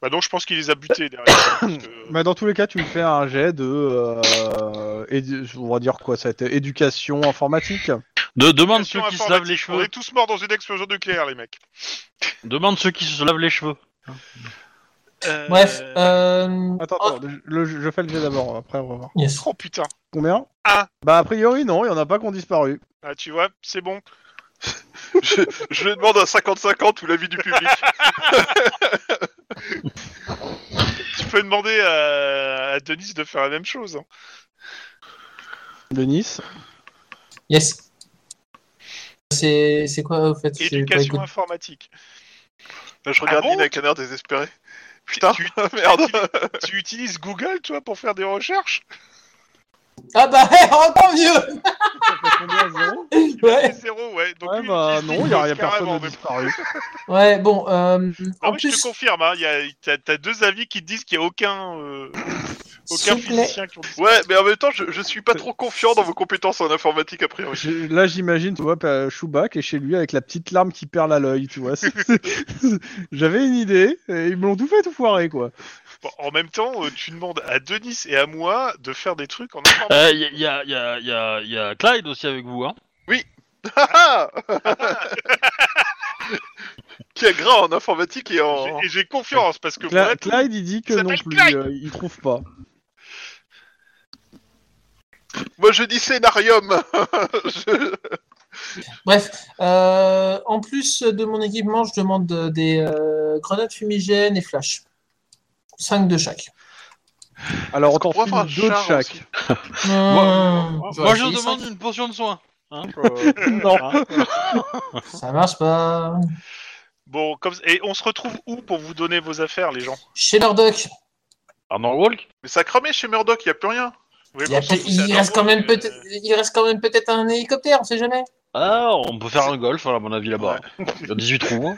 [SPEAKER 4] Bah donc, je pense qu'il les a butés derrière. parce *coughs* que-
[SPEAKER 2] Bah, dans tous les cas, tu me fais un jet de. euh, édu- on va dire quoi Ça a été éducation informatique.
[SPEAKER 1] De- demande ceux
[SPEAKER 4] Question
[SPEAKER 1] qui se lavent les
[SPEAKER 4] informatique, On
[SPEAKER 1] cheveux.
[SPEAKER 4] est tous morts dans une explosion nucléaire, les mecs.
[SPEAKER 1] Demande ceux qui se lavent les cheveux.
[SPEAKER 4] Euh,
[SPEAKER 3] Bref, euh...
[SPEAKER 2] Attends,
[SPEAKER 3] oh,
[SPEAKER 2] attends le- je fais le jet d'abord, après on va voir.
[SPEAKER 3] yes.
[SPEAKER 4] Oh putain.
[SPEAKER 2] Combien
[SPEAKER 4] Un.
[SPEAKER 3] Ah.
[SPEAKER 2] Bah, a priori, non, il y en a pas qui ont disparu.
[SPEAKER 4] Ah, tu vois, c'est bon.
[SPEAKER 5] *laughs* je, je demande un 50-50 ou l'avis du public.
[SPEAKER 4] *laughs* Tu peux demander à, à Denis de faire la même chose. hein.
[SPEAKER 3] *laughs*
[SPEAKER 2] Denis
[SPEAKER 3] Yes. C'est c'est quoi au fait J'ai pas
[SPEAKER 4] Éducation
[SPEAKER 3] écouté.
[SPEAKER 4] informatique.
[SPEAKER 5] Je regarde
[SPEAKER 4] Ah bon
[SPEAKER 5] Nina avec un
[SPEAKER 4] *laughs*
[SPEAKER 5] air désespéré. Putain, merde.
[SPEAKER 4] Tu utilises Google, toi, pour faire des recherches
[SPEAKER 3] Ah bah *laughs* encore mieux ouais.
[SPEAKER 4] Zéro, ouais. Donc,
[SPEAKER 2] Ouais,
[SPEAKER 4] lui,
[SPEAKER 2] bah
[SPEAKER 4] *laughs* il utilise
[SPEAKER 2] non, il n'y a,
[SPEAKER 4] Windows
[SPEAKER 2] rien personne
[SPEAKER 4] carrément,
[SPEAKER 2] de
[SPEAKER 4] mais- *laughs*
[SPEAKER 2] disparu.
[SPEAKER 3] ouais, bon, euh,
[SPEAKER 4] Non,
[SPEAKER 3] en
[SPEAKER 4] mais Ah je te
[SPEAKER 3] plus,
[SPEAKER 4] confirme, hein, il y a- t'as t'as deux avis qui te disent qu'il n'y a aucun, euh, aucun
[SPEAKER 3] s'il vous plaît,
[SPEAKER 4] physicien qui ont dit ça.
[SPEAKER 5] Ouais, mais en même temps, je, je suis pas trop confiant dans vos compétences en informatique, a priori.
[SPEAKER 2] Je- Là, j'imagine, tu vois, pa- Choubac est chez lui avec la petite larme qui perle à l'œil, tu vois. C'est- c'est- *laughs* J'avais une idée, et ils me l'ont tout fait tout foiré, quoi.
[SPEAKER 4] Bon, en même temps, euh, tu demandes à Denis et à moi de faire des trucs en informatique.
[SPEAKER 1] Euh, y a- y a- y a- y a- y a Clyde aussi avec vous, hein.
[SPEAKER 5] Ah *laughs* Qui est grand en informatique et en.
[SPEAKER 4] J'ai- Et j'ai confiance parce que
[SPEAKER 2] Cla-
[SPEAKER 4] moi, tout-
[SPEAKER 2] Clyde, il dit que
[SPEAKER 4] Ça
[SPEAKER 2] non
[SPEAKER 4] s'appelle
[SPEAKER 2] plus,
[SPEAKER 4] Clyde.
[SPEAKER 2] euh, il trouve pas.
[SPEAKER 5] Moi, je dis scénarium. Je-
[SPEAKER 3] bref, euh, en plus de mon équipement, je demande euh, des euh, grenades fumigènes et flash. 5 de chaque.
[SPEAKER 2] Alors, on t'en
[SPEAKER 5] pourrait
[SPEAKER 2] file
[SPEAKER 5] avoir un
[SPEAKER 2] deux de
[SPEAKER 5] char
[SPEAKER 2] chaque.
[SPEAKER 1] Moi-
[SPEAKER 3] Hmm,
[SPEAKER 1] Moi,
[SPEAKER 3] j'aurais
[SPEAKER 1] je
[SPEAKER 3] essayé
[SPEAKER 1] demande une potion de soin.
[SPEAKER 4] euh,
[SPEAKER 2] *laughs*
[SPEAKER 3] *laughs*
[SPEAKER 2] Non.
[SPEAKER 3] cinq. Ça marche pas.
[SPEAKER 4] bon, comme et on se retrouve où pour vous donner vos affaires, les gens
[SPEAKER 3] Chez Murdoch,
[SPEAKER 1] À Norwalk
[SPEAKER 5] Mais ça a cramé chez Murdoch, il a plus rien.
[SPEAKER 4] Oui,
[SPEAKER 3] il, y a
[SPEAKER 4] bon, on s'en
[SPEAKER 3] peut-
[SPEAKER 4] fout,
[SPEAKER 3] il
[SPEAKER 4] c'est à
[SPEAKER 3] reste
[SPEAKER 4] Norwalk,
[SPEAKER 3] quand même
[SPEAKER 4] euh,
[SPEAKER 3] peut-être, il reste quand même peut-être un hélicoptère, on sait jamais.
[SPEAKER 1] Ah, on peut faire un golf, à mon avis, là-bas. Il y a 18 trous.
[SPEAKER 2] *laughs*
[SPEAKER 1] hein.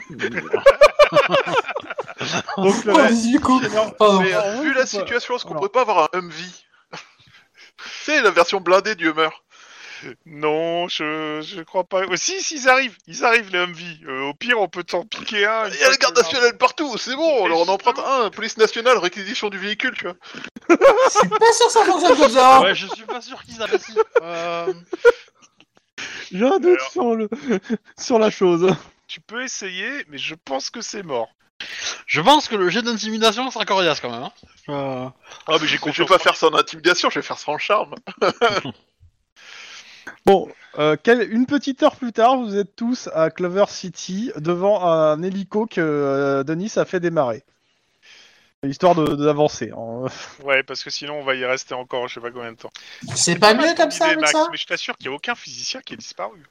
[SPEAKER 2] Donc, le
[SPEAKER 3] Oh,
[SPEAKER 2] reste-
[SPEAKER 3] 18 coups. Pardon.
[SPEAKER 5] Mais euh,
[SPEAKER 2] Ah,
[SPEAKER 5] vu
[SPEAKER 2] oui,
[SPEAKER 5] la
[SPEAKER 2] c'est pas-
[SPEAKER 5] situation, est-ce qu'on
[SPEAKER 2] Alors.
[SPEAKER 5] pourrait pas avoir un Humvee *laughs* C'est la version blindée du Hummer.
[SPEAKER 4] Non, je, je crois pas. Oh, si, si, ils arrivent, ils arrivent les Humvees. Euh, au pire, on peut t'en piquer un.
[SPEAKER 5] Il y a les gardes nationales partout, c'est bon, alors on emprunte un, police nationale, réquisition du véhicule, tu vois.
[SPEAKER 3] Je suis pas sûr que ça fonctionne comme ça.
[SPEAKER 1] Ouais, je suis pas sûr qu'ils apprécient. Euh,
[SPEAKER 2] J'ai un doute sur, le... *laughs* sur la chose.
[SPEAKER 4] Tu peux essayer, mais je pense que c'est mort.
[SPEAKER 1] je pense que le jet d'intimidation sera coriace quand même. hein.
[SPEAKER 5] Ah, mais j'ai Je vais pas faire ça en intimidation, je vais faire ça en charme.
[SPEAKER 2] Bon, euh, quelle- une petite heure plus tard, vous êtes tous à Clover City devant un hélico que euh, Denis a fait démarrer. Histoire de- d'avancer. hein.
[SPEAKER 4] Ouais, parce que sinon, on va y rester encore, je sais pas combien de temps.
[SPEAKER 3] C'est pas mieux comme ça
[SPEAKER 4] Idée,
[SPEAKER 3] avec
[SPEAKER 4] Max,
[SPEAKER 3] ça
[SPEAKER 4] Mais je t'assure qu'il y a aucun physicien qui est disparu.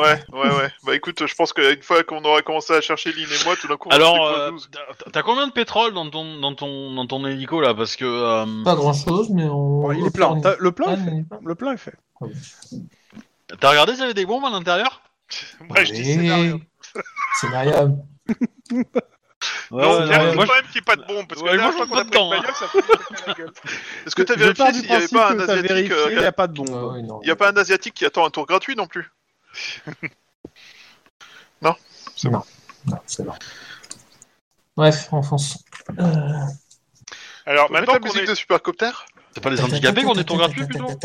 [SPEAKER 5] Ouais, ouais, ouais. Bah écoute, je pense qu'une fois qu'on aura commencé à chercher Lynn et moi, tout d'un coup, on
[SPEAKER 1] Alors,
[SPEAKER 5] se
[SPEAKER 1] euh,
[SPEAKER 5] découvre
[SPEAKER 1] t'as- t'as combien de pétrole dans ton, dans ton, dans ton hélico là Parce que. euh,
[SPEAKER 3] Pas grand chose, mais on.
[SPEAKER 2] Bon, il est
[SPEAKER 3] on-
[SPEAKER 2] plein. T'as- Le plein
[SPEAKER 3] Ah,
[SPEAKER 2] est fait.
[SPEAKER 3] mais pas-
[SPEAKER 2] Le plein est fait.
[SPEAKER 1] T'as regardé s'il y avait des bombes à l'intérieur
[SPEAKER 4] Ouais, je dis
[SPEAKER 3] Oui.
[SPEAKER 4] scénario.
[SPEAKER 3] Scénario.
[SPEAKER 4] non,
[SPEAKER 1] Ouais,
[SPEAKER 4] il y a
[SPEAKER 1] ouais,
[SPEAKER 4] un
[SPEAKER 1] moi,
[SPEAKER 4] problème qu'il n'y ait pas de bombe, parce que
[SPEAKER 1] Ouais,
[SPEAKER 4] la dernière
[SPEAKER 1] moi,
[SPEAKER 4] fois
[SPEAKER 1] je
[SPEAKER 4] qu'on
[SPEAKER 1] vois
[SPEAKER 4] a pris une
[SPEAKER 1] pas
[SPEAKER 4] bagnole, ça fait péter la gueule.
[SPEAKER 5] douze. Est-ce que t'as
[SPEAKER 2] Je pars
[SPEAKER 5] vérifié
[SPEAKER 2] du
[SPEAKER 5] s'il y avait
[SPEAKER 2] principe
[SPEAKER 5] pas un
[SPEAKER 2] que t'as
[SPEAKER 5] asiatique
[SPEAKER 2] vérifié, Il n'y
[SPEAKER 5] euh,
[SPEAKER 2] a pas de
[SPEAKER 3] Ah
[SPEAKER 2] bombe.
[SPEAKER 3] oui, non.
[SPEAKER 5] Il y a pas un asiatique qui attend un tour gratuit non plus
[SPEAKER 3] Non, c'est bon. Bref, on fonce. Euh,
[SPEAKER 4] Alors,
[SPEAKER 5] On met pas
[SPEAKER 4] Bah, maintenant
[SPEAKER 5] la
[SPEAKER 4] qu'on
[SPEAKER 5] musique
[SPEAKER 4] est...
[SPEAKER 5] de super copter
[SPEAKER 1] c'est pas les handicapés qu'on est tour gratuit plutôt
[SPEAKER 4] Ouais,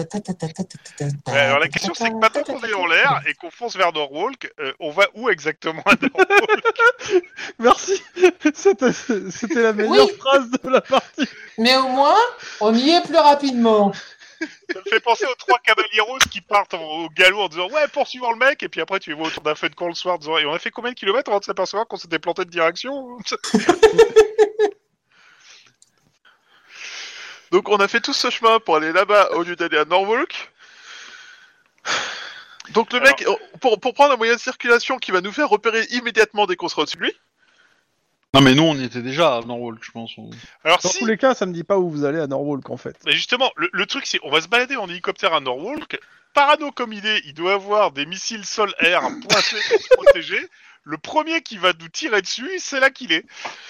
[SPEAKER 4] Alors, la question, c'est que maintenant qu'on est en l'air et qu'on fonce vers Norwalk, euh, on va où exactement à Norwalk
[SPEAKER 2] *laughs* Merci. *laughs* C'était c'était la meilleure phrase de la partie.
[SPEAKER 3] Mais au moins, on y est plus
[SPEAKER 4] *laughs*
[SPEAKER 3] rapidement.
[SPEAKER 4] Ça me fait penser aux trois cavaliers roses qui partent en- au galop en disant ouais poursuivant le mec et puis après tu les vois autour d'un feu de camp le soir en disant et on a fait combien de kilomètres avant de s'apercevoir qu'on s'était planté de direction hein
[SPEAKER 5] *laughs* Donc on a fait tout ce chemin pour aller là-bas au lieu d'aller à Norwalk. Donc le mec, pour, pour prendre un moyen de circulation qui va nous faire repérer immédiatement dès qu'on sera au-dessus de lui,
[SPEAKER 1] Non, mais nous on y était déjà à Norwalk, je pense. on-
[SPEAKER 4] Alors
[SPEAKER 2] Dans
[SPEAKER 4] si
[SPEAKER 2] tous les cas, ça me dit pas où vous allez à Norwalk en fait.
[SPEAKER 4] mais justement le, le truc c'est on va se balader en hélicoptère à Norwalk parano comme idée il doit avoir des missiles sol-air pointés pour se protéger le premier qui va nous tirer dessus c'est là qu'il est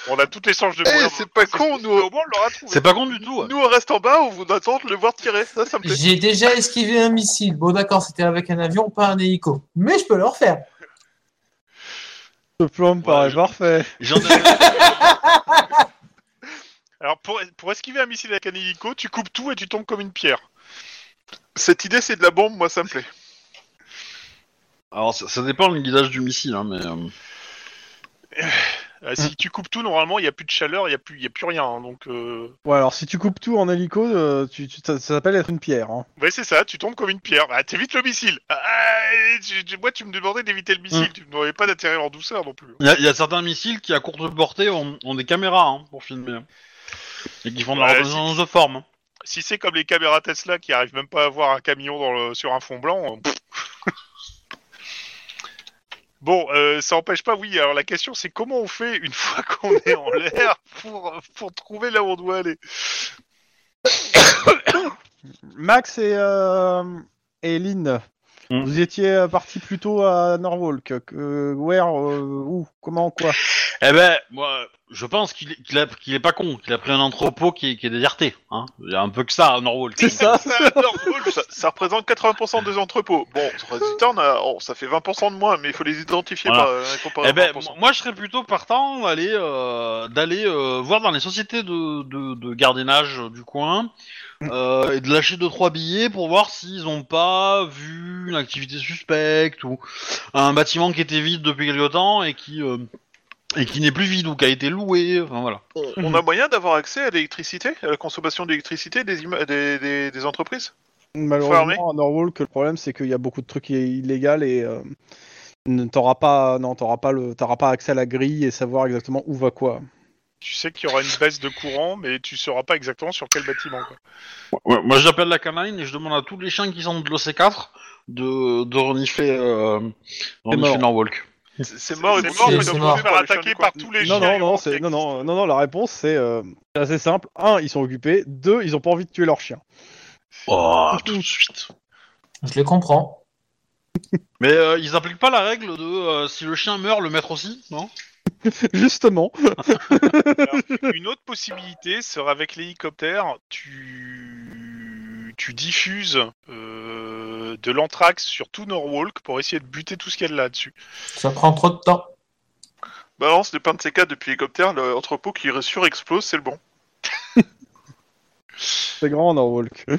[SPEAKER 4] on a toutes les chances de
[SPEAKER 5] Eh,
[SPEAKER 4] mourir
[SPEAKER 5] c'est pas con, nous.
[SPEAKER 4] au moins on l'aura trouvé
[SPEAKER 1] C'est pas con du tout. ouais.
[SPEAKER 5] nous on reste en bas, on vous attend de le voir tirer. Ça, ça me plaît.
[SPEAKER 3] J'ai déjà esquivé un missile. Bon, d'accord, c'était avec un avion, pas un hélico. Mais je peux le refaire.
[SPEAKER 2] Ce plan me paraît
[SPEAKER 1] je-
[SPEAKER 2] parfait.
[SPEAKER 1] J'en ai-
[SPEAKER 4] alors pour, pour esquiver un missile avec un hélico tu coupes tout et tu tombes comme une pierre
[SPEAKER 5] Cette idée, c'est de la bombe, moi ça me *laughs* plaît.
[SPEAKER 1] *laughs* Alors ça, ça dépend le guidage du missile, hein, mais. euh,
[SPEAKER 4] Euh, si tu coupes tout, normalement, il n'y a plus de chaleur, il n'y a, plus- il y a plus rien. hein, donc, euh...
[SPEAKER 2] Ouais, alors si tu coupes tout en hélico, euh, tu, tu- ça, ça s'appelle être une pierre. hein.
[SPEAKER 4] ouais, c'est ça, tu tombes comme une pierre. Ah, t'évites le missile. Ah, ah, et tu- tu- moi, tu me demandais d'éviter le missile.
[SPEAKER 1] Mm.
[SPEAKER 4] Tu me demandais pas d'atterrir en douceur non plus. hein.
[SPEAKER 1] Il y, a- il y a certains missiles qui, à courte portée, ont, ont des caméras hein, pour filmer. hein. Et qui font de la
[SPEAKER 4] Ouais,
[SPEAKER 1] reconnaissance de forme. hein.
[SPEAKER 4] Si c'est comme les caméras Tesla qui arrivent même pas à voir un camion dans le- sur un fond blanc. euh, pff. *laughs* Bon, euh, ça empêche pas, oui. Alors la question, c'est comment on fait une fois qu'on est en l'air pour, pour trouver là où on doit aller
[SPEAKER 2] Max et, euh, et Lynn,
[SPEAKER 1] Hmm.
[SPEAKER 2] vous étiez euh, partis plutôt à Norwalk. Que, where, euh, où, comment, quoi *laughs*
[SPEAKER 1] Eh ben, moi, je pense qu'il est- qu'il a- qu'il est pas con, qu'il a pris un entrepôt qui, est- qui est déserté. Hein. Il y a un peu que ça à Norwalk.
[SPEAKER 5] Ça, alors, drôle, ça- ça représente 80% des entrepôts. Bon, sur le résultat, on a- oh, ça fait 20% de moins, mais il faut les identifier
[SPEAKER 1] Voilà.
[SPEAKER 5] par euh, comparé
[SPEAKER 1] Eh
[SPEAKER 5] à
[SPEAKER 1] ben,
[SPEAKER 5] 20%.
[SPEAKER 1] m- moi, je serais plutôt partant d'aller euh, d'aller euh, voir dans les sociétés de, de, de gardiennage euh, du coin euh, et de lâcher deux trois billets pour voir s'ils ont pas vu une activité suspecte ou un bâtiment qui était vide depuis quelque temps et qui euh, et qui n'est plus vide ou qui a été loué. Enfin voilà.
[SPEAKER 5] On a moyen d'avoir accès à l'électricité, à la consommation d'électricité des, ima- des, des- des entreprises Faut
[SPEAKER 2] Malheureusement, à Norwalk, le problème, c'est qu'il y a beaucoup de trucs illégaux et euh, ne- t'auras pas, non, t'auras pas le, t'auras pas accès à la grille et savoir exactement où va quoi.
[SPEAKER 4] Tu sais qu'il y aura une baisse de courant, mais tu sauras pas exactement sur quel bâtiment. quoi.
[SPEAKER 1] Ouais, moi j'appelle la canine et je demande à tous les chiens qui sont de l'OC4 de, de renifler, euh, de renifler
[SPEAKER 2] mort.
[SPEAKER 1] Norwalk.
[SPEAKER 5] C'est c'est mort,
[SPEAKER 4] c'est
[SPEAKER 5] ils vont
[SPEAKER 4] mort,
[SPEAKER 5] se
[SPEAKER 4] mais
[SPEAKER 5] faire
[SPEAKER 4] ils vont se
[SPEAKER 5] attaquer
[SPEAKER 4] faire attaquer par tous les
[SPEAKER 2] Non,
[SPEAKER 4] chiens.
[SPEAKER 2] non,
[SPEAKER 4] et on
[SPEAKER 2] non,
[SPEAKER 4] va
[SPEAKER 2] c'est,
[SPEAKER 4] faire
[SPEAKER 2] non, non, non, non, la réponse, c'est euh, c'est assez simple. Un, ils sont occupés. Deux, ils ont pas envie de tuer leur chien. *laughs*
[SPEAKER 1] Oh, tout de suite.
[SPEAKER 3] Je les comprends.
[SPEAKER 1] Mais euh, ils appliquent pas la règle de euh, si le chien meurt, le maître aussi, non
[SPEAKER 2] Justement.
[SPEAKER 4] Une autre possibilité serait avec l'hélicoptère, tu, tu diffuses euh, de l'anthrax sur tout Norwalk pour essayer de buter tout ce qu'il y a de là-dessus.
[SPEAKER 3] Ça prend trop de temps.
[SPEAKER 5] Balance des pains de ces cas depuis hélicoptère, l'entrepôt qui surexplose, c'est le bon.
[SPEAKER 2] C'est grand, Norwalk.
[SPEAKER 5] Euh,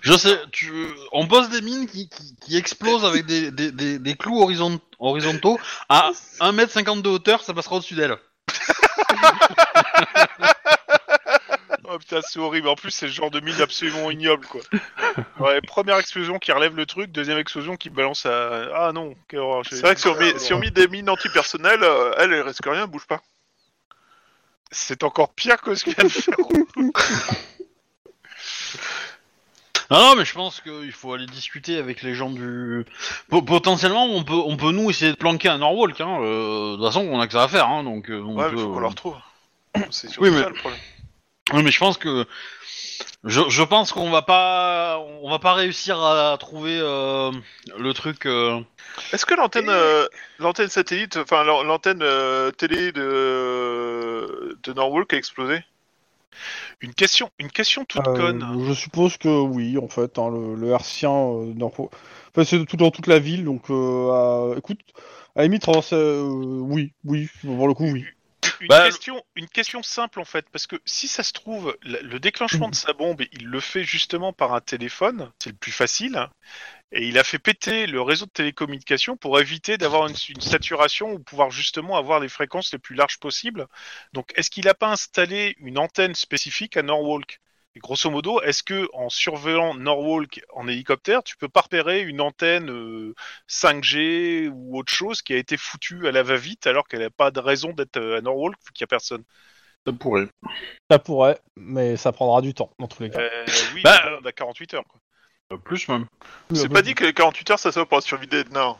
[SPEAKER 1] Je sais, tu, on pose des mines qui, qui, qui explosent avec des, des, des, des clous horizon- horizontaux à 1m50 de hauteur, ça passera au-dessus d'elle.
[SPEAKER 4] Oh putain, c'est horrible. En plus, c'est le genre de mine absolument ignoble,
[SPEAKER 5] *laughs*
[SPEAKER 4] quoi. Ouais, première explosion qui relève le truc, deuxième explosion qui balance à. Ah non, quelle horreur. j'ai-
[SPEAKER 5] C'est vrai que si on met, si on met des mines antipersonnelles, euh, elle, elle risque rien, elle bouge pas.
[SPEAKER 4] C'est encore pire que ce
[SPEAKER 1] *laughs*
[SPEAKER 4] qu'il y a de faire.
[SPEAKER 1] Non, non, mais je pense qu'il faut aller discuter avec les gens du. Po- potentiellement, on peut, on peut nous essayer de planquer à Norwalk. Hein. euh, de toute façon, on a que ça à faire. Hein, donc, euh, on
[SPEAKER 5] Ouais,
[SPEAKER 1] peut-
[SPEAKER 5] mais faut qu'on la retrouve. C'est surtout
[SPEAKER 1] Oui, mais-
[SPEAKER 5] ça le problème.
[SPEAKER 1] Oui, mais je pense que. Je, je pense qu'on va pas, on va pas réussir à trouver euh, le truc. euh,
[SPEAKER 5] Est-ce que l'antenne euh, l'antenne satellite, enfin l'an- l'antenne euh, télé de, de Norwalk a explosé
[SPEAKER 4] Une question, une question toute
[SPEAKER 2] Euh,
[SPEAKER 4] conne.
[SPEAKER 2] Je suppose que oui, en fait, hein, le, le hercien euh, Nord- enfin, c'est tout dans toute la ville, donc euh, à- écoute, à la limite, on s'en- euh, oui, oui, pour le coup, oui.
[SPEAKER 4] Une,
[SPEAKER 1] Bah,
[SPEAKER 4] question, une question simple en fait, parce que si ça se trouve, la- le déclenchement de sa bombe, il le fait justement par un téléphone, c'est le plus facile, hein, et il a fait péter le réseau de télécommunications pour éviter d'avoir une, une saturation ou pouvoir justement avoir les fréquences les plus larges possibles. Donc est-ce qu'il n'a pas installé une antenne spécifique à Norwalk et grosso modo, est-ce que en surveillant Norwalk en hélicoptère, tu peux pas repérer une antenne euh, 5G ou autre chose qui a été foutue à la va-vite alors qu'elle n'a pas de raison d'être euh, à Norwalk vu qu'il n'y a personne.
[SPEAKER 2] Ça pourrait, mais ça prendra du temps, dans tous les cas.
[SPEAKER 4] Euh, oui,
[SPEAKER 1] Bah,
[SPEAKER 4] mais bon, on a 48 heures. Quoi.
[SPEAKER 1] Euh, plus même.
[SPEAKER 5] C'est pas dit que les 48 heures, ça soit pour la survie des nains.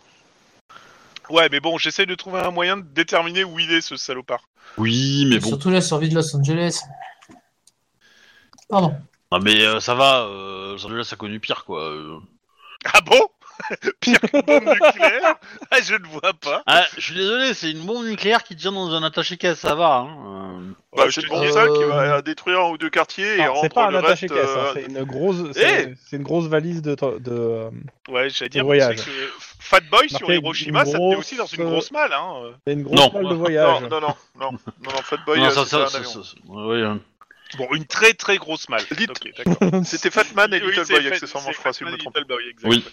[SPEAKER 4] Ouais, mais bon, j'essaie de trouver un moyen de déterminer où il est ce salopard.
[SPEAKER 1] Oui, mais bon.
[SPEAKER 3] Surtout la survie de Los Angeles. Pardon.
[SPEAKER 1] Ah, mais euh, ça va. Euh, ça déjà, ça a connu pire quoi. euh.
[SPEAKER 4] Ah bon *laughs* Pire qu'une bombe nucléaire ah, Je ne vois pas.
[SPEAKER 1] Ah, je suis désolé, c'est une bombe nucléaire qui tient dans un attaché caisse, ça va. Hein. euh.
[SPEAKER 5] Bah,
[SPEAKER 4] Ouais,
[SPEAKER 5] c'est
[SPEAKER 4] je
[SPEAKER 5] pour
[SPEAKER 4] te dis-
[SPEAKER 5] ça
[SPEAKER 3] euh,
[SPEAKER 5] qui va détruire un ou deux quartiers et
[SPEAKER 2] Ah,
[SPEAKER 5] rendre
[SPEAKER 2] c'est pas un
[SPEAKER 5] le
[SPEAKER 2] attaché
[SPEAKER 5] reste.
[SPEAKER 2] caisse, hein,
[SPEAKER 5] euh,
[SPEAKER 2] c'est une grosse, c'est c'est une grosse valise de, to- de euh,
[SPEAKER 4] Ouais, j'allais dire,
[SPEAKER 2] Voyage.
[SPEAKER 4] parce que euh, Fat Boy sur
[SPEAKER 2] Marqué
[SPEAKER 4] Hiroshima,
[SPEAKER 2] une
[SPEAKER 4] ça te met aussi dans
[SPEAKER 2] grosse-
[SPEAKER 4] une grosse malle. Hein.
[SPEAKER 2] c'est une grosse
[SPEAKER 1] Non.
[SPEAKER 2] malle de
[SPEAKER 5] Non,
[SPEAKER 2] voyage.
[SPEAKER 5] non, non, non, non, non, Fatboy,
[SPEAKER 1] Non,
[SPEAKER 5] euh,
[SPEAKER 1] ça,
[SPEAKER 5] c'était
[SPEAKER 1] ça,
[SPEAKER 5] un
[SPEAKER 1] ça,
[SPEAKER 5] avion.
[SPEAKER 1] ça- oui, hein.
[SPEAKER 4] Bon, une très très grosse malle.
[SPEAKER 5] Lit-
[SPEAKER 4] Ok, d'accord.
[SPEAKER 5] C'était Fatman et
[SPEAKER 4] Oui,
[SPEAKER 5] Little
[SPEAKER 4] c'est
[SPEAKER 5] Boy,
[SPEAKER 4] Fat-
[SPEAKER 5] accessoirement,
[SPEAKER 4] c'est
[SPEAKER 5] je crois, si je me
[SPEAKER 4] Fatman et
[SPEAKER 5] trompe.
[SPEAKER 4] Little Boy, exact.
[SPEAKER 1] Oui.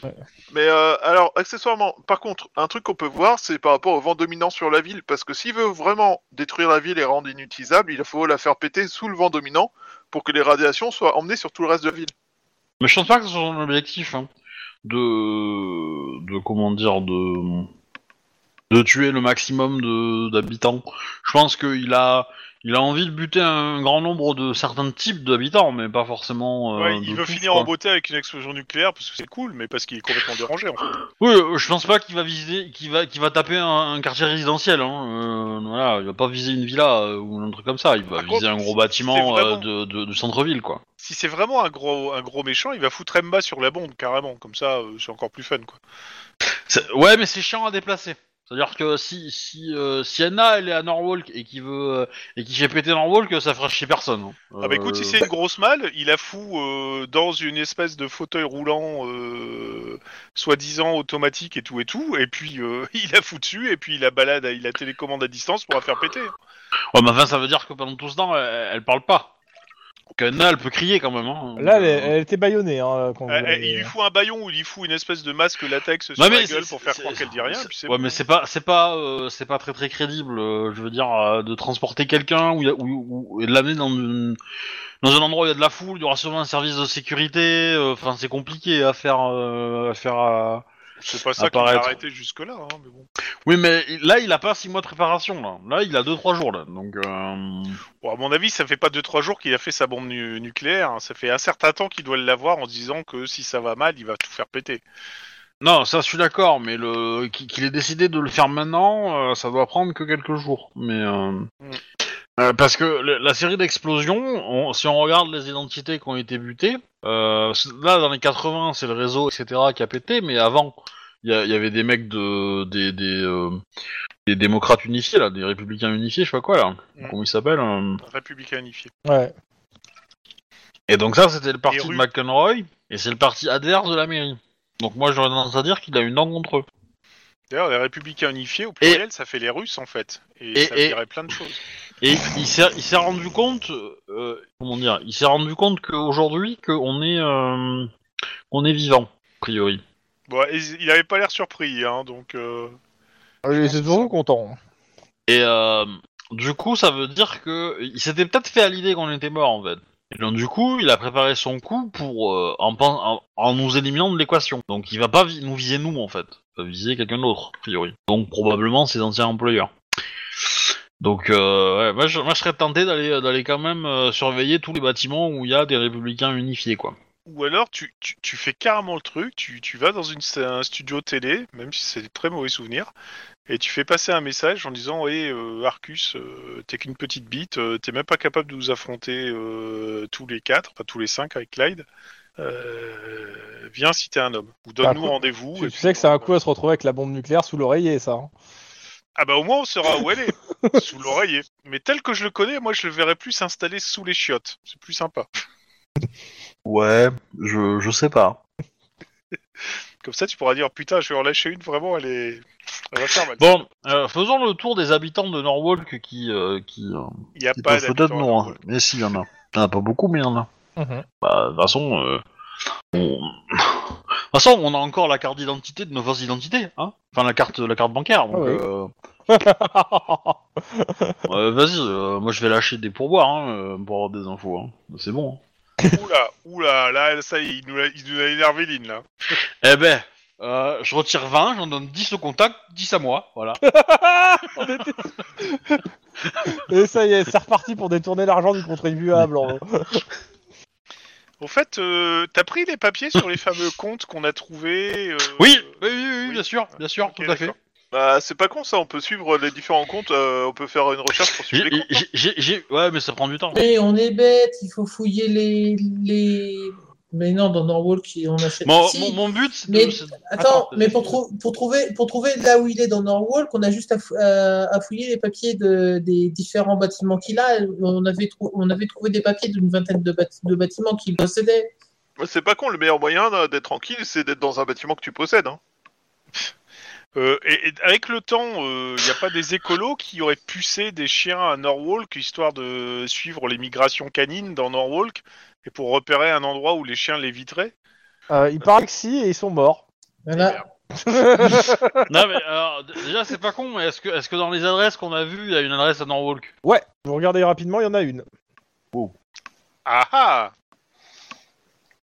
[SPEAKER 5] Mais euh, alors, accessoirement, par contre, un truc qu'on peut voir, c'est par rapport au vent dominant sur la ville, parce que s'il veut vraiment détruire la ville et rendre inutilisable, il faut la faire péter sous le vent dominant pour que les radiations soient emmenées sur tout le reste de la ville.
[SPEAKER 1] Mais je pense pas que ce soit son objectif. Hein. de, de comment dire, de, de tuer le maximum de- d'habitants. Je pense qu'il a, il a envie de buter un grand nombre de certains types d'habitants, mais pas forcément. euh,
[SPEAKER 4] Ouais,
[SPEAKER 1] de
[SPEAKER 4] il veut
[SPEAKER 1] tous,
[SPEAKER 4] finir
[SPEAKER 1] quoi.
[SPEAKER 4] en beauté avec une explosion nucléaire parce que c'est cool, mais parce qu'il est complètement dérangé en fait.
[SPEAKER 1] Oui, euh, je pense pas qu'il va viser, qu'il va, qu'il va taper un, un quartier résidentiel. Hein. euh, voilà, il va pas viser une villa euh, ou un truc comme ça. Il va
[SPEAKER 4] Par
[SPEAKER 1] viser
[SPEAKER 4] contre,
[SPEAKER 1] un gros
[SPEAKER 4] si
[SPEAKER 1] bâtiment
[SPEAKER 4] c'est vraiment-
[SPEAKER 1] euh, de, de- de centre-ville, quoi.
[SPEAKER 4] Si c'est vraiment un gros, un gros méchant, il va foutre Emba sur la bombe carrément, comme ça euh, c'est encore plus fun quoi.
[SPEAKER 1] C'est- Ouais, mais c'est chiant à déplacer. C'est-à-dire que si si euh, si Anna elle est à Norwalk et qui veut euh, et qui fait péter Norwalk, ça fera chier personne. hein.
[SPEAKER 4] Ah bah écoute,
[SPEAKER 1] Euh,
[SPEAKER 4] si c'est une grosse malle, il la fout euh, dans une espèce de fauteuil roulant, euh, soi-disant automatique et tout et tout, et puis euh, *laughs* il la fout dessus, et puis il la balade, à- il la télécommande à distance pour la faire péter.
[SPEAKER 1] Ouais, mais enfin, ça veut dire que pendant tout ce temps, elle, elle parle pas. Donc Anna, elle peut crier quand même. Hein.
[SPEAKER 2] Là, elle,
[SPEAKER 1] Euh,
[SPEAKER 2] elle était baillonnée. Hein, quand vous
[SPEAKER 4] Euh, euh,
[SPEAKER 2] l'avez-
[SPEAKER 4] il lui fout un baillon ou il lui fout une espèce de masque latex sur
[SPEAKER 1] Non,
[SPEAKER 4] la
[SPEAKER 1] mais
[SPEAKER 4] gueule
[SPEAKER 1] c'est-
[SPEAKER 4] pour faire
[SPEAKER 1] c'est-
[SPEAKER 4] croire qu'elle dit rien. et puis c'est
[SPEAKER 1] Ouais,
[SPEAKER 4] bon.
[SPEAKER 1] mais c'est pas, c'est pas, euh, c'est pas très très crédible. euh, je veux dire, euh, de transporter quelqu'un ou, y a- ou, ou- et de l'amener dans une- dans un endroit où il y a de la foule, il y aura sûrement un service de sécurité. euh, Enfin, c'est compliqué à faire, euh, à faire. à-
[SPEAKER 4] C'est pas ça qui
[SPEAKER 1] apparaître.
[SPEAKER 4] l'a arrêté jusque-là. hein, mais bon.
[SPEAKER 1] Oui, mais là, il a pas six mois de préparation là. Là, il a deux trois jours là. Donc, euh,
[SPEAKER 4] Bon, à mon avis, ça fait pas 2-3 jours qu'il a fait sa bombe nu- nucléaire. hein. Ça fait un certain temps qu'il doit l'avoir en se disant que si ça va mal, il va tout faire péter.
[SPEAKER 1] non, ça, je suis d'accord. Mais le qu'il qu'il ait décidé de le faire maintenant, euh, ça doit prendre que quelques jours. Mais euh, Euh, parce que le- la série d'explosions, on- si on regarde les identités qui ont été butées, euh, c- là dans les 80 c'est le réseau etc qui a pété, mais avant il y, a- il y avait des mecs de des des, euh, des démocrates unifiés là, des républicains unifiés, je sais pas quoi là,
[SPEAKER 4] Mm.
[SPEAKER 1] comment ils s'appellent. euh.
[SPEAKER 4] Républicain unifié.
[SPEAKER 2] euh, Ouais.
[SPEAKER 1] Et donc ça c'était le parti de
[SPEAKER 4] rues.
[SPEAKER 1] McEnroy et c'est le parti adverse de la mairie. Donc moi j'aurais tendance à dire qu'il a une dent contre eux.
[SPEAKER 4] D'ailleurs, les républicains unifiés, au pluriel, ça fait les Russes en fait. Et,
[SPEAKER 1] Et-
[SPEAKER 4] ça
[SPEAKER 1] et-
[SPEAKER 4] dirait plein de choses.
[SPEAKER 1] Et il s'est il s'est rendu compte, euh, comment dire, il s'est rendu compte qu'aujourd'hui qu'on est euh, on est vivant a priori.
[SPEAKER 4] Bon, et il avait pas l'air surpris, hein, donc. euh,
[SPEAKER 2] Ils étaient toujours contents.
[SPEAKER 1] Et euh, du coup, ça veut dire que il s'était peut-être fait à l'idée qu'on était mort en fait. Et donc du coup, il a préparé son coup pour euh, en, pen- en, en nous éliminant de l'équation. Donc il va pas vi- nous viser nous en fait, il va viser quelqu'un d'autre a priori. Donc probablement ses anciens employeurs. Donc euh, ouais, moi, je, moi, je serais tenté d'aller d'aller quand même euh, surveiller tous les bâtiments où il y a des républicains unifiés quoi.
[SPEAKER 4] Ou alors, tu, tu, tu fais carrément le truc, tu, tu vas dans une, un studio télé, même si c'est des très mauvais souvenirs, et tu fais passer un message en disant Hé, Arcus, euh, t'es qu'une petite bite, euh, t'es même pas capable de nous affronter euh, tous les quatre, enfin tous les cinq avec Clyde. Euh, viens si t'es un homme. Ou donne-nous
[SPEAKER 2] Bah,
[SPEAKER 4] rendez-vous.
[SPEAKER 2] Tu,
[SPEAKER 4] et
[SPEAKER 2] tu
[SPEAKER 4] puis-
[SPEAKER 2] sais que c'est un coup à se retrouver avec la bombe nucléaire sous l'oreiller, ça. hein.
[SPEAKER 4] Ah bah au moins on saura où elle
[SPEAKER 2] *laughs*
[SPEAKER 4] est, sous l'oreiller. Mais tel que je le connais, moi je le verrais plus s'installer sous les chiottes. C'est plus sympa.
[SPEAKER 1] Ouais, je je sais pas.
[SPEAKER 4] Comme ça tu pourras dire putain je vais en lâcher une vraiment elle est... Elle va faire mal.
[SPEAKER 1] Bon, euh, faisons le tour des habitants de Norwalk qui euh, qui euh,
[SPEAKER 4] Il n'y a
[SPEAKER 1] Ils
[SPEAKER 4] pas
[SPEAKER 1] peuvent peut-être
[SPEAKER 4] d'habitants à
[SPEAKER 1] non, hein.
[SPEAKER 4] Norwalk.
[SPEAKER 1] mais si, il y en a. Il y en a pas beaucoup, mais il y en a. Bah, de toute façon, euh, on... *laughs* de toute façon, on a encore la carte d'identité de nos fausses identités, hein Enfin, la carte, la carte bancaire. Donc,
[SPEAKER 2] Ah oui.
[SPEAKER 1] euh, euh, vas-y, euh, moi je vais lâcher des pourboires hein, euh, pour avoir des infos. hein. C'est bon.
[SPEAKER 4] Oula, oula, là ça y est, il nous a, il nous a énervé Lynn là.
[SPEAKER 1] Eh ben, euh, je retire 20, j'en donne 10 au contact, 10 à moi, voilà.
[SPEAKER 2] On était- *laughs* Et ça y est, c'est reparti pour détourner l'argent du contribuable. hein. en-
[SPEAKER 4] Au fait, euh, t'as pris les papiers sur les fameux comptes qu'on a trouvés euh,
[SPEAKER 1] Oui, oui, oui, oui,
[SPEAKER 4] oui.
[SPEAKER 1] bien sûr, bien sûr,
[SPEAKER 4] Ok,
[SPEAKER 1] tout à fait.
[SPEAKER 4] d'accord.
[SPEAKER 5] Bah, c'est pas con ça, on peut suivre les différents comptes, euh, on peut faire une recherche pour suivre
[SPEAKER 1] J'ai-
[SPEAKER 5] les comptes.
[SPEAKER 1] j'ai- j'ai- j'ai- Ouais, mais ça prend du temps.
[SPEAKER 3] Mais Eh, on est bête, il faut fouiller les. les... Mais non, dans Norwalk, on achète.
[SPEAKER 1] Mon,
[SPEAKER 3] Si,
[SPEAKER 1] mon, mon but, c'est
[SPEAKER 3] Mais-
[SPEAKER 1] de... c'est-
[SPEAKER 3] Attends,
[SPEAKER 1] attends,
[SPEAKER 3] mais pour, trou- pour, trouver, pour trouver là où il est dans Norwalk, on a juste à, fou- euh, à- à fouiller les papiers de, des différents bâtiments qu'il a. On avait, trou- on avait trouvé des papiers d'une vingtaine de, bâti- de bâtiments qu'il possédait.
[SPEAKER 5] C'est pas con, le meilleur moyen euh, d'être tranquille, c'est d'être dans un bâtiment que tu possèdes. Hein.
[SPEAKER 4] Euh, et, et avec le temps, il n'y a pas des écolos qui auraient pucé des chiens à Norwalk histoire de suivre les migrations canines dans Norwalk et pour repérer un endroit où les chiens l'éviteraient
[SPEAKER 2] Euh, il paraît que si, et ils sont morts.
[SPEAKER 3] Voilà.
[SPEAKER 1] Non mais alors, d- déjà c'est pas con, mais est-ce que, est-ce que dans les adresses qu'on a vues, il y a une adresse à Norwalk
[SPEAKER 2] Ouais, vous regardez rapidement, il y en a une.
[SPEAKER 4] Ah ah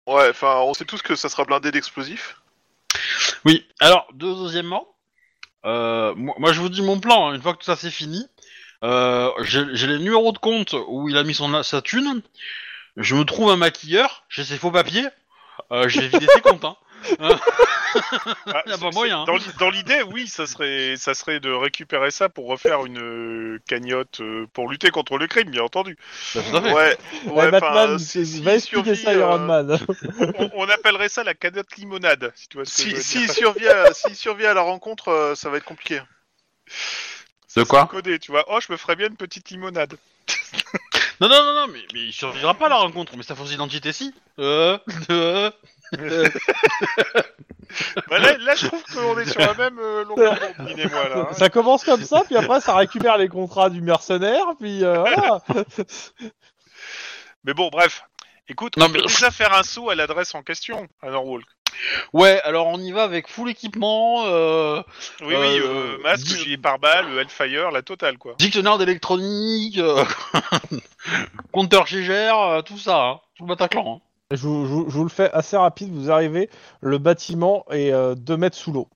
[SPEAKER 5] Ouais, enfin, on sait tous que ça sera blindé d'explosifs.
[SPEAKER 1] Oui, alors, deux, deuxièmement, euh, moi, moi, je vous dis mon plan, hein. une fois que tout ça c'est fini, euh, j'ai j'ai les numéros de compte où il a mis son, sa thune, je me trouve un maquilleur, j'ai ses faux papiers, euh, je vais vider ses comptes. *laughs* Hein.
[SPEAKER 4] Ah,
[SPEAKER 1] Y a pas
[SPEAKER 4] c'est-
[SPEAKER 1] moyen, hein.
[SPEAKER 4] Dans l'i- dans l'idée, oui, ça serait, ça serait de récupérer ça pour refaire une euh, cagnotte euh, pour lutter contre le crime, bien entendu.
[SPEAKER 1] Bah, tout à fait.
[SPEAKER 5] Ouais,
[SPEAKER 4] Ouais,
[SPEAKER 5] ouais,
[SPEAKER 4] enfin,
[SPEAKER 5] euh,
[SPEAKER 2] Eh, Batman,
[SPEAKER 4] si-
[SPEAKER 2] va
[SPEAKER 4] s'il
[SPEAKER 2] expliquer ça à
[SPEAKER 4] survit,
[SPEAKER 2] Iron
[SPEAKER 4] euh,
[SPEAKER 2] Man.
[SPEAKER 4] On, on appellerait ça la cagnotte limonade, si tu vois ce que je
[SPEAKER 5] si,
[SPEAKER 4] veux
[SPEAKER 5] si
[SPEAKER 4] dire.
[SPEAKER 5] il survit à, s'il survit à la rencontre, euh, ça va être compliqué.
[SPEAKER 1] De quoi
[SPEAKER 4] Codé, tu vois. Oh, je me ferais bien une petite limonade.
[SPEAKER 1] Non, non, non, non, mais, mais il survivra pas à la rencontre, mais sa fausse identité si. Euh, *laughs* euh,
[SPEAKER 4] Bah, là, là, je trouve qu'on est sur la même euh, longueur
[SPEAKER 5] *laughs*
[SPEAKER 4] d'onde, Lynn et
[SPEAKER 2] *laughs*
[SPEAKER 4] moi, là. hein.
[SPEAKER 2] Ça commence comme ça, puis après ça récupère les contrats du mercenaire, puis euh, voilà.
[SPEAKER 4] Mais bon, bref. Écoute,
[SPEAKER 1] Non,
[SPEAKER 4] on peut
[SPEAKER 1] mais-
[SPEAKER 4] déjà faire un saut à l'adresse en question, à Norwalk.
[SPEAKER 1] Ouais, alors on y va avec full équipement, euh,
[SPEAKER 4] Oui,
[SPEAKER 1] Euh,
[SPEAKER 4] oui, euh, masque,
[SPEAKER 1] dis-
[SPEAKER 4] gilet pare-balles, euh, Hellfire, la totale, quoi.
[SPEAKER 1] dictionnaire d'électronique, euh, *laughs* compteur Gégère, euh, tout ça, hein, tout le Bataclan. hein.
[SPEAKER 2] Je, vous- je vous- je vous le fais assez rapide, vous arrivez, le bâtiment est 2 mètres sous l'eau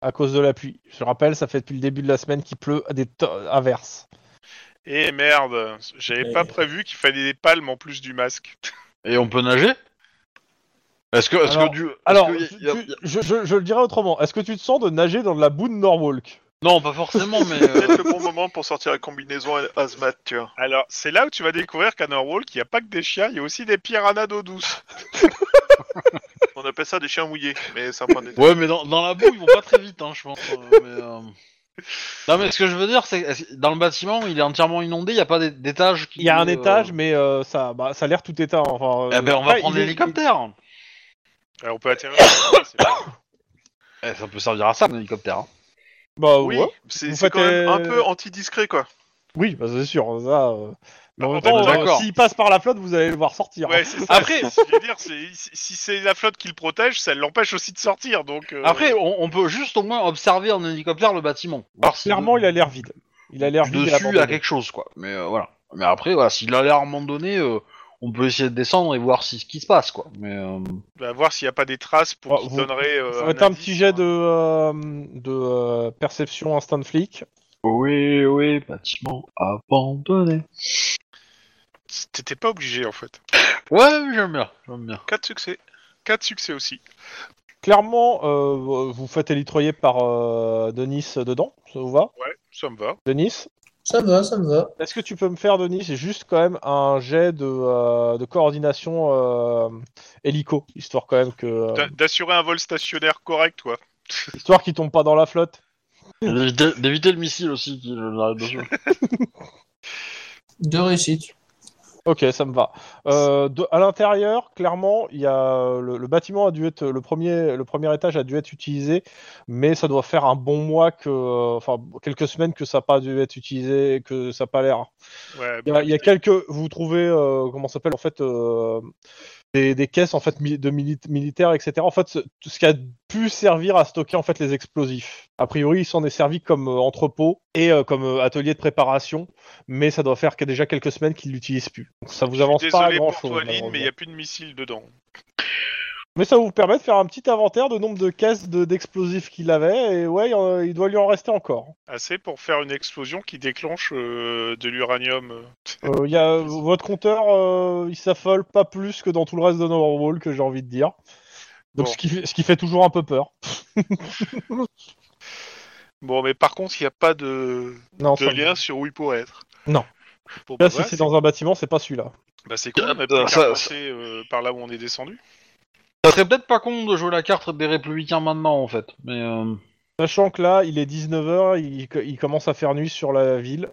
[SPEAKER 2] à cause de la pluie. Je rappelle, ça fait depuis le début de la semaine qu'il pleut à des to- averses.
[SPEAKER 4] Eh merde, j'avais
[SPEAKER 2] Mais-
[SPEAKER 4] pas prévu qu'il fallait des palmes en plus du masque.
[SPEAKER 1] Et on peut nager Est-ce que, est-ce
[SPEAKER 2] Alors-
[SPEAKER 1] que du, est-ce
[SPEAKER 2] Alors,
[SPEAKER 1] que y a-
[SPEAKER 2] tu-
[SPEAKER 1] y a-
[SPEAKER 2] tu-
[SPEAKER 1] y a-
[SPEAKER 2] je, je- je le dirais autrement, est-ce que tu te sens de nager dans de la boue de Norwalk
[SPEAKER 1] non, pas forcément, mais
[SPEAKER 2] *laughs*
[SPEAKER 5] C'est
[SPEAKER 1] euh,
[SPEAKER 5] peut-être le bon moment pour sortir la combinaison hazmat, tu vois.
[SPEAKER 4] Alors, c'est là où tu vas découvrir qu'à Norwalk, il n'y a pas que des chiens, il y a aussi des piranhas d'eau douce.
[SPEAKER 5] *laughs* On appelle ça des chiens mouillés, mais c'est un point de
[SPEAKER 1] ouais, mais dans, dans la boue ils vont pas très vite, hein, je pense. euh, mais, euh, Non, mais ce que je veux dire, c'est est-ce que dans le bâtiment, il est entièrement inondé, il y a pas d'é- d'étage. qui-
[SPEAKER 2] Il y a un
[SPEAKER 1] euh,
[SPEAKER 2] étage, mais euh, ça, bah, ça a l'air tout éteint. Enfin, euh,
[SPEAKER 1] Eh ben, on va
[SPEAKER 2] après,
[SPEAKER 1] prendre
[SPEAKER 2] il est-
[SPEAKER 1] l'hélicoptère.
[SPEAKER 4] Alors, on peut atterrir. sur le sol, c'est pas-
[SPEAKER 1] Eh, ça peut servir à ça, un hélicoptère. hein.
[SPEAKER 2] Bah,
[SPEAKER 5] Ah Oui,
[SPEAKER 2] ouais.
[SPEAKER 5] c'est
[SPEAKER 2] Vous
[SPEAKER 5] c'est quand
[SPEAKER 2] faites,
[SPEAKER 5] même un
[SPEAKER 2] euh,
[SPEAKER 5] peu anti-discret, quoi.
[SPEAKER 2] oui, bah, c'est sûr. Ça, euh, mais en
[SPEAKER 4] Ah,
[SPEAKER 2] même
[SPEAKER 4] bah,
[SPEAKER 2] temps,
[SPEAKER 1] bah,
[SPEAKER 2] euh,
[SPEAKER 1] d'accord.
[SPEAKER 2] s'il passe par la flotte, vous allez le voir sortir. hein.
[SPEAKER 4] Ouais, c'est ça.
[SPEAKER 1] Après-
[SPEAKER 4] Après, Eh, je veux dire, c'est- si si c'est la flotte qui le protège, ça l'empêche aussi de sortir, donc... euh,
[SPEAKER 1] Après, on, on peut juste au moins observer en hélicoptère le bâtiment. Alors,
[SPEAKER 2] Clairement, il a l'air vide. Il a l'air vide. et
[SPEAKER 1] dessus à
[SPEAKER 2] abandonné.
[SPEAKER 1] quelque chose, quoi. Mais euh, voilà. Mais après, voilà, s'il a l'air abandonné, euh, on peut essayer de descendre et voir si, ce qui se passe, quoi. Mais euh,
[SPEAKER 4] bah, voir s'il n'y a pas des traces pour
[SPEAKER 2] Ouais,
[SPEAKER 4] qui
[SPEAKER 2] Bah, vous-
[SPEAKER 4] donneraient... euh,
[SPEAKER 2] Ça va être un
[SPEAKER 4] indice,
[SPEAKER 2] petit jet
[SPEAKER 4] hein.
[SPEAKER 2] de, euh, de euh, perception instant de flic.
[SPEAKER 1] oui, oui, bâtiment abandonné.
[SPEAKER 4] T'étais pas obligé, en fait.
[SPEAKER 1] Ouais, oui, j'aime bien, j'aime bien.
[SPEAKER 4] 4 succès. 4 succès aussi.
[SPEAKER 2] Clairement, euh, vous faites élitroyer par euh, Denis dedans, ça vous va
[SPEAKER 4] Ouais, ça me va.
[SPEAKER 2] Denis
[SPEAKER 3] Ça va, ça me va.
[SPEAKER 2] Est-ce que tu peux me faire, Denis, c'est juste quand même un jet de, euh, de coordination euh, hélico, histoire quand même que... euh,
[SPEAKER 4] D'a- D'assurer un vol stationnaire correct, quoi.
[SPEAKER 2] histoire qu'il tombe pas dans la flotte.
[SPEAKER 1] D'éviter d'éviter le missile aussi qui euh, l'arrête dessus.
[SPEAKER 3] Deux réussites.
[SPEAKER 2] Ok, ça me va. Euh, de- à l'intérieur, clairement, il y a le, le bâtiment a dû être le premier, le premier étage a dû être utilisé, mais ça doit faire un bon mois que, euh, enfin quelques semaines que ça n'a pas dû être utilisé, et que ça n'a pas l'air.
[SPEAKER 4] Ouais,
[SPEAKER 2] Il y, a- il y a quelques, vous trouvez euh, comment ça s'appelle en fait euh, des, des caisses en fait mi- de mili- militaires, etc. En fait, ce, tout ce qui a pu servir à stocker en fait les explosifs. A priori, il s'en est servi comme euh, entrepôt et euh, comme euh, atelier de préparation, mais ça doit faire que déjà quelques semaines qu'il l'utilise plus. Donc, ça vous avance pas à
[SPEAKER 4] Désolé
[SPEAKER 2] grand
[SPEAKER 4] pour
[SPEAKER 2] chose.
[SPEAKER 4] toi, Lynn, mais il n'y a plus de missiles dedans.
[SPEAKER 2] Mais ça vous permet de faire un petit inventaire de nombre de caisses de- d'explosifs qu'il avait et ouais, il y en- il doit lui en rester encore.
[SPEAKER 4] Assez pour faire une explosion qui déclenche euh, de l'uranium.
[SPEAKER 2] Euh, il y a, votre compteur, euh, il s'affole pas plus que dans tout le reste de Norwalk, que j'ai envie de dire. Donc
[SPEAKER 4] Bon.
[SPEAKER 2] ce, qui, fait- ce qui fait toujours un peu peur.
[SPEAKER 4] Bon, mais par contre, il n'y a pas de,
[SPEAKER 2] Non,
[SPEAKER 4] de
[SPEAKER 2] ça-
[SPEAKER 4] lien sur où il pourrait être.
[SPEAKER 2] Non.
[SPEAKER 4] Bon, bah,
[SPEAKER 2] Là,
[SPEAKER 4] voilà,
[SPEAKER 2] si c'est
[SPEAKER 4] c'est
[SPEAKER 2] dans un bâtiment, c'est pas celui-là.
[SPEAKER 4] bah, c'est cool, on a
[SPEAKER 1] Euh,
[SPEAKER 4] pu
[SPEAKER 1] ça- ça-
[SPEAKER 4] passer euh, par là où on est descendu.
[SPEAKER 1] Ça serait peut-être pas con de jouer la carte des républicains maintenant, en fait. Mais euh,
[SPEAKER 2] Sachant que là, il est 19h, il, il commence à faire nuit sur la ville.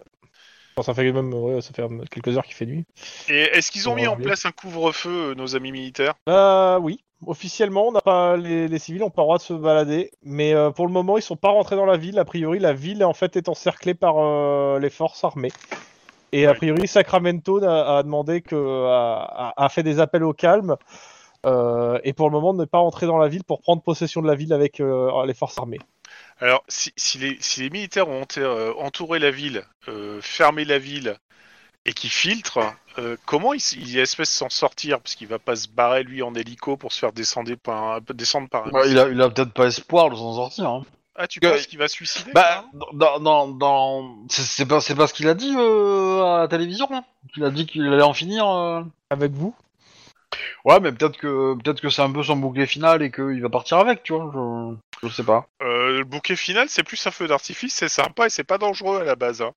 [SPEAKER 2] Enfin, ça fait même ouais, ça fait quelques heures qu'il fait nuit.
[SPEAKER 4] Et est-ce qu'ils ont
[SPEAKER 2] On
[SPEAKER 4] mis
[SPEAKER 2] va
[SPEAKER 4] en
[SPEAKER 2] aller.
[SPEAKER 4] place un couvre-feu, euh, nos amis militaires
[SPEAKER 2] Bah oui, officiellement, on n'a pas les, les civils n'ont pas le droit de se balader, mais euh, pour le moment, ils sont pas rentrés dans la ville. A priori, la ville en fait est encerclée par euh, les forces armées. Et a
[SPEAKER 4] Ouais.
[SPEAKER 2] priori, Sacramento a, a demandé que a, a- a fait des appels au calme. euh, et pour le moment, n'est pas rentré dans la ville pour prendre possession de la ville avec euh, les forces armées.
[SPEAKER 4] Alors, si, si les, si les militaires ont enté- euh, entouré la ville, euh, fermé la ville, et qui filtre, euh, comment il, s- il espèce s'en sortir Parce qu'il va pas se barrer lui en hélico pour se faire descendre par un. Descendre par un...
[SPEAKER 1] Bah, il a, il a peut-être pas espoir de s'en sortir. hein.
[SPEAKER 4] Ah, tu
[SPEAKER 1] Euh,
[SPEAKER 4] penses qu'il va se suicider
[SPEAKER 1] Bah, dans, dans, dans... c'est- c'est pas, c'est pas ce qu'il a dit euh, à la télévision. Hein. Il a dit qu'il allait en finir. euh.
[SPEAKER 7] Avec vous
[SPEAKER 1] Ouais, mais peut-être que, peut-être que c'est un peu son bouclier final et qu'il va partir avec, tu vois. Je, je sais pas.
[SPEAKER 4] Euh, le bouquet final, c'est plus un feu d'artifice, c'est sympa et c'est pas dangereux à la base. hein.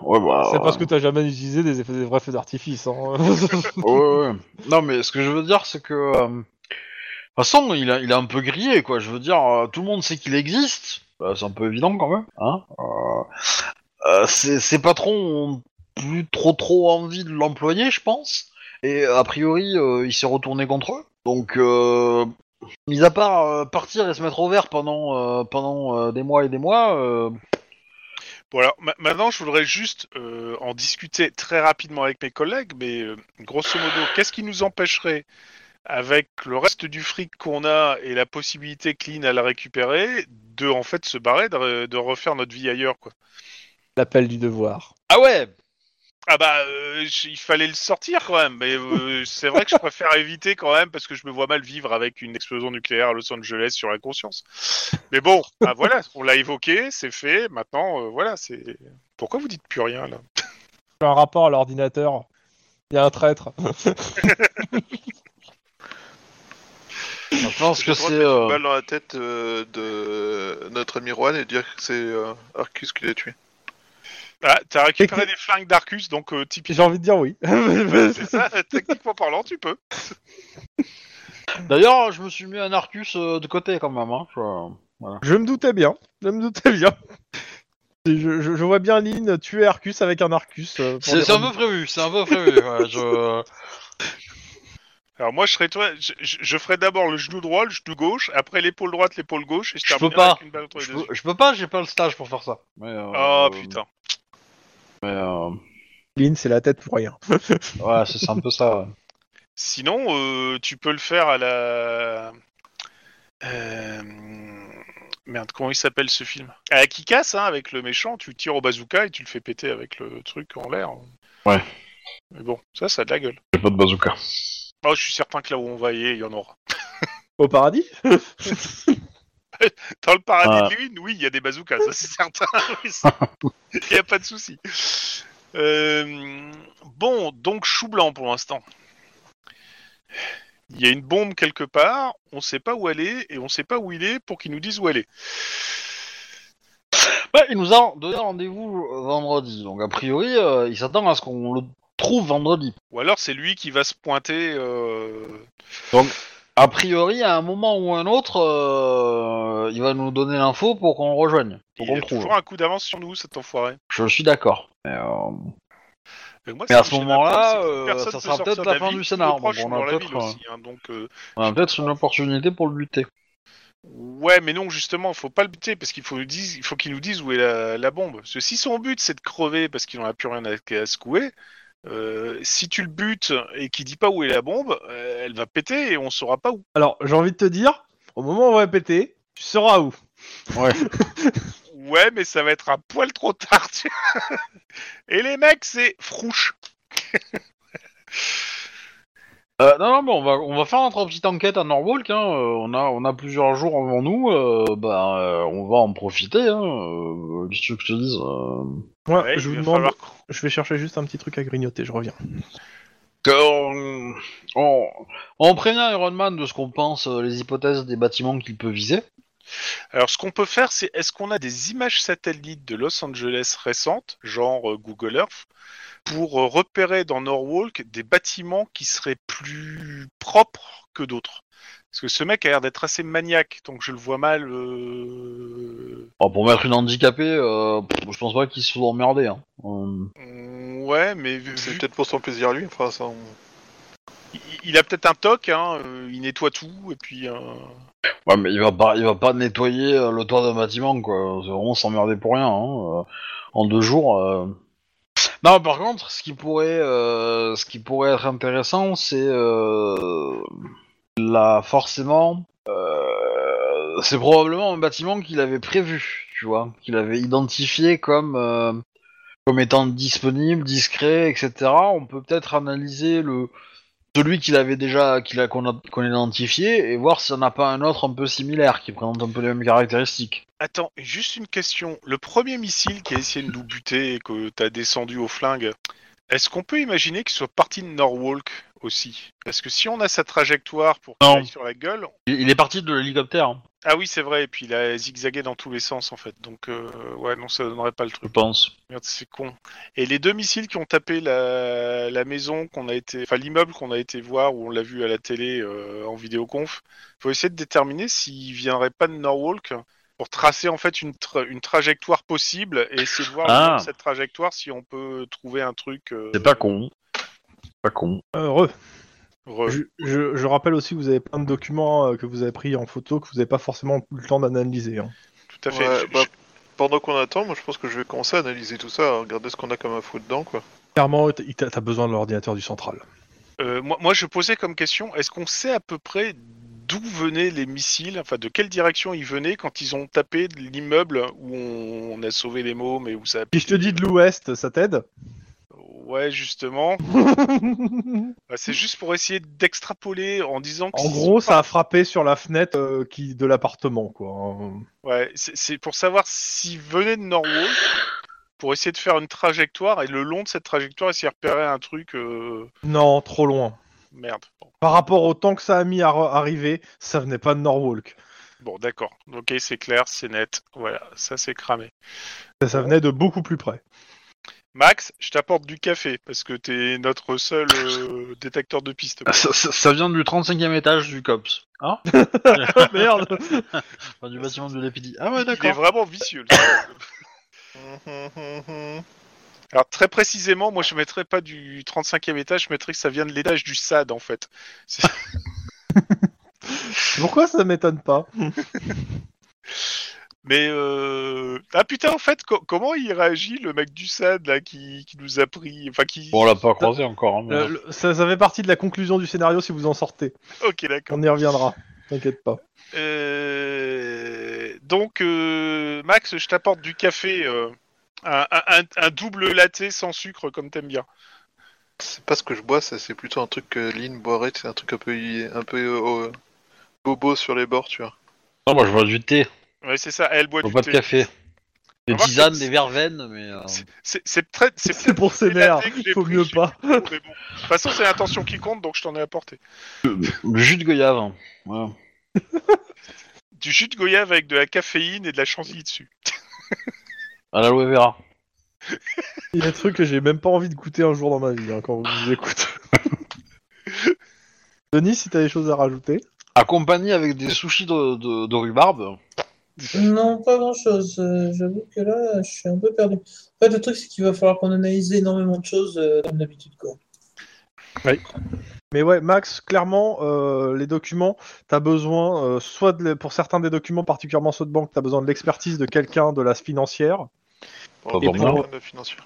[SPEAKER 1] Ouais, bah,
[SPEAKER 7] C'est parce que t'as jamais utilisé des, effets- des vrais feux d'artifice. hein.
[SPEAKER 1] Ouais, ouais, ouais. Non, mais ce que je veux dire, c'est que. euh, De toute façon, il a, il a un peu grillé, quoi. Je veux dire, euh, tout le monde sait qu'il existe. Bah, c'est un peu évident, quand même. Hein Euh, euh, ses, ses patrons ont plus trop trop envie de l'employer, je pense. Et a priori, euh, il s'est retourné contre eux. Donc, euh, mis à part euh, partir et se mettre au vert pendant, euh, pendant euh, des mois et des mois, euh,
[SPEAKER 4] Bon, alors, ma- maintenant, je voudrais juste euh, en discuter très rapidement avec mes collègues, mais euh, grosso modo, qu'est-ce qui nous empêcherait, avec le reste du fric qu'on a et la possibilité clean à la récupérer, de en fait se barrer, de, re- de refaire notre vie ailleurs, quoi
[SPEAKER 7] *laughs* L'appel du devoir.
[SPEAKER 1] Ah ouais
[SPEAKER 4] Ah bah, euh, j- il fallait le sortir quand même, mais euh, *laughs* c'est vrai que je préfère éviter quand même parce que je me vois mal vivre avec une explosion nucléaire à Los Angeles sur la conscience. Mais bon, ah voilà, on l'a évoqué, c'est fait, maintenant, euh, voilà, c'est... Pourquoi vous dites plus rien là
[SPEAKER 7] J'ai un rapport à l'ordinateur. Il y a un traître.
[SPEAKER 1] Je pense
[SPEAKER 5] J'ai
[SPEAKER 1] que
[SPEAKER 5] le
[SPEAKER 1] c'est.
[SPEAKER 5] droit de mettre
[SPEAKER 1] euh,
[SPEAKER 5] une balle dans la tête euh, de notre ami Juan et dire que c'est euh, Arcus qui l'a tué.
[SPEAKER 4] Ah, t'as récupéré des flingues d'Arcus, donc euh,
[SPEAKER 2] *laughs*
[SPEAKER 4] typiquement,
[SPEAKER 7] J'ai envie de dire *laughs* oui.
[SPEAKER 4] c'est ça, techniquement parlant, tu peux.
[SPEAKER 1] D'ailleurs, je me suis mis un Arcus euh, de côté, quand même. Hein, Je-
[SPEAKER 7] Je me doutais bien. Je me doutais bien. Et Je, je- je vois bien Lynn tuer Arcus avec un Arcus. euh, pour
[SPEAKER 1] C'est
[SPEAKER 7] des
[SPEAKER 1] c'est un
[SPEAKER 7] remis-
[SPEAKER 1] peu prévu, c'est un peu prévu. *laughs* ouais, je...
[SPEAKER 4] Alors moi, je serais toi, je, je- je ferais d'abord le genou droit, le genou gauche, après l'épaule droite, l'épaule gauche, et je
[SPEAKER 1] Je peux
[SPEAKER 4] terminerai
[SPEAKER 1] pas.
[SPEAKER 4] avec une balle entre les
[SPEAKER 1] Je,
[SPEAKER 4] deux
[SPEAKER 1] peux, je peux pas, j'ai pas le stage pour faire ça. Mais, euh,
[SPEAKER 4] Oh putain.
[SPEAKER 1] mais, euh,
[SPEAKER 7] Lynn, c'est la tête pour rien.
[SPEAKER 1] ouais, c'est c'est un peu ça. *laughs* ouais.
[SPEAKER 4] Sinon, euh, tu peux le faire à la. Euh, Merde, comment il s'appelle ce film À la Kikas, hein, avec le méchant, tu le tires au bazooka et tu le fais péter avec le truc en l'air.
[SPEAKER 1] Ouais.
[SPEAKER 4] Mais bon, ça, ça a de la gueule.
[SPEAKER 1] J'ai pas de bazooka.
[SPEAKER 4] Oh, je suis certain que là où on va y aller, il y en aura.
[SPEAKER 7] Au paradis
[SPEAKER 4] Dans le
[SPEAKER 1] Ah.
[SPEAKER 4] paradis de Lune, oui, il y a des bazookas, ça c'est certain. *laughs* Oui, ça- Il n'y a pas de souci. Euh, bon, donc chou blanc pour l'instant. Il y a une bombe quelque part, on sait pas où elle est et on sait pas où il est pour qu'il nous dise où elle est.
[SPEAKER 1] Bah, il nous a donné rendez-vous euh, vendredi, donc a priori, euh, il s'attend à ce qu'on le trouve vendredi.
[SPEAKER 4] Ou alors c'est lui qui va se pointer. euh,
[SPEAKER 1] A priori, à un moment ou un autre, euh, il va nous donner l'info pour qu'on le rejoigne, pour qu'on
[SPEAKER 4] Il
[SPEAKER 1] le
[SPEAKER 4] a
[SPEAKER 1] trouve.
[SPEAKER 4] toujours un coup d'avance sur nous, cet enfoiré.
[SPEAKER 1] Je suis d'accord. Mais, euh,
[SPEAKER 4] Mais, moi,
[SPEAKER 1] Mais à
[SPEAKER 4] qui
[SPEAKER 1] ce
[SPEAKER 4] gêne
[SPEAKER 1] moment-là,
[SPEAKER 4] un peu, c'est que
[SPEAKER 1] euh,
[SPEAKER 4] personne
[SPEAKER 1] ça
[SPEAKER 4] peut
[SPEAKER 1] sera
[SPEAKER 4] sortir
[SPEAKER 1] peut-être
[SPEAKER 4] de
[SPEAKER 1] la fin
[SPEAKER 4] ville,
[SPEAKER 1] du
[SPEAKER 4] tous
[SPEAKER 1] scénar,
[SPEAKER 4] nos proches
[SPEAKER 1] bon,
[SPEAKER 4] sont
[SPEAKER 1] on a
[SPEAKER 4] dans la
[SPEAKER 1] peut-être,
[SPEAKER 4] ville aussi, hein, donc, euh,
[SPEAKER 1] on a peut-être une opportunité pour le buter.
[SPEAKER 4] Ouais, mais non, justement, faut pas le buter parce qu'il faut, nous dise- il faut qu'il nous dise où est la, la bombe. Parce que si son but c'est de crever parce qu'il n'en a plus rien à, à secouer, euh, si tu le butes et qu'il dit pas où est la bombe, euh, elle va péter et on saura pas où.
[SPEAKER 7] Alors, j'ai envie de te dire, au moment où on va péter, tu sauras où.
[SPEAKER 4] Ouais, mais ça va être un poil trop tard. tu vois. *laughs* et les mecs, c'est frouche.
[SPEAKER 1] Euh, non, non, mais on va, on va faire notre petite enquête à Norwalk. Hein. euh, on, a, on a plusieurs jours avant nous. euh, bah, euh, on va en profiter. Hein. euh, Qu'est-ce que je te dise euh,
[SPEAKER 7] Moi,
[SPEAKER 4] Ouais,
[SPEAKER 7] je
[SPEAKER 4] il
[SPEAKER 7] vous
[SPEAKER 4] va
[SPEAKER 7] demande,
[SPEAKER 4] falloir-
[SPEAKER 7] je vais chercher juste un petit truc à grignoter, je reviens.
[SPEAKER 1] que- on, on, on prévient Iron Man de ce qu'on pense, euh, les hypothèses des bâtiments qu'il peut viser.
[SPEAKER 4] Alors, ce qu'on peut faire, c'est est-ce qu'on a des images satellites de Los Angeles récentes, genre euh, Google Earth, pour euh, repérer dans Norwalk des bâtiments qui seraient plus propres que d'autres Parce que ce mec a l'air d'être assez maniaque, donc je le vois mal. euh,
[SPEAKER 1] Oh, pour mettre une handicapée, euh, pff, je pense pas qu'il se soit emmerdé. Hein. Euh,
[SPEAKER 4] mm, Ouais, mais vu-
[SPEAKER 5] C'est
[SPEAKER 4] vu-
[SPEAKER 5] peut-être pour son plaisir à lui, enfin ça. on-
[SPEAKER 4] il- il a peut-être un toc, hein, euh, il nettoie tout, et puis. euh,
[SPEAKER 1] ouais, mais il va pas, il va pas nettoyer euh, le toit d'un bâtiment, quoi. C'est vraiment s'emmerder pour rien. hein, euh, en deux jours. euh. Non, par contre, ce qui pourrait, euh, ce qui pourrait être intéressant, c'est euh, là forcément, euh, c'est probablement un bâtiment qu'il avait prévu, tu vois, qu'il avait identifié comme euh, comme étant disponible, discret, etc. On peut peut-être analyser le celui qu'il avait déjà, qu'il a qu'on a- qu'on a identifié, et voir s'il n'y en a pas un autre un peu similaire qui présente un peu les mêmes caractéristiques.
[SPEAKER 4] Attends, juste une question. Le premier missile qui a essayé de nous buter et que t'as descendu au flingue, est-ce qu'on peut imaginer qu'il soit parti de Norwalk aussi Parce que si on a sa trajectoire pour qu'il
[SPEAKER 1] Non.
[SPEAKER 4] aille sur la gueule...
[SPEAKER 1] Il il est parti de l'hélicoptère, hein,
[SPEAKER 4] Ah oui, c'est vrai, et puis il a zigzagué dans tous les sens en fait. Donc, euh, ouais, non, ça donnerait pas le
[SPEAKER 1] je
[SPEAKER 4] truc.
[SPEAKER 1] pense.
[SPEAKER 4] Merde, c'est con. Et les deux missiles qui ont tapé la, la maison qu'on a été, enfin l'immeuble qu'on a été voir ou on l'a vu à la télé euh, en vidéoconf, faut essayer de déterminer s'ils viendraient pas de Norwalk pour tracer en fait une, tra- une trajectoire possible et essayer de voir
[SPEAKER 1] Ah.
[SPEAKER 4] le long de cette trajectoire si on peut trouver un truc. euh,
[SPEAKER 1] C'est pas con. Pas con.
[SPEAKER 7] Euh,
[SPEAKER 2] Heureux.
[SPEAKER 4] re-
[SPEAKER 2] Je, je- je rappelle aussi que vous avez plein de documents euh, que vous avez pris en photo que vous n'avez pas forcément eu le temps d'analyser. hein.
[SPEAKER 4] Tout à fait.
[SPEAKER 5] Ouais,
[SPEAKER 4] Je-
[SPEAKER 5] bah, Pendant qu'on attend, moi je pense que je vais commencer à analyser tout ça, à regarder ce qu'on a comme info dedans, quoi.
[SPEAKER 2] Clairement, t- t'as t'as besoin de l'ordinateur du central.
[SPEAKER 4] Euh, moi, moi, je posais comme question est-ce qu'on sait à peu près d'où venaient les missiles, enfin de quelle direction ils venaient quand ils ont tapé de l'immeuble où on, on a sauvé les mômes et où ça a
[SPEAKER 2] Si je te dis de l'ouest,
[SPEAKER 7] *laughs*
[SPEAKER 2] ça t'aide
[SPEAKER 4] Ouais, justement. Bah, c'est juste pour essayer d'extrapoler en disant que.
[SPEAKER 2] En
[SPEAKER 4] c'est-
[SPEAKER 2] gros, ça a frappé sur la fenêtre euh, qui, de l'appartement, quoi. hein.
[SPEAKER 4] Ouais, c'est c'est pour savoir s'ils venaient de Norwalk, pour essayer de faire une trajectoire et le long de cette trajectoire, essayer de repérer un truc. euh,
[SPEAKER 2] Non, trop loin.
[SPEAKER 4] Merde. Bon,
[SPEAKER 2] Par rapport au temps que ça a mis à re- arriver, ça venait pas de Norwalk.
[SPEAKER 4] Bon, d'accord. Ok, c'est clair, c'est net. Voilà, ça c'est cramé.
[SPEAKER 2] Ça, ça venait de beaucoup plus près.
[SPEAKER 4] Max, je t'apporte du café parce que t'es notre seul euh, détecteur de piste.
[SPEAKER 1] Ça, ça- ça vient du 35e étage du COPS. Hein
[SPEAKER 4] Ah.
[SPEAKER 1] *laughs*
[SPEAKER 2] Merde
[SPEAKER 1] Enfin, du bâtiment du Lépidi. Ah ouais,
[SPEAKER 4] Il est
[SPEAKER 1] d'accord.
[SPEAKER 4] vraiment vicieux. le- Alors très précisément, moi je mettrais pas du 35e étage, je mettrais que ça vient de l'étage du SAD en fait.
[SPEAKER 2] Pourquoi ça m'étonne pas
[SPEAKER 4] Mais euh... ah putain en fait, co- comment il réagit le mec du SAD là qui, qui nous a pris, enfin qui.
[SPEAKER 1] Bon, on l'a pas croisé encore. hein, mais-
[SPEAKER 4] Euh.
[SPEAKER 2] Le- le- ça, ça fait partie de la conclusion du scénario si vous en sortez.
[SPEAKER 4] Ok d'accord.
[SPEAKER 2] On y reviendra. T'inquiète pas.
[SPEAKER 4] Euh, Donc euh, Max, je t'apporte du café, euh, un, un- un double latte sans sucre comme t'aimes bien.
[SPEAKER 5] C'est pas ce que je bois, ça c'est plutôt un truc que Lynn boirait, c'est un truc un peu, i- un peu euh, euh, bobo sur les bords, tu vois.
[SPEAKER 1] Non, moi je bois du thé,
[SPEAKER 4] Ouais c'est ça, Eh, elle boit
[SPEAKER 1] je
[SPEAKER 4] du
[SPEAKER 1] bois pas
[SPEAKER 4] thé.
[SPEAKER 1] de café. Des
[SPEAKER 4] Remarque,
[SPEAKER 1] tisanes,
[SPEAKER 4] c'est-
[SPEAKER 1] des verveines, mais. euh,
[SPEAKER 4] C'est- C'est très, *laughs* c'est
[SPEAKER 2] C'est pour ses
[SPEAKER 4] c'est la
[SPEAKER 2] nerfs,
[SPEAKER 4] thé que j'ai
[SPEAKER 2] faut
[SPEAKER 4] pris,
[SPEAKER 2] mieux
[SPEAKER 4] je sais
[SPEAKER 2] pas.
[SPEAKER 4] plus, mais bon. De toute façon, c'est l'intention qui compte, donc je t'en ai apporté.
[SPEAKER 1] Du jus de goyave. hein. Voilà.
[SPEAKER 4] Du jus de goyave avec de la caféine et de la chantilly dessus.
[SPEAKER 1] À l'aloe vera.
[SPEAKER 2] Il y a des trucs que j'ai même pas envie de goûter un jour dans ma vie hein, quand je
[SPEAKER 4] *laughs*
[SPEAKER 2] vous écoute. Denis, si t'as des choses à rajouter.
[SPEAKER 1] Accompagné avec des sushis de, de, de rhubarbe.
[SPEAKER 3] Non, pas grand-chose. Euh, J'avoue que là, je suis un peu perdu. En fait, le truc, c'est qu'il va falloir qu'on analyse énormément de choses euh, comme d'habitude, quoi.
[SPEAKER 2] Mais ouais, Max, clairement, euh, les documents, t'as besoin, euh, soit de les- pour certains des documents, particulièrement ceux de banque, t'as besoin de l'expertise de quelqu'un de la financière.
[SPEAKER 5] Bon,
[SPEAKER 1] pour
[SPEAKER 5] on
[SPEAKER 1] moi.
[SPEAKER 5] parle de financière.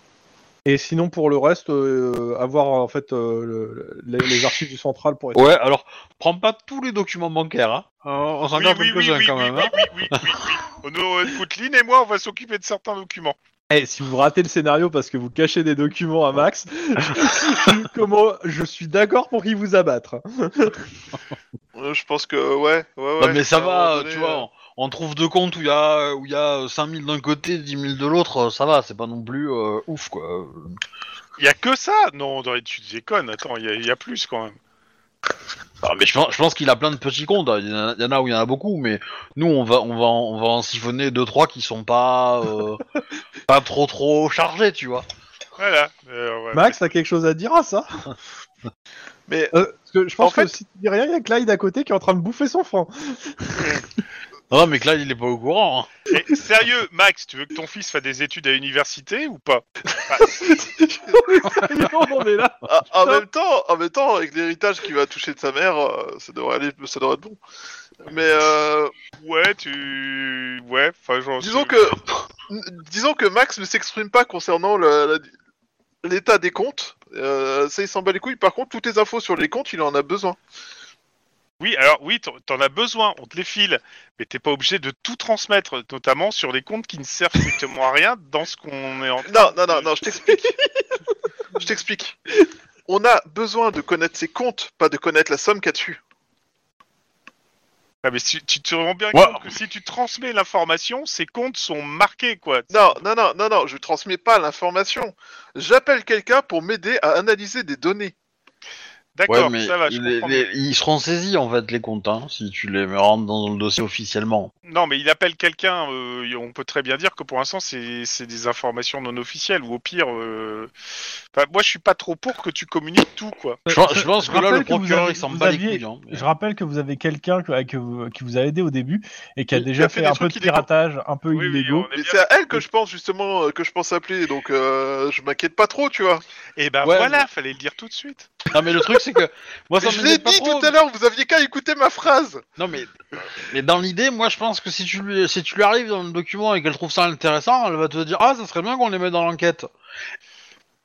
[SPEAKER 2] Et sinon, pour le reste, euh, avoir en fait euh, le- le- les, les archives du central pour être.
[SPEAKER 1] Ouais, alors, prends pas tous les documents bancaires. Hein. Euh, on s'en
[SPEAKER 4] Oui,
[SPEAKER 1] garde
[SPEAKER 4] Oh. oui, oui,
[SPEAKER 1] quelques-uns
[SPEAKER 4] oui,
[SPEAKER 1] quand
[SPEAKER 4] oui,
[SPEAKER 1] même.
[SPEAKER 4] oui,
[SPEAKER 1] hein.
[SPEAKER 4] oui, oui, oui, *laughs* oui. Oh, non, écoute, Lynn et moi, on va s'occuper de certains documents.
[SPEAKER 2] Eh, si vous ratez le scénario parce que vous cachez des documents à Max, *laughs* je- comment je suis d'accord pour qu'il vous abattre.
[SPEAKER 5] Euh, Je pense que, ouais, ouais, ouais.
[SPEAKER 1] Non, mais ça
[SPEAKER 5] à un moment
[SPEAKER 1] va,
[SPEAKER 5] donné,
[SPEAKER 1] tu
[SPEAKER 5] euh,
[SPEAKER 1] vois. On, on trouve deux comptes où il y a, où il y a 5000 d'un côté, 10 000 de l'autre. euh, Ça va, c'est pas non plus euh, ouf quoi.
[SPEAKER 4] Il y a que ça Non, non, tu déconnes, attends, il y a- il y, a plus quand même.
[SPEAKER 1] Ah, mais je pense, je pense qu'il a plein de petits comptes. hein. Il y, en a- il y en a où il y en a beaucoup, mais nous on va on va en- on va en siphonner deux trois qui sont pas
[SPEAKER 4] *laughs*
[SPEAKER 1] euh, pas trop trop chargés, tu vois.
[SPEAKER 4] Voilà. Euh, ouais.
[SPEAKER 2] Max, t'as quelque chose à dire à ça
[SPEAKER 5] Mais-
[SPEAKER 2] Euh, parce que je pense
[SPEAKER 5] En fait-
[SPEAKER 2] que si tu dis rien, il y a Clyde à côté qui est en train de bouffer son
[SPEAKER 5] *laughs*
[SPEAKER 2] franc.
[SPEAKER 1] Non, mais que là il est pas au courant. hein.
[SPEAKER 4] Et sérieux, Max, tu veux que ton fils fasse des études à l'université ou pas
[SPEAKER 2] on en est là.
[SPEAKER 5] Ah, en même temps, en même temps, avec l'héritage qui va toucher de sa mère, euh, ça devrait aller, ça devrait être bon. Mais euh,
[SPEAKER 4] Ouais, tu. Ouais, enfin, genre.
[SPEAKER 5] disons
[SPEAKER 4] c'est-
[SPEAKER 5] que, *laughs* disons que Max ne s'exprime pas concernant le- la- l'état des comptes. Euh, ça, il s'en bat les couilles. Par contre, toutes les infos sur les comptes, il en a besoin.
[SPEAKER 4] Oui, alors oui, t'en- t'en as besoin, on te les file, mais t'es pas obligé de tout transmettre, notamment sur les comptes qui ne servent strictement à rien dans ce qu'on est en
[SPEAKER 5] Non, non, non, non, je
[SPEAKER 4] *laughs*
[SPEAKER 5] t'explique. je t'explique. On a besoin de connaître ses comptes, pas de connaître la somme qu'il y a dessus.
[SPEAKER 4] Ah, mais si- tu te rends bien
[SPEAKER 8] Ouais.
[SPEAKER 4] compte que si tu transmets l'information, ces comptes sont marqués, quoi.
[SPEAKER 5] Non, non, non, non, non, je transmets pas l'information. J'appelle quelqu'un pour m'aider à analyser des données.
[SPEAKER 4] D'accord,
[SPEAKER 1] Ouais, mais
[SPEAKER 4] ça va, je
[SPEAKER 1] les-
[SPEAKER 4] comprends.
[SPEAKER 1] les- ils seront saisis en fait les comptes hein, si tu les rentres dans le dossier officiellement.
[SPEAKER 4] Non, mais il appelle quelqu'un, euh, on peut très bien dire que pour l'instant, c'est c'est des informations non officielles, ou au pire... euh, enfin, moi, je suis pas trop pour que tu communiques tout, quoi.
[SPEAKER 1] Je, pense- Euh, je pense
[SPEAKER 8] je
[SPEAKER 1] que là
[SPEAKER 8] rappelle
[SPEAKER 1] le
[SPEAKER 8] que vous
[SPEAKER 1] procureur
[SPEAKER 8] avez-
[SPEAKER 1] il s'en
[SPEAKER 8] vous
[SPEAKER 1] bat
[SPEAKER 8] aviez-
[SPEAKER 1] les couilles. hein, mais-
[SPEAKER 8] Je rappelle que vous avez quelqu'un que- que vous- qui vous a aidé au début et qui a
[SPEAKER 5] Qui- qui
[SPEAKER 8] déjà
[SPEAKER 5] a fait
[SPEAKER 8] fait,
[SPEAKER 5] des
[SPEAKER 8] un peu
[SPEAKER 5] trucs
[SPEAKER 8] de piratage un peu
[SPEAKER 4] Oui, oui,
[SPEAKER 8] illégaux.
[SPEAKER 4] on est
[SPEAKER 5] Mais
[SPEAKER 4] bien
[SPEAKER 5] c'est à elle que je pense justement, euh, que je pense appeler, donc euh, je m'inquiète pas trop, tu vois.
[SPEAKER 4] Et ben
[SPEAKER 1] Ouais,
[SPEAKER 4] voilà, fallait le dire tout de suite.
[SPEAKER 1] Non mais le truc c'est que moi ça
[SPEAKER 5] Mais
[SPEAKER 1] me
[SPEAKER 5] je l'ai
[SPEAKER 1] dit pas
[SPEAKER 5] dit
[SPEAKER 1] trop.
[SPEAKER 5] tout à l'heure, vous aviez qu'à écouter ma phrase.
[SPEAKER 1] Non mais mais dans l'idée moi je pense que si tu lui si tu lui arrives dans le document et qu'elle trouve ça intéressant elle va te dire ah ça serait bien qu'on les mette dans l'enquête.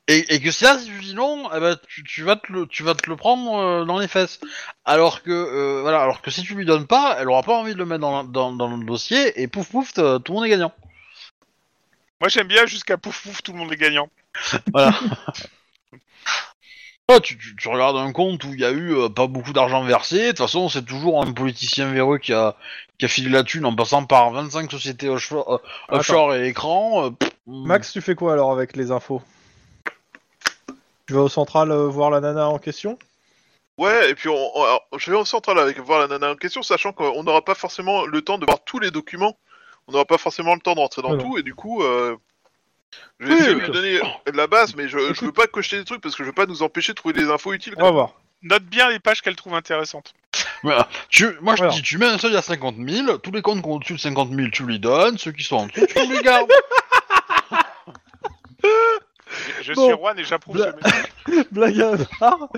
[SPEAKER 1] Et, et que si là si tu dis non eh ben, tu, tu vas te le tu vas te le prendre euh, dans les fesses. Alors que euh, voilà alors que si tu lui donnes pas elle aura pas envie de le mettre dans, la- dans, dans le dossier et pouf pouf t'as- tout le monde est gagnant.
[SPEAKER 4] Moi, j'aime bien jusqu'à pouf pouf, tout le monde est gagnant.
[SPEAKER 1] Ah, tu, tu- tu regardes un compte où il y a eu euh, pas beaucoup d'argent versé. De toute façon, c'est toujours un politicien véreux qui a, qui a filé la thune en passant par 25 sociétés offshore, euh, offshore et écran. euh, pff,
[SPEAKER 2] Max, tu fais quoi alors avec les infos Tu vas au central euh, voir la nana en question
[SPEAKER 5] Ouais, et puis on, on- alors, je vais en centrale avec voir la nana en question, sachant qu'on n'aura pas forcément le temps de voir tous les documents. On n'aura pas forcément le temps de rentrer dans
[SPEAKER 2] Alors.
[SPEAKER 5] tout, et du coup, euh, je vais
[SPEAKER 1] Oui,
[SPEAKER 5] essayer de
[SPEAKER 1] oui.
[SPEAKER 5] lui donner la base, mais je, je
[SPEAKER 2] Écoute.
[SPEAKER 5] veux pas cocher des trucs parce que je veux pas nous empêcher de trouver des infos utiles.
[SPEAKER 1] Ah.
[SPEAKER 2] On va voir.
[SPEAKER 4] Note bien les pages qu'elle trouve intéressantes.
[SPEAKER 1] voilà. Tu- moi, je te
[SPEAKER 2] Alors.
[SPEAKER 1] dis, tu mets un seuil à 50 000. Tous les comptes qui ont au-dessus de 50 000, tu les donnes. Ceux qui sont en dessous, tu les
[SPEAKER 4] *laughs*
[SPEAKER 1] gardes.
[SPEAKER 4] Je, je
[SPEAKER 2] Bon.
[SPEAKER 4] suis Juan et j'approuve ce
[SPEAKER 2] Bla-
[SPEAKER 4] message.
[SPEAKER 2] *laughs* Blague à part,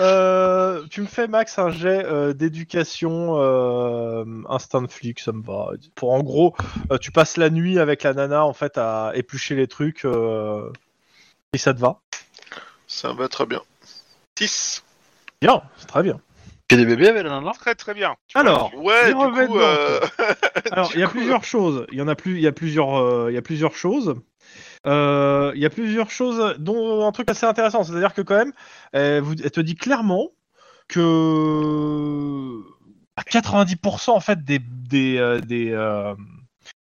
[SPEAKER 2] euh, tu me fais Max un jet euh, d'éducation euh, instinct de flic, ça me va. Pour en gros, euh, tu passes la nuit avec la nana en fait à éplucher les trucs euh, et ça te va.
[SPEAKER 5] Ça va très bien. 6.
[SPEAKER 2] Bien, c'est très bien.
[SPEAKER 1] Il y a des bébés avec la nana.
[SPEAKER 4] Très très bien.
[SPEAKER 2] Alors,
[SPEAKER 5] Ouais,
[SPEAKER 2] Les
[SPEAKER 5] du coup,
[SPEAKER 2] revêtements,
[SPEAKER 5] euh,
[SPEAKER 2] *laughs* Alors, il y a plusieurs choses. Il y en a plus. Il y a plusieurs. euh, Il y a plusieurs choses. Euh, Il y a plusieurs choses, dont un truc assez intéressant. C'est-à-dire que quand même, elle, vous- elle te dit clairement que bah, à 90% en fait des des euh, des euh,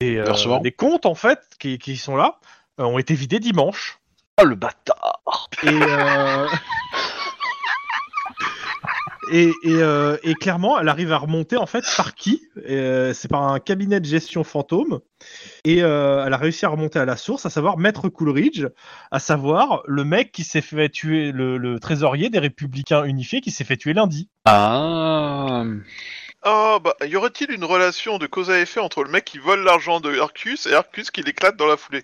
[SPEAKER 2] des, euh,
[SPEAKER 1] Versements.
[SPEAKER 2] des comptes en fait qui, qui sont là euh, ont été vidés dimanche.
[SPEAKER 1] Ah, le bâtard.
[SPEAKER 2] Et, euh, et, et, euh, et clairement, elle arrive à remonter en fait par qui Euh, C'est par un cabinet de gestion fantôme. Et euh, elle a réussi à remonter à la source, à savoir Maître Coolridge, à savoir le mec qui s'est fait tuer, le, le trésorier des Républicains Unifiés qui s'est fait tuer lundi.
[SPEAKER 1] Ah.
[SPEAKER 5] *laughs* ah, bah, y aurait-il une relation de cause à effet entre le mec qui vole l'argent de Arcus et Arcus qui l'éclate dans la foulée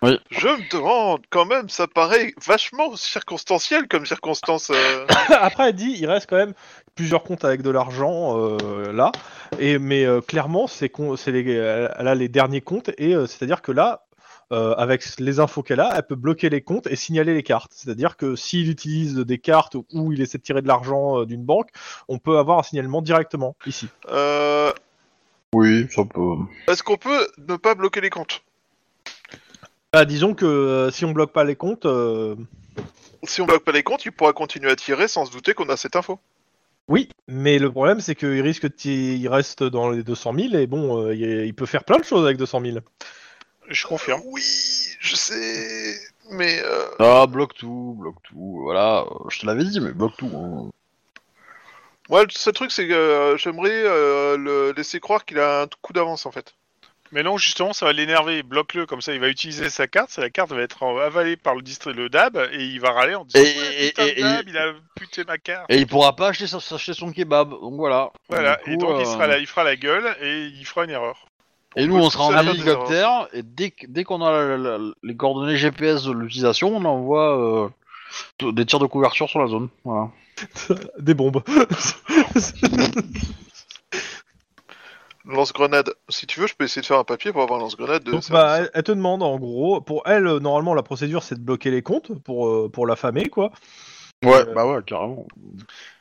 [SPEAKER 1] Oui.
[SPEAKER 5] Je me demande quand même, ça paraît vachement circonstanciel comme circonstance. euh.
[SPEAKER 2] Après, elle dit, il reste quand même plusieurs comptes avec de l'argent euh, là. Et mais euh, clairement, c'est con- c'est les, elle a les derniers comptes et euh, c'est-à-dire que là, euh, avec les infos qu'elle a, elle peut bloquer les comptes et signaler les cartes. C'est-à-dire que s'il utilise des cartes ou il essaie de tirer de l'argent euh, d'une banque, on peut avoir un signalement directement ici.
[SPEAKER 5] Euh,
[SPEAKER 1] Oui, ça peut.
[SPEAKER 5] Est-ce qu'on peut ne pas bloquer les comptes
[SPEAKER 2] Bah, disons que euh, si on bloque pas les comptes, euh,
[SPEAKER 5] Si on bloque pas les comptes, il pourra continuer à tirer sans se douter qu'on a cette info.
[SPEAKER 2] oui. Mais le problème, c'est qu'il risque, de- il reste dans les 200 000 et bon, euh, il, il peut faire plein de choses avec 200 000.
[SPEAKER 4] Je confirme.
[SPEAKER 5] Oui, je sais, mais euh,
[SPEAKER 1] Ah, bloque tout, bloque tout. Voilà, euh, je te l'avais dit, mais bloque tout. hein.
[SPEAKER 5] moi, le seul truc, c'est que euh, j'aimerais euh, le laisser croire qu'il a un coup d'avance en fait.
[SPEAKER 4] Mais non, justement, ça va l'énerver. Bloque-le, comme ça, il va utiliser sa carte. sa- La carte va être euh, avalée par le district, le DAB, et il va râler en disant
[SPEAKER 1] Et-
[SPEAKER 4] Ouais,
[SPEAKER 1] et-
[SPEAKER 4] Putain,
[SPEAKER 1] et-
[SPEAKER 4] le DAB, il a puté ma carte.
[SPEAKER 1] Et il pourra pas acheter, sa- s'acheter son kebab. Donc voilà.
[SPEAKER 4] Voilà,
[SPEAKER 1] Du
[SPEAKER 4] et
[SPEAKER 1] coup,
[SPEAKER 4] donc il,
[SPEAKER 1] euh,
[SPEAKER 4] sera là, il fera la gueule et il fera une erreur.
[SPEAKER 1] Et nous, on sera en
[SPEAKER 5] Ça, ça, ça, ça, ça.
[SPEAKER 1] hélicoptère, et dès, que- dès qu'on a la- la- la- les coordonnées GPS de l'utilisation, on envoie euh, t- des tirs de couverture sur la zone. Voilà.
[SPEAKER 2] Des bombes. *laughs*
[SPEAKER 5] Lance-grenade. Si tu veux, je peux essayer de faire un papier pour avoir un lance-grenade. De...
[SPEAKER 2] Donc,
[SPEAKER 5] ça-
[SPEAKER 2] bah, elle, elle te demande en gros, pour elle, euh, normalement la procédure c'est de bloquer les comptes pour, euh, pour l'affamer quoi.
[SPEAKER 1] Ouais, bah ouais, carrément.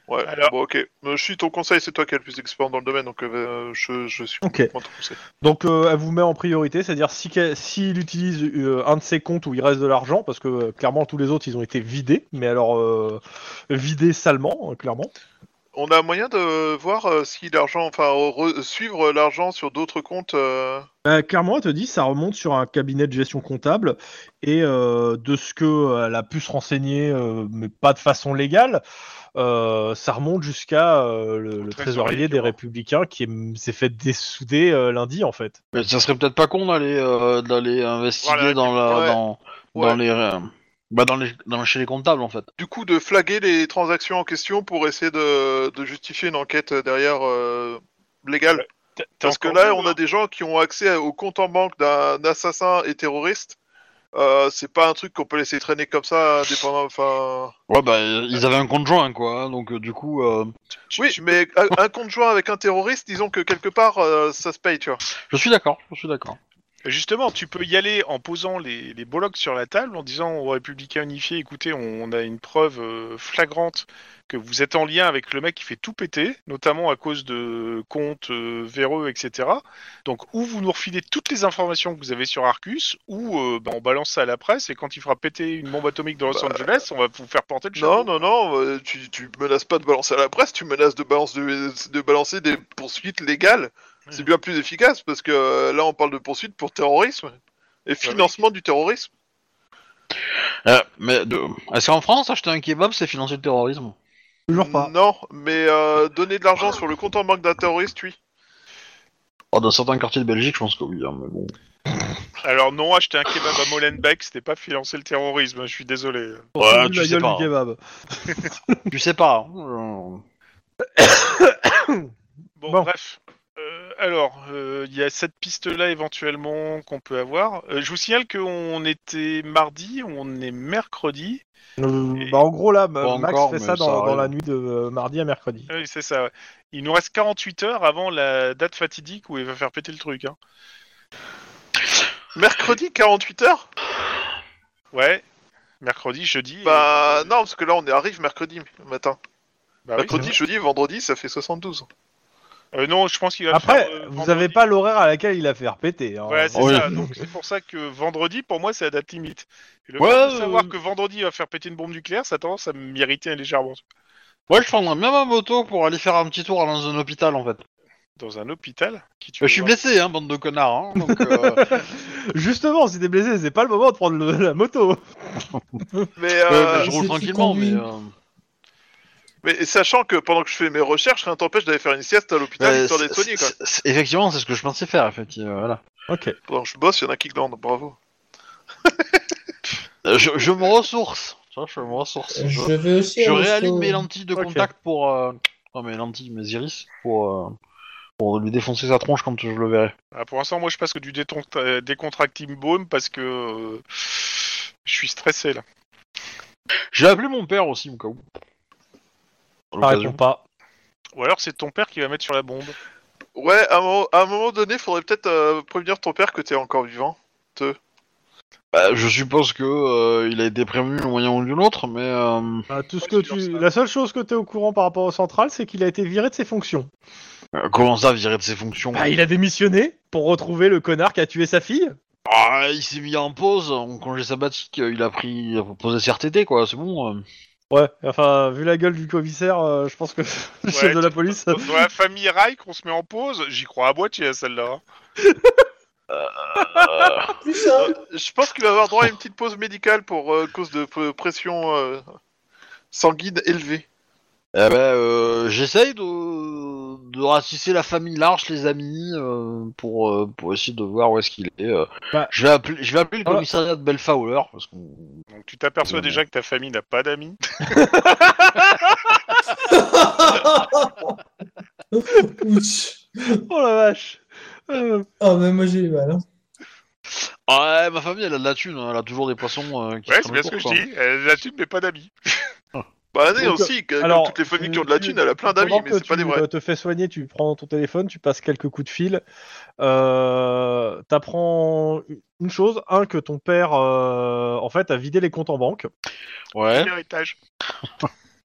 [SPEAKER 5] Ouais,
[SPEAKER 4] Alors-
[SPEAKER 5] bon, ok. Euh, Je suis ton conseil, c'est toi qui as le plus d'expérience dans le domaine, donc euh, je, je suis
[SPEAKER 2] Ok.
[SPEAKER 5] complètement ton conseil.
[SPEAKER 2] Donc euh, elle vous met en priorité, c'est-à-dire si que- s'il utilise euh, un de ses comptes où il reste de l'argent, parce que euh, clairement tous les autres ils ont été vidés, mais alors euh, vidés salement, euh, clairement.
[SPEAKER 5] On a moyen de voir euh, si l'argent, enfin, re- suivre l'argent sur d'autres comptes. euh,
[SPEAKER 2] Bah, clairement, elle te dit, ça remonte sur un cabinet de gestion comptable et euh, de ce que euh, elle a pu se renseigner, euh, mais pas de façon légale, euh, ça remonte jusqu'à euh, le, le
[SPEAKER 4] trésorier,
[SPEAKER 2] trésorier
[SPEAKER 4] tu
[SPEAKER 2] des
[SPEAKER 4] vois.
[SPEAKER 2] Républicains qui est- s'est fait dessouder euh, lundi en fait.
[SPEAKER 1] Mais ça serait peut-être pas con d'aller euh, d'aller investiguer
[SPEAKER 4] Voilà,
[SPEAKER 1] dans la
[SPEAKER 5] ouais.
[SPEAKER 1] dans,
[SPEAKER 5] Ouais.
[SPEAKER 1] dans les euh, bah dans les dans- chez les comptables en fait.
[SPEAKER 5] Du coup, de flaguer les transactions en question pour essayer de, de justifier une enquête derrière euh, légale.
[SPEAKER 4] T'as- t'as
[SPEAKER 5] Parce que
[SPEAKER 4] encore
[SPEAKER 5] là,
[SPEAKER 4] vu,
[SPEAKER 5] on a
[SPEAKER 4] hein
[SPEAKER 5] des gens qui ont accès au compte en banque d'un assassin et terroriste. Euh, c'est pas un truc qu'on peut laisser traîner comme ça, indépendant. Enfin,
[SPEAKER 1] Ouais bah euh, ils avaient un conjoint quoi, hein, donc euh, du coup euh,
[SPEAKER 5] oui, mais un, un compte joint avec un terroriste, disons que quelque part, euh, ça se paye, tu vois.
[SPEAKER 1] je suis d'accord, je suis d'accord.
[SPEAKER 4] Justement, tu peux y aller en posant les, les bollocks sur la table, en disant aux républicains unifiés, écoutez, on, on a une preuve euh, flagrante que vous êtes en lien avec le mec qui fait tout péter, notamment à cause de comptes euh, véreux, etc. Donc, ou vous nous refilez toutes les informations que vous avez sur Arcus, ou euh, bah, on balance ça à la presse, et quand il fera péter une bombe atomique dans Los
[SPEAKER 1] Bah,
[SPEAKER 4] Angeles, on va vous faire porter le
[SPEAKER 5] Non,
[SPEAKER 4] chapeau.
[SPEAKER 5] non, non, euh, tu, tu menaces pas de balancer à la presse, tu menaces de, balance de, de balancer des poursuites légales. C'est bien plus efficace parce que euh, là, on parle de poursuites pour terrorisme
[SPEAKER 4] Ah
[SPEAKER 5] et financement du terrorisme.
[SPEAKER 1] Euh, mais de... est-ce qu'en France acheter un kebab c'est financer le terrorisme
[SPEAKER 2] Toujours pas.
[SPEAKER 5] Non, mais euh, donner de l'argent sur le compte en banque d'un terroriste, oui.
[SPEAKER 1] oh, Dans certains quartiers de Belgique je pense que oui, hein, mais bon.
[SPEAKER 4] Alors non, acheter un kebab à Molenbeek, c'était pas financer le terrorisme, hein, je suis désolé.
[SPEAKER 2] Pour
[SPEAKER 1] Ouais,
[SPEAKER 2] celui de
[SPEAKER 1] tu
[SPEAKER 2] la
[SPEAKER 1] sais
[SPEAKER 2] gueule
[SPEAKER 1] pas,
[SPEAKER 2] du
[SPEAKER 1] hein.
[SPEAKER 2] kebab.
[SPEAKER 1] tu sais pas. hein,
[SPEAKER 4] Bon,
[SPEAKER 2] Bon.
[SPEAKER 4] bref. Euh, alors, euh, il y a cette piste-là éventuellement qu'on peut avoir. Euh, je vous signale qu'on était mardi, on est mercredi.
[SPEAKER 2] Euh, bah, en gros là,
[SPEAKER 1] Pas
[SPEAKER 2] Max
[SPEAKER 1] encore,
[SPEAKER 2] fait
[SPEAKER 1] mais ça
[SPEAKER 2] ça dans, dans
[SPEAKER 1] arrive.
[SPEAKER 2] la nuit de euh, mardi à mercredi.
[SPEAKER 4] Ah Oui, c'est ça. ouais. Il nous reste 48 heures avant la date fatidique où il va faire péter le truc. Hein.
[SPEAKER 5] Mercredi, 48 heures
[SPEAKER 4] Ouais. Mercredi, jeudi. et-
[SPEAKER 5] Bah non, parce que là on arrive mercredi matin.
[SPEAKER 4] Bah oui,
[SPEAKER 5] mercredi, jeudi, vendredi, ça fait 72.
[SPEAKER 4] c'est vrai. Euh, non, je pense qu'il va
[SPEAKER 2] Après,
[SPEAKER 4] faire, euh,
[SPEAKER 2] vous
[SPEAKER 4] vendredi.
[SPEAKER 2] avez pas l'horaire à laquelle il a fait répéter. Hein.
[SPEAKER 4] Ouais, c'est
[SPEAKER 1] Oui.
[SPEAKER 4] ça. Donc c'est pour ça que vendredi, pour moi, c'est la date limite. Et le
[SPEAKER 1] Ouais,
[SPEAKER 4] fait de
[SPEAKER 1] euh,
[SPEAKER 4] savoir
[SPEAKER 1] oui.
[SPEAKER 4] que vendredi il va faire péter une bombe nucléaire, ça a tendance à m'irriter légèrement.
[SPEAKER 1] Ouais je prendrais bien ma moto pour aller faire un petit tour dans un hôpital en fait.
[SPEAKER 4] Dans un hôpital qui tu
[SPEAKER 1] Euh, je suis
[SPEAKER 4] vois.
[SPEAKER 1] blessé hein bande de connards hein, donc
[SPEAKER 3] *laughs*
[SPEAKER 1] euh,
[SPEAKER 2] Justement, si t'es blessé, c'est pas le moment de prendre le- la moto.
[SPEAKER 5] Mais,
[SPEAKER 1] euh,
[SPEAKER 5] euh,
[SPEAKER 1] mais je roule
[SPEAKER 3] Ah, c'est qui
[SPEAKER 1] tranquillement mais.
[SPEAKER 3] conduit
[SPEAKER 1] euh,
[SPEAKER 5] mais sachant que pendant que je fais mes recherches, rien t'empêche d'aller faire une sieste à l'hôpital
[SPEAKER 1] Euh,
[SPEAKER 5] histoire
[SPEAKER 1] c'est-
[SPEAKER 5] d'être soigné. Quoi.
[SPEAKER 1] c'est- c'est- Effectivement, c'est ce que je pensais faire. Effectivement, voilà.
[SPEAKER 2] Ok.
[SPEAKER 5] Pendant que je bosse, il y en a qui glandent, bravo.
[SPEAKER 1] Euh, Je, je me ressource. Tu vois, je me ressource. Je,
[SPEAKER 3] Je veux aussi.
[SPEAKER 1] je
[SPEAKER 3] un
[SPEAKER 1] réaligne
[SPEAKER 3] resto.
[SPEAKER 1] mes lentilles de
[SPEAKER 2] Ok.
[SPEAKER 1] contact pour. euh, Non, mes lentilles, mes iris pour, euh, pour lui défoncer sa tronche quand je le verrai.
[SPEAKER 4] Ah, pour l'instant, moi, je passe que du déton- euh, décontracting baume parce que euh, je suis stressé là.
[SPEAKER 1] J'ai appelé mon père aussi, au cas où. À
[SPEAKER 2] Ça
[SPEAKER 1] l'occasion.
[SPEAKER 2] répond pas.
[SPEAKER 4] Ou alors, c'est ton père qui va mettre sur la bombe.
[SPEAKER 5] Ouais, à un moment, à un moment donné, faudrait peut-être euh, prévenir ton père que t'es encore vivant.
[SPEAKER 1] Bah, je suppose que euh, il a été prévenu au moyen ou d'une autre, mais euh,
[SPEAKER 2] Bah, tout ce
[SPEAKER 4] Ouais,
[SPEAKER 2] que
[SPEAKER 4] c'est dur,
[SPEAKER 2] tu...
[SPEAKER 4] ça.
[SPEAKER 2] La seule chose que t'es au courant par rapport au central, c'est qu'il a été viré de ses fonctions.
[SPEAKER 1] euh, comment ça virer de ses fonctions
[SPEAKER 2] Bah, il a démissionné pour retrouver le connard qui a tué sa fille.
[SPEAKER 1] Ah, Il s'est mis en pause, en congé sabbatique. Il a pris, il a posé ses RTT, quoi. C'est bon. euh.
[SPEAKER 2] Ouais, enfin, vu la gueule du commissaire, euh, je pense que *laughs* le
[SPEAKER 4] Ouais,
[SPEAKER 2] chef de la
[SPEAKER 4] tu-
[SPEAKER 2] police.
[SPEAKER 4] Dans dans la famille Reich, on se met en pause. J'y crois à boîtier à celle-là. hein.
[SPEAKER 3] Plus ça.
[SPEAKER 5] Euh, je pense qu'il va avoir droit à une petite pause médicale pour euh, cause de p- pression euh, sanguine élevée.
[SPEAKER 1] Eh ben, euh, j'essaye de, de ratisser la famille large, les amis, euh, pour, euh, pour essayer de voir où est-ce qu'il est. euh.
[SPEAKER 2] Bah.
[SPEAKER 1] je, vais appeler, je vais appeler le
[SPEAKER 2] Ah.
[SPEAKER 1] commissariat de Bellfowler, parce qu'on...
[SPEAKER 4] Donc, tu t'aperçois
[SPEAKER 1] Ouais.
[SPEAKER 4] déjà que ta famille n'a pas d'amis.
[SPEAKER 3] *laughs* Ouch.
[SPEAKER 2] *laughs* Oh la vache Euh,
[SPEAKER 3] Ah, mais moi j'ai eu mal. hein. *laughs*
[SPEAKER 1] Ah, ouais, ma famille, elle a de la thune, hein, elle a toujours des poissons euh, qui
[SPEAKER 4] Ouais, c'est
[SPEAKER 1] traînent
[SPEAKER 4] bien ce que
[SPEAKER 1] autour,
[SPEAKER 4] je
[SPEAKER 1] quoi.
[SPEAKER 4] dis. Elle a la thune, mais pas d'amis.
[SPEAKER 5] *laughs* Bah non,
[SPEAKER 2] Donc, euh,
[SPEAKER 5] aussi, que, comme
[SPEAKER 2] alors,
[SPEAKER 5] toutes les familles qui ont de la
[SPEAKER 2] tu-
[SPEAKER 5] thune, elle a plein d'amis,
[SPEAKER 2] pendant
[SPEAKER 5] mais
[SPEAKER 2] que
[SPEAKER 5] c'est pas
[SPEAKER 2] tu,
[SPEAKER 5] des vrais.
[SPEAKER 2] euh, te fais soigner, tu prends ton téléphone, tu passes quelques coups de fil. Euh, T'apprends une chose un, que ton père, euh, en fait, a vidé les comptes en banque.
[SPEAKER 1] Ouais.
[SPEAKER 4] Héritage.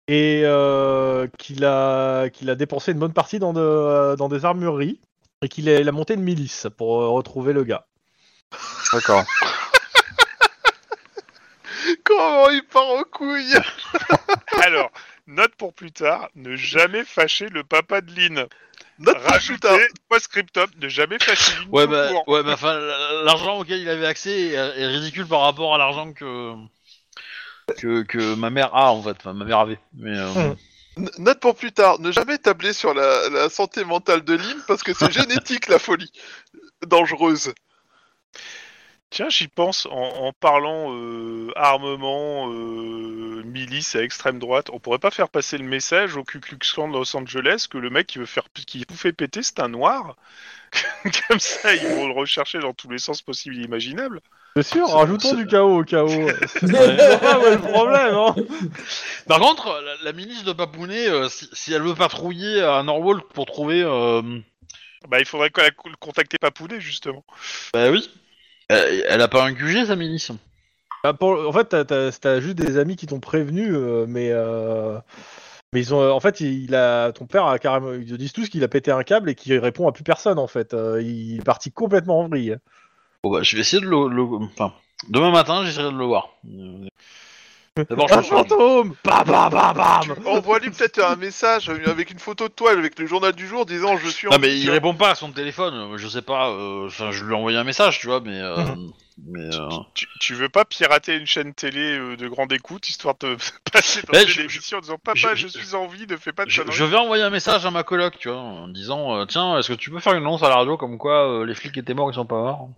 [SPEAKER 2] Et euh, euh, qu'il a, qu'il a dépensé une bonne partie dans, de- euh, dans des armureries et qu'il a, il a monté une milice pour euh, retrouver le gars.
[SPEAKER 4] *laughs*
[SPEAKER 9] D'accord.
[SPEAKER 5] Comment il part en couille
[SPEAKER 4] Alors, note pour plus tard, ne jamais fâcher le papa de Lynn.
[SPEAKER 5] Notre
[SPEAKER 4] Rajoutez,
[SPEAKER 5] putain
[SPEAKER 4] post-scriptum, ne jamais fâcher Lynn
[SPEAKER 1] Ouais,
[SPEAKER 4] tout
[SPEAKER 1] bah,
[SPEAKER 4] court.
[SPEAKER 1] ouais, bah, enfin, l'argent auquel il avait accès est, est ridicule par rapport à l'argent que, que que ma mère a en fait, enfin, ma mère avait. Mais, euh,
[SPEAKER 5] N- Note pour plus tard, ne jamais tabler sur la, la santé mentale de Lynn parce que
[SPEAKER 4] *laughs*
[SPEAKER 5] c'est génétique la folie. Dangereuse.
[SPEAKER 4] Tiens, j'y pense, en, en parlant euh, armement, euh, milice à extrême droite, on pourrait pas faire passer le message au Ku Klux Klan de Los Angeles que le mec qui veut faire qui vous fait péter, c'est un noir *laughs* Comme ça, ils vont le rechercher dans tous les sens possibles et imaginables.
[SPEAKER 2] C'est sûr, rajoutons du chaos au *laughs* chaos. C'est pas ouais, le problème, hein
[SPEAKER 1] Par contre, la, la milice de Papounet, euh, si, si elle veut patrouiller à Norwalk pour trouver, euh,
[SPEAKER 4] Bah, il faudrait quoi, la- contacter Papounet, justement.
[SPEAKER 1] bah oui, elle, elle a pas un QG sa milice.
[SPEAKER 2] Bah, pour- En fait, t'as- t'as t'as juste des amis qui t'ont prévenu, euh, mais euh, mais ils ont. euh, En fait, il a ton père a carrément. Ils te disent tous qu'il a pété un câble et qu'il répond à plus personne. En fait, Euh, il est parti complètement en vrille.
[SPEAKER 1] Bon bah, je vais essayer de le, le- enfin, demain matin, j'essaierai de le voir. Euh, D'abord, je me charge.
[SPEAKER 2] fantôme Bam, bam, bam,
[SPEAKER 5] Tu
[SPEAKER 2] bam
[SPEAKER 4] *laughs*
[SPEAKER 5] envoies-lui peut-être un message avec une photo de toi, avec le journal du jour, disant je suis en.
[SPEAKER 1] Non mais il répond pas à son téléphone, je sais pas, euh, enfin je lui ai envoyé un message, tu vois, mais... euh, mais euh,
[SPEAKER 4] Tu, tu veux pas pirater une chaîne télé euh, de grande écoute, histoire de *laughs* passer dans
[SPEAKER 1] Eh,
[SPEAKER 4] une
[SPEAKER 1] je-
[SPEAKER 4] émission en disant « Papa,
[SPEAKER 1] je-
[SPEAKER 4] je, suis en vie, ne fais pas de
[SPEAKER 1] je,
[SPEAKER 4] conneries.
[SPEAKER 1] je vais envoyer un message à ma coloc, tu vois, en disant, euh, tiens, est-ce que tu peux faire une annonce à la radio comme quoi euh, les flics étaient morts, ils sont pas morts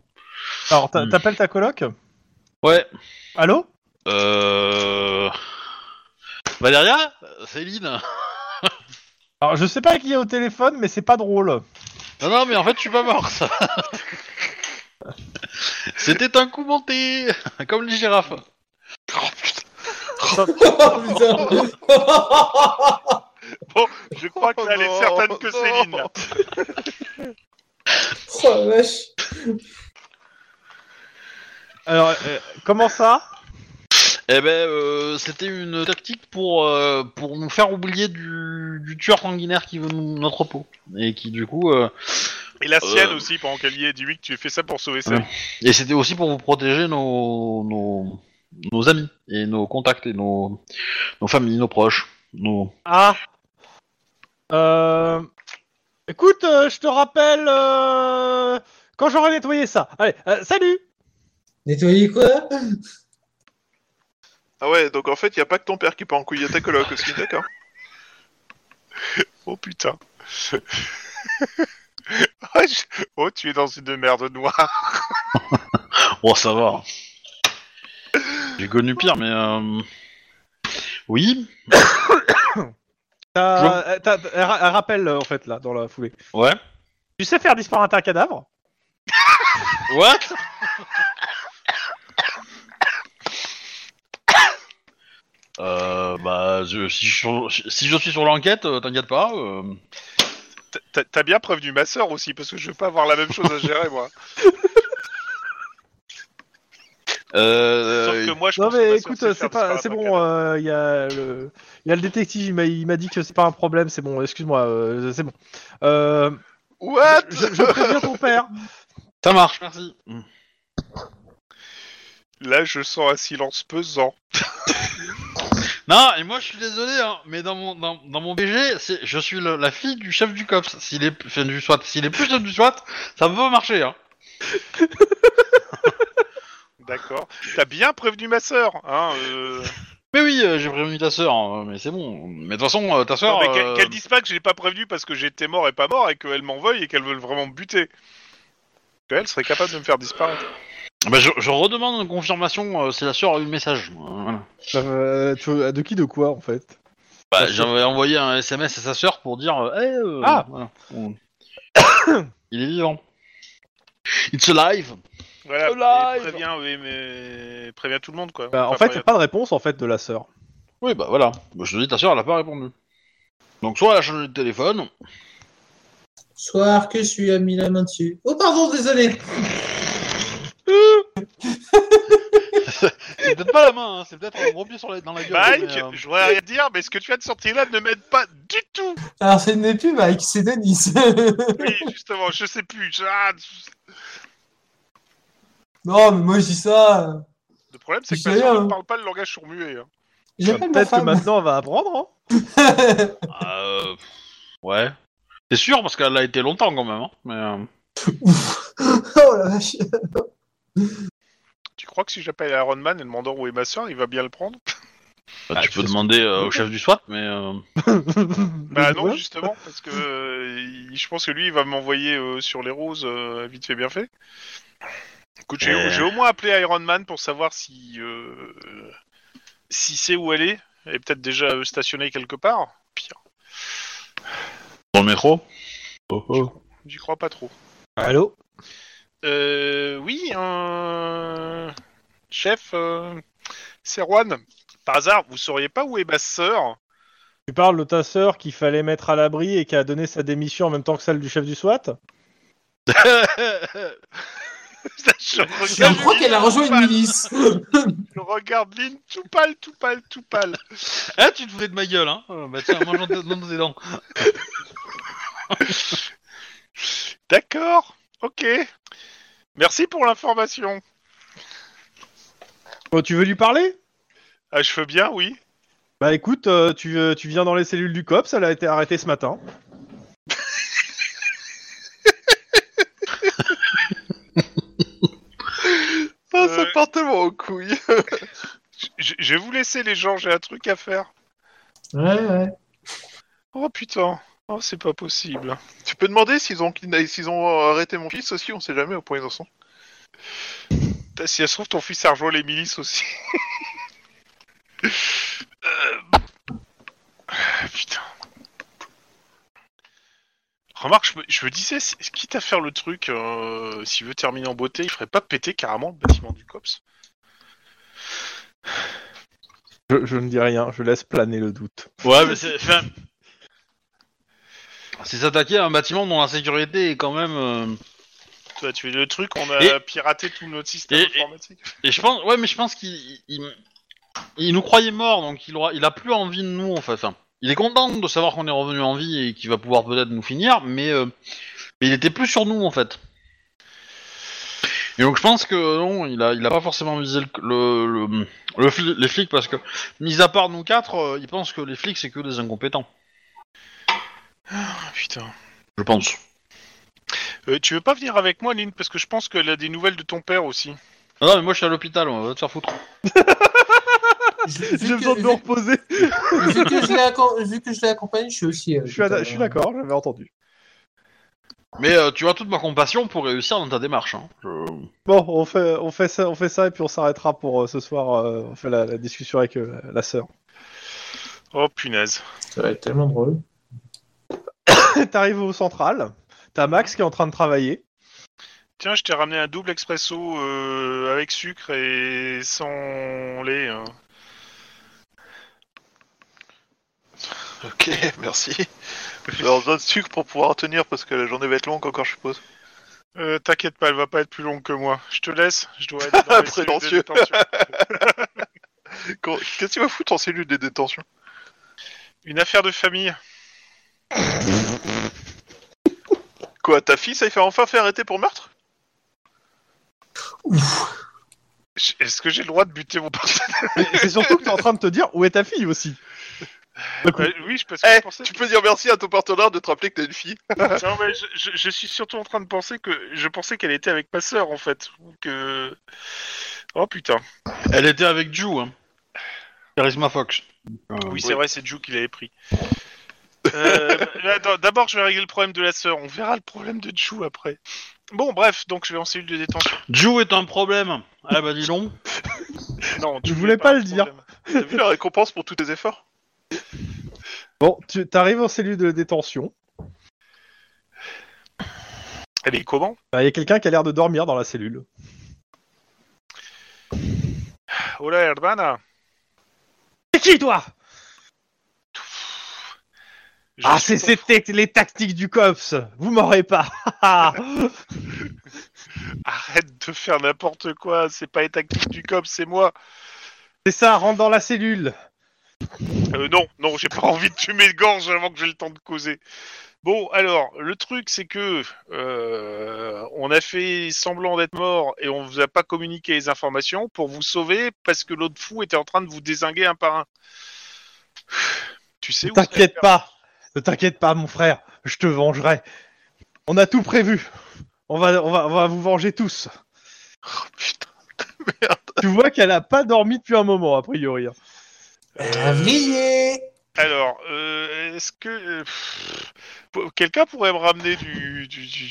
[SPEAKER 2] Alors, t'a-
[SPEAKER 1] Hmm.
[SPEAKER 2] t'appelles ta coloc
[SPEAKER 1] Ouais.
[SPEAKER 2] Allô
[SPEAKER 1] Euh... Valéria euh, Céline
[SPEAKER 2] Alors, je sais pas qui est au téléphone, mais c'est pas drôle.
[SPEAKER 1] Non, non, mais en fait, je suis pas mort, ça C'était un coup monté Comme les girafes
[SPEAKER 3] Oh putain *laughs* Oh,
[SPEAKER 4] Je crois
[SPEAKER 5] Oh
[SPEAKER 4] qu'elle est
[SPEAKER 5] non,
[SPEAKER 4] certaine que
[SPEAKER 5] non.
[SPEAKER 4] c'est Lynn, là.
[SPEAKER 3] Oh la vache
[SPEAKER 2] Alors, euh, comment ça
[SPEAKER 1] Eh ben, euh, c'était une tactique pour, euh, pour nous faire oublier du, du tueur sanguinaire qui veut nous- notre peau. Et qui, du coup... euh,
[SPEAKER 4] Et la sienne
[SPEAKER 1] Euh.
[SPEAKER 4] aussi, pendant qu'elle y est, dis-lui que tu fais ça pour sauver sa
[SPEAKER 1] Ouais.
[SPEAKER 4] vie.
[SPEAKER 1] Et c'était aussi pour vous protéger nos, nos, nos amis, et nos contacts, et nos, nos familles, nos proches. Nos...
[SPEAKER 2] Ah. Euh... Écoute, euh, je te rappelle euh, quand j'aurai nettoyé ça. Allez, euh, salut.
[SPEAKER 3] Nettoyer quoi
[SPEAKER 5] Ah ouais, donc en fait, il n'y a pas que ton père qui part en couille, il y a ta coloc
[SPEAKER 4] *laughs*
[SPEAKER 5] aussi, d'accord
[SPEAKER 4] Oh
[SPEAKER 5] *laughs*
[SPEAKER 4] putain.
[SPEAKER 5] Ah,
[SPEAKER 4] oh, je- oh, tu es dans une merde noire.
[SPEAKER 1] Oh, ça va. J'ai connu pire, mais... euh, Oui,
[SPEAKER 2] T'as- euh, t'as- elle ra- elle rappelle euh, en fait là dans la foulée.
[SPEAKER 1] ouais.
[SPEAKER 2] Tu sais faire disparaître un cadavre
[SPEAKER 1] What Euh, bah, je- si, je, suis sur- si je suis sur l'enquête, euh, t'inquiète pas. euh,
[SPEAKER 4] T'as- T'as t'as bien prévenu ma sœur aussi, parce que je veux pas avoir la même chose à gérer, moi.
[SPEAKER 1] euh,
[SPEAKER 4] Sauf que moi, je
[SPEAKER 2] Non
[SPEAKER 4] pense
[SPEAKER 2] mais
[SPEAKER 4] que ma sœur
[SPEAKER 2] écoute,
[SPEAKER 4] sait
[SPEAKER 2] euh,
[SPEAKER 4] faire
[SPEAKER 2] c'est pas,
[SPEAKER 4] disparaître
[SPEAKER 2] c'est
[SPEAKER 4] un
[SPEAKER 2] bon.
[SPEAKER 4] cadavre.
[SPEAKER 2] euh, Il y a le, il y a le détective. Il m'a, il m'a dit que c'est pas un problème. C'est bon. Excuse-moi. euh, c'est bon. Euh,
[SPEAKER 5] What
[SPEAKER 2] je, je préviens ton père.
[SPEAKER 1] Ça marche, merci.
[SPEAKER 4] Là, je sens un silence pesant.
[SPEAKER 1] Non, et moi je suis désolé, hein, mais dans mon, dans, dans mon BG, c'est- je suis le- la fille du chef du COPS. S'il est, enfin, du SWAT. S'il est plus chef du SWAT, ça peut marcher. Hein.
[SPEAKER 4] D'accord. T'as bien prévenu ma sœur, hein. euh.
[SPEAKER 1] Mais oui, euh, j'ai prévenu ta sœur, hein, mais c'est bon. Mais de toute façon, euh, ta
[SPEAKER 4] Non,
[SPEAKER 1] sœur...
[SPEAKER 4] mais qu'elle
[SPEAKER 1] euh,
[SPEAKER 4] qu'elle dise pas que je l'ai pas prévenu parce que j'étais mort et pas mort et qu'elle m'en veuille et qu'elle veut vraiment me buter. Elle serait capable de me faire
[SPEAKER 5] *laughs*
[SPEAKER 4] disparaître.
[SPEAKER 1] bah, je, je redemande une confirmation euh, si la sœur a eu le message. euh, voilà.
[SPEAKER 2] Euh, tu- de qui, de quoi en fait
[SPEAKER 1] Bah, J'avais envoyé un SMS à sa sœur pour dire... euh, Eh, euh,
[SPEAKER 2] Ah.
[SPEAKER 1] voilà. On- *coughs* Il est vivant. It's alive
[SPEAKER 4] Voilà.
[SPEAKER 1] Alive.
[SPEAKER 4] et Préviens, oui, mais préviens tout le monde, quoi.
[SPEAKER 2] Bah, En
[SPEAKER 4] Enfin,
[SPEAKER 2] fait, il y a
[SPEAKER 4] préviens-
[SPEAKER 2] pas de réponse en fait de la sœur.
[SPEAKER 1] Oui, bah voilà. Bah, je te dis, ta sœur, elle a pas répondu. Donc soit elle a changé de téléphone,
[SPEAKER 3] Soir que je suis a mis la main dessus. Oh pardon, désolé
[SPEAKER 1] C'est peut-être donne pas la main, hein, c'est peut-être un gros pied sur la, dans la gueule.
[SPEAKER 4] Mike,
[SPEAKER 1] mais, euh,
[SPEAKER 4] Bah, je voudrais rien dire, mais ce que tu as de sortir là ne m'aide pas du tout.
[SPEAKER 3] Alors, c'est n'est plus Mike, c'est Denis.
[SPEAKER 4] Oui, justement, je sais plus. je- ah, je-
[SPEAKER 3] *laughs* non, mais moi, je dis ça. euh,
[SPEAKER 4] Le problème, c'est que
[SPEAKER 3] C'est
[SPEAKER 4] ma sœur
[SPEAKER 3] rien.
[SPEAKER 5] hein.
[SPEAKER 4] ne parle pas le langage sourd-muet. hein.
[SPEAKER 3] J'appelle ma
[SPEAKER 2] Peut-être que
[SPEAKER 3] femme.
[SPEAKER 2] maintenant elle va apprendre. Hein
[SPEAKER 1] euh, ouais. C'est sûr, parce qu'elle a été longtemps quand même. Hein, mais, euh,
[SPEAKER 3] *laughs* oh la vache.
[SPEAKER 4] Tu crois que si j'appelle Iron Man Oh, et demandant où est ma sœur, il va bien le prendre
[SPEAKER 1] bah,
[SPEAKER 2] Ah,
[SPEAKER 1] tu
[SPEAKER 2] tu
[SPEAKER 1] peux
[SPEAKER 2] sais-
[SPEAKER 1] demander euh, au chef du SWAT, mais. euh,
[SPEAKER 4] Bah non, justement, parce que euh, il- je pense que lui, il va m'envoyer euh, sur les roses, euh, vite fait, bien fait. Écoute, j'ai
[SPEAKER 1] Euh.
[SPEAKER 4] j'ai au moins appelé Iron Man pour savoir si, euh, euh, si c'est où elle est. Elle est peut-être déjà euh, stationnée quelque part. Pire,
[SPEAKER 1] Dans le métro
[SPEAKER 4] j'y crois pas trop.
[SPEAKER 2] Allô
[SPEAKER 4] Euh, oui, euh, chef, euh, c'est Juan. Par hasard, vous sauriez pas où est ma sœur *laughs*
[SPEAKER 2] Tu parles de ta sœur qu'il fallait mettre à l'abri et qui a donné sa démission en même temps que celle du chef du SWAT
[SPEAKER 4] je regarde
[SPEAKER 3] Je crois
[SPEAKER 4] Lynn
[SPEAKER 3] qu'elle a rejoint
[SPEAKER 4] tout pâle.
[SPEAKER 2] *laughs*
[SPEAKER 3] une milice.
[SPEAKER 4] Je regarde Lynn tout pâle, tout pâle, tout pâle.
[SPEAKER 1] Ah, tu te foutais de ma gueule, hein Euh, Bah tiens, moi j'en donne des dents.
[SPEAKER 4] D'accord, ok. Merci pour l'information.
[SPEAKER 2] Oh, tu veux lui parler
[SPEAKER 4] Ah, je veux bien, oui.
[SPEAKER 2] Bah écoute, euh, tu, euh, tu viens dans les cellules du COPS, elle a été arrêtée ce matin. Oh,
[SPEAKER 5] Ah, ça
[SPEAKER 4] Euh.
[SPEAKER 5] part tellement aux couilles.
[SPEAKER 4] Je, je vais vous laisser, les gens, j'ai un truc à faire.
[SPEAKER 3] Ouais, ouais.
[SPEAKER 4] Oh putain, oh, c'est pas possible.
[SPEAKER 5] tu peux demander s'ils ont, kidna- s'ils ont
[SPEAKER 4] euh,
[SPEAKER 5] arrêté mon fils aussi, on sait jamais au point où ils en sont.
[SPEAKER 4] Putain, Si ça se trouve, ton fils a rejoint les milices aussi. *laughs* Euh, ah, Putain. Remarque, je me, je me disais, si- quitte à faire le truc, euh, s'il veut terminer en beauté, il ferait pas péter carrément le bâtiment du COPS.
[SPEAKER 2] Je, je ne dis rien, je laisse planer le doute. *laughs*
[SPEAKER 1] Ouais, mais c'est. enfin, C'est s'attaquer à un bâtiment dont la sécurité est quand même. euh,
[SPEAKER 4] Toi, tu fais le truc, on a
[SPEAKER 1] Et-
[SPEAKER 4] piraté tout notre système
[SPEAKER 1] et- et-
[SPEAKER 4] informatique.
[SPEAKER 1] Et je pense, ouais, mais je pense qu'il il, il- il nous croyait morts, donc il aura, il a plus envie de nous en fait. Enfin, il est content de savoir qu'on est revenu en vie et qu'il va pouvoir peut-être nous finir, mais, euh, mais il était plus sur nous en fait. Et donc je pense que non, il a, il a pas forcément visé le, le, le- le fli- les flics parce que, mis à part nous quatre, euh, il pense que les flics c'est que des incompétents,
[SPEAKER 4] Ah, putain.
[SPEAKER 1] je pense.
[SPEAKER 4] Euh, tu veux pas venir avec moi, Lynn Parce que je pense qu'elle a des nouvelles de ton père aussi.
[SPEAKER 1] Ah Non, mais moi je suis à l'hôpital, on va te faire foutre.
[SPEAKER 3] Je- vu
[SPEAKER 2] J'ai
[SPEAKER 3] que-
[SPEAKER 2] besoin de
[SPEAKER 3] vu-
[SPEAKER 2] me reposer.
[SPEAKER 3] Vu que je l'ai accom- vu que je l'ai accompagné, je suis aussi. euh,
[SPEAKER 2] Je suis, ad-
[SPEAKER 3] putain,
[SPEAKER 2] je suis
[SPEAKER 3] euh,
[SPEAKER 2] d'accord, j'avais entendu.
[SPEAKER 1] Mais euh, tu as toute ma compassion pour réussir dans ta démarche. Hein. Je-
[SPEAKER 2] Bon, on fait, on fait ça, on fait ça et puis on s'arrêtera pour euh, ce soir. euh, on fait la, la discussion avec euh, la sœur. *laughs*
[SPEAKER 4] Oh punaise.
[SPEAKER 3] Ça va être tellement drôle.
[SPEAKER 2] T'arrives au central, t'as Max qui est en train de travailler.
[SPEAKER 4] Tiens, je t'ai ramené un double expresso euh, avec sucre et sans lait. hein.
[SPEAKER 5] Ok, merci. J'aurai besoin de sucre pour pouvoir tenir parce que la journée va être longue encore, je suppose.
[SPEAKER 4] Euh, T'inquiète pas, elle va pas être plus longue que moi. Je te laisse. Je dois aller
[SPEAKER 5] *laughs*
[SPEAKER 4] dans les cellules de
[SPEAKER 5] Prétentieux.
[SPEAKER 4] détention.
[SPEAKER 5] Quand- Qu'est-ce que tu vas foutre en cellule de détention
[SPEAKER 4] Une affaire de famille.
[SPEAKER 5] Quoi, ta fille, ça y fait enfin fait arrêter pour meurtre
[SPEAKER 4] J- Est-ce que j'ai le droit de buter mon
[SPEAKER 5] *laughs*
[SPEAKER 4] partenaire
[SPEAKER 2] Et c'est surtout que t'es en train de te dire où est ta fille aussi.
[SPEAKER 4] Euh, Oui, je parce que
[SPEAKER 5] Eh,
[SPEAKER 4] je pensais.
[SPEAKER 5] tu peux dire merci à ton partenaire de te rappeler que t'as une fille.
[SPEAKER 4] Non, mais je, je- je suis surtout en train de penser que je pensais qu'elle était avec ma sœur en fait. Ou Que. Oh putain.
[SPEAKER 1] Elle était avec Ju, hein. Charisma Fox.
[SPEAKER 4] Oui,
[SPEAKER 1] oui.
[SPEAKER 4] c'est vrai, c'est Ju qui l'avait pris. Euh, bah, attends, D'abord, je vais régler le problème de la sœur. On verra le problème de Ju après. Bon, bref, donc je vais en cellule de détention.
[SPEAKER 1] Ju est un problème. Ah bah dis donc.
[SPEAKER 4] Non,
[SPEAKER 2] Je
[SPEAKER 4] Ju
[SPEAKER 2] voulais
[SPEAKER 4] n'est
[SPEAKER 2] pas
[SPEAKER 4] un
[SPEAKER 2] le dire.
[SPEAKER 4] problème.
[SPEAKER 5] T'as vu la récompense pour tous tes efforts
[SPEAKER 2] Bon, tu t'arrives en cellule de détention.
[SPEAKER 4] Elle est comment
[SPEAKER 2] Il y a quelqu'un qui a l'air de dormir dans la cellule.
[SPEAKER 4] Hola, hermana.
[SPEAKER 2] C'est qui toi
[SPEAKER 4] Je
[SPEAKER 2] Ah,
[SPEAKER 4] suis
[SPEAKER 2] c'est c'est tec- les tactiques du cops. Vous m'aurez pas. *laughs*
[SPEAKER 4] ton- Arrête de faire n'importe quoi. C'est pas les tactiques du cop, c'est moi.
[SPEAKER 2] C'est ça, rentre dans la cellule.
[SPEAKER 4] Euh, non, non, j'ai pas *laughs* envie de tuer de gorge avant que j'ai le temps de causer. Bon, alors, le truc, c'est que euh, on a fait semblant d'être mort et on vous a pas communiqué les informations pour vous sauver parce que l'autre fou était en train de vous désinguer un par un. Tu sais
[SPEAKER 2] Ne
[SPEAKER 4] où ça
[SPEAKER 2] t'inquiète pas. Ne t'inquiète pas, mon frère. Je te vengerai. On a tout prévu. On va, on va, on va vous venger tous.
[SPEAKER 5] Oh, putain.
[SPEAKER 2] Tu vois qu'elle a pas dormi depuis un moment, a priori. hein.
[SPEAKER 3] Euh, Réveillé
[SPEAKER 4] Alors, euh, est-ce que euh, pff, pour- quelqu'un pourrait me ramener du, du, du-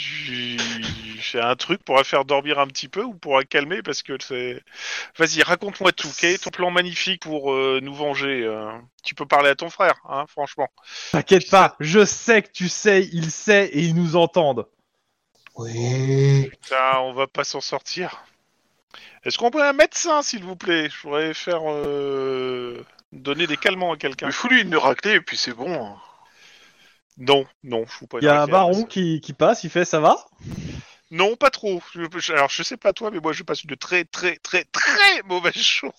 [SPEAKER 4] du- j'ai un truc pour la faire dormir un petit peu ou pour la calmer parce que c'est. Vas-y, raconte-moi tout. Quel est ton plan magnifique pour euh, nous venger euh Tu peux parler à ton frère, hein, franchement.
[SPEAKER 2] T'inquiète pas. Je sais que tu sais, il sait et ils nous entendent.
[SPEAKER 3] Oui.
[SPEAKER 4] Putain, on va pas s'en sortir. Est-ce qu'on peut un médecin, s'il vous plaît Je voudrais faire euh, donner des calmants à quelqu'un.
[SPEAKER 5] Mais fous-lui une raclée et puis c'est bon.
[SPEAKER 4] Non, non, je vous pas.
[SPEAKER 2] Il y a un
[SPEAKER 4] dire, parce
[SPEAKER 2] baron qui, qui passe, il fait ça va
[SPEAKER 4] Non, pas trop. Je- je- alors, je sais pas toi, mais moi, je passe une très, très, très, très mauvaise journée.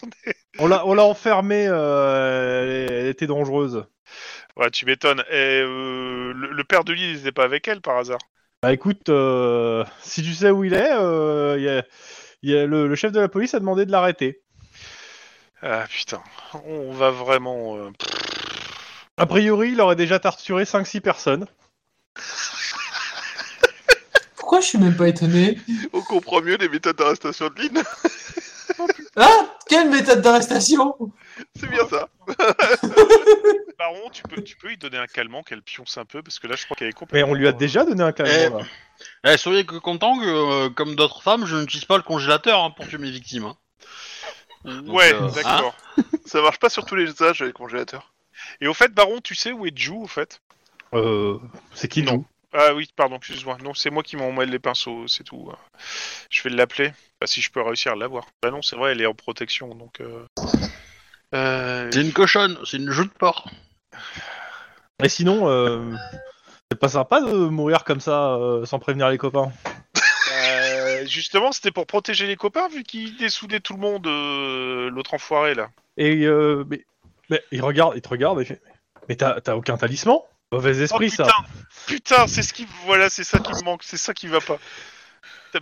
[SPEAKER 2] On l'a on l'a enfermée, euh, elle, elle était dangereuse.
[SPEAKER 4] Ouais, tu m'étonnes. Et, euh, le, le père de Lily n'était pas avec elle, par hasard.
[SPEAKER 2] Bah écoute, euh, si tu sais où il est, euh, il y a- il y a le, le chef de la police a demandé de l'arrêter.
[SPEAKER 4] Ah, putain. On va vraiment... euh, pff,
[SPEAKER 2] A priori, il aurait déjà torturé 5-6 personnes.
[SPEAKER 3] Pourquoi je suis même pas étonné
[SPEAKER 5] On comprend mieux les méthodes d'arrestation de Lynn.
[SPEAKER 3] Ah Quelle méthode d'arrestation
[SPEAKER 5] C'est bien ça.
[SPEAKER 4] Baron, tu peux, tu peux lui donner un calmant qu'elle pionce un peu, parce que là, je crois qu'elle est
[SPEAKER 2] Mais
[SPEAKER 4] complètement...
[SPEAKER 2] on lui a déjà donné un classement. là.
[SPEAKER 1] Eh, soyez que content que, euh, comme d'autres femmes, je n'utilise pas le congélateur hein, pour tuer mes victimes. hein. Donc,
[SPEAKER 4] Ouais,
[SPEAKER 1] euh, hein.
[SPEAKER 4] d'accord.
[SPEAKER 5] *laughs* Ça marche pas sur tous les âges avec le congélateur.
[SPEAKER 4] Et au fait, Baron, tu sais où est Jou, au fait
[SPEAKER 2] Euh, c'est qui
[SPEAKER 4] Non.
[SPEAKER 2] nous
[SPEAKER 4] Ah oui, pardon, excuse-moi. Non, c'est moi qui m'emmêle les pinceaux, c'est tout. Je vais l'appeler, bah, si je peux réussir à l'avoir. Bah non, c'est vrai, elle est en protection, donc... euh, euh,
[SPEAKER 1] hein, C'est une cochonne, c'est une joue de porc.
[SPEAKER 2] Et sinon, euh, c'est pas sympa de mourir comme ça euh, sans prévenir les copains.
[SPEAKER 4] Euh, justement, c'était pour protéger les copains, vu qu'il dessoudait tout le monde, euh, l'autre enfoiré, là.
[SPEAKER 2] Et euh, mais, mais il regarde, il te regarde et fait Mais t'as t'as aucun talisman Mauvais
[SPEAKER 4] Oh,
[SPEAKER 2] esprit
[SPEAKER 4] putain,
[SPEAKER 2] ça.
[SPEAKER 5] Ah,
[SPEAKER 4] putain, c'est ce qui... Voilà, c'est ça qui me manque, c'est ça qui va pas.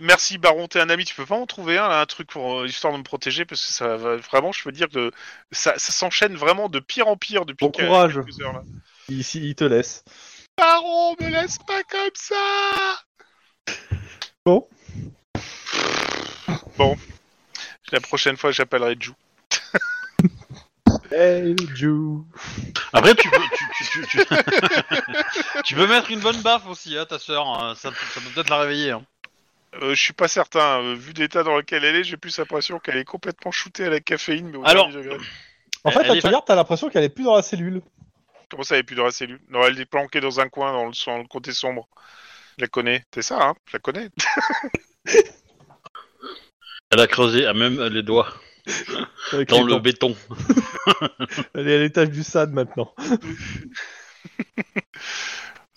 [SPEAKER 4] Merci, Baron, t'es un ami, tu peux pas en trouver un, là, un truc pour, euh, histoire de me protéger, parce que ça va... Vraiment, je veux dire que ça, ça s'enchaîne vraiment de pire en pire depuis
[SPEAKER 2] Bon
[SPEAKER 4] que-
[SPEAKER 2] courage.
[SPEAKER 4] quelques heures, là.
[SPEAKER 2] Il, il te laisse.
[SPEAKER 4] Baron, me Oh, laisse pas comme ça
[SPEAKER 2] Bon.
[SPEAKER 4] Bon. La prochaine fois, j'appellerai Jou.
[SPEAKER 2] Hey, Jou.
[SPEAKER 1] Après, tu peux, tu, tu- tu- *laughs* tu- tu peux mettre une bonne baffe aussi, hein, ta sœur. hein, Ça, ça peut peut-être la réveiller. hein.
[SPEAKER 4] Euh, je suis pas certain. euh, vu l'état dans lequel elle est, j'ai plus l'impression qu'elle est complètement shootée à la caféine. Mais au
[SPEAKER 1] Alors-
[SPEAKER 4] dernier degré.
[SPEAKER 2] En fait,
[SPEAKER 1] Elle
[SPEAKER 2] là,
[SPEAKER 1] est
[SPEAKER 2] tu regardes, t'as l'impression qu'elle est plus dans la cellule.
[SPEAKER 4] Comment ça, elle est plus dans la cellule Non, elle est planquée dans un coin, dans le, dans le côté sombre. Je la connais. C'est ça, hein Je la connais.
[SPEAKER 1] Elle a creusé à même les doigts
[SPEAKER 2] Avec
[SPEAKER 1] dans
[SPEAKER 2] les
[SPEAKER 1] le
[SPEAKER 2] dents.
[SPEAKER 1] béton.
[SPEAKER 2] Euh, Elle est à l'étage du SAD maintenant.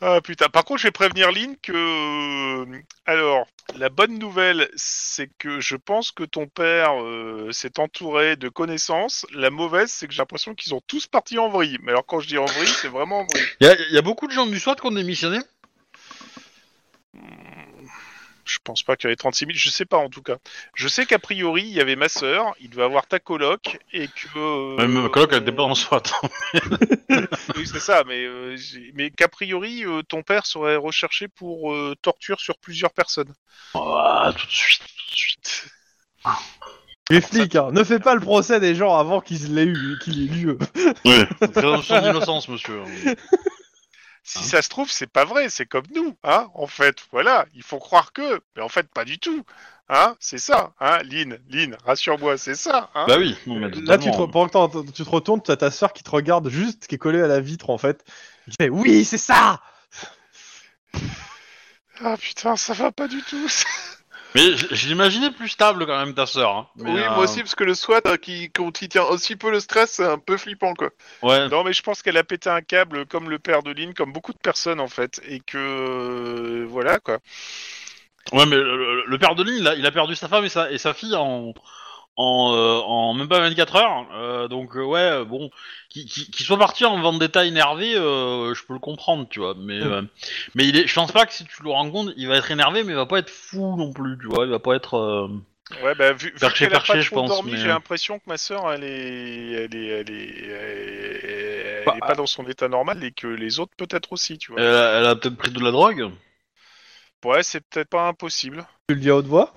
[SPEAKER 4] Ah putain, par contre, je vais prévenir Lynn que. euh, Alors, la bonne nouvelle, c'est que je pense que ton père euh, s'est entouré de connaissances. La mauvaise, c'est que j'ai l'impression qu'ils sont tous partis en vrille. Mais alors, quand je dis en vrille, c'est vraiment en vrille.
[SPEAKER 1] Il y, a- il y a beaucoup de gens du SWAT qui ont démissionné.
[SPEAKER 4] Je pense pas qu'il y avait 36 000, je sais pas en tout cas. Je sais qu'a priori, il y avait ma sœur, il devait avoir ta coloc, et que. euh,
[SPEAKER 1] Même ma coloc, elle
[SPEAKER 4] on-
[SPEAKER 1] était pas en SWAT.
[SPEAKER 4] Oui, c'est ça, mais, euh, j'ai- mais qu'a priori, euh, ton père serait recherché pour euh, torture sur plusieurs personnes.
[SPEAKER 1] Ah, tout de suite, tout de suite.
[SPEAKER 2] Les flics, hein, ne fais pas le procès des gens avant qu'ils l'aient eu, qu'il ait lieu.
[SPEAKER 1] Oui. Présomption d'innocence, monsieur.
[SPEAKER 4] Si
[SPEAKER 1] Hein.
[SPEAKER 4] ça se trouve, c'est pas vrai, c'est comme nous, hein, en fait, voilà, il faut croire que, mais en fait, pas du tout, hein, c'est ça, hein, Lynn, Lynn, rassure-moi, c'est ça, hein.
[SPEAKER 1] Bah oui, non, mais
[SPEAKER 2] Là, tu te,
[SPEAKER 1] totalement.
[SPEAKER 2] re- pendant que t'en- tu te retournes, t'as ta sœur qui te regarde juste, qui est collée à la vitre en fait. Qui fait, oui, c'est ça
[SPEAKER 4] Ah putain, ça va pas du tout, ça.
[SPEAKER 1] Mais je je l'imaginais plus stable quand même, ta sœur. hein. Mais,
[SPEAKER 5] oui,
[SPEAKER 1] euh,
[SPEAKER 5] moi aussi, parce que le SWAT hein, qui, quand il tient aussi peu le stress, c'est un peu flippant quoi.
[SPEAKER 1] Ouais.
[SPEAKER 4] Non, mais je pense qu'elle a pété un câble comme le père de Lynn, comme beaucoup de personnes, en fait, et que, euh, voilà, quoi.
[SPEAKER 1] Ouais, mais le, le- le père de Lynn, il a, il a perdu sa femme et sa, et sa fille en, en, euh, en même pas 24 heures. Euh, donc euh, ouais, euh, bon, qu'il qui, soit parti en vendetta énervé, euh, je peux le comprendre, tu vois. Mais euh, mais il est, je pense pas que si tu le rencontres, il va être énervé, mais il va pas être fou non plus, tu vois. Il va pas être. euh,
[SPEAKER 4] Ouais, bah, vu, vu
[SPEAKER 1] Perché,
[SPEAKER 4] qu'elle a
[SPEAKER 1] perché,
[SPEAKER 4] pas
[SPEAKER 1] je
[SPEAKER 4] trop
[SPEAKER 1] pense,
[SPEAKER 4] dormi,
[SPEAKER 1] mais,
[SPEAKER 4] j'ai
[SPEAKER 1] euh,
[SPEAKER 4] l'impression que ma sœur, elle est, elle est, elle est, elle est- elle
[SPEAKER 1] Bah, Euh.
[SPEAKER 4] est pas dans son état normal et que les autres peut-être aussi, tu vois.
[SPEAKER 1] Elle, a- elle a peut-être pris de la drogue.
[SPEAKER 4] Ouais, c'est peut-être pas impossible. *laughs*
[SPEAKER 2] Tu le dis à haute voix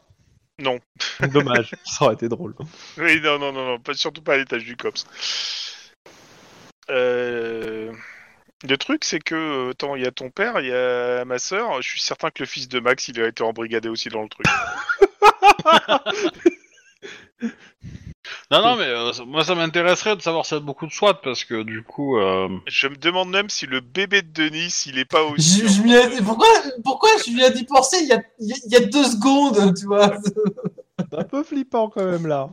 [SPEAKER 4] Non.
[SPEAKER 2] *laughs* Dommage, ça aurait été drôle.
[SPEAKER 4] Oui, non, non, non, non, pas, surtout pas à l'étage du COPS. Euh, Le truc, c'est que, euh, attends, il y a ton père, il y a ma sœur, je suis certain que le fils de Max, il a été embrigadé aussi dans le truc.
[SPEAKER 1] Non non, mais euh, ça- moi ça m'intéresserait de savoir s'il y a beaucoup de SWAT parce que du coup. euh,
[SPEAKER 4] Je me demande même si le bébé de Denis, il est
[SPEAKER 3] *laughs*
[SPEAKER 4] pas aussi...
[SPEAKER 3] Je, je m'y ai- pourquoi, pourquoi je lui ai dit penser il y a, il y a- il y a deux secondes, tu vois
[SPEAKER 2] C'est un peu flippant quand même là.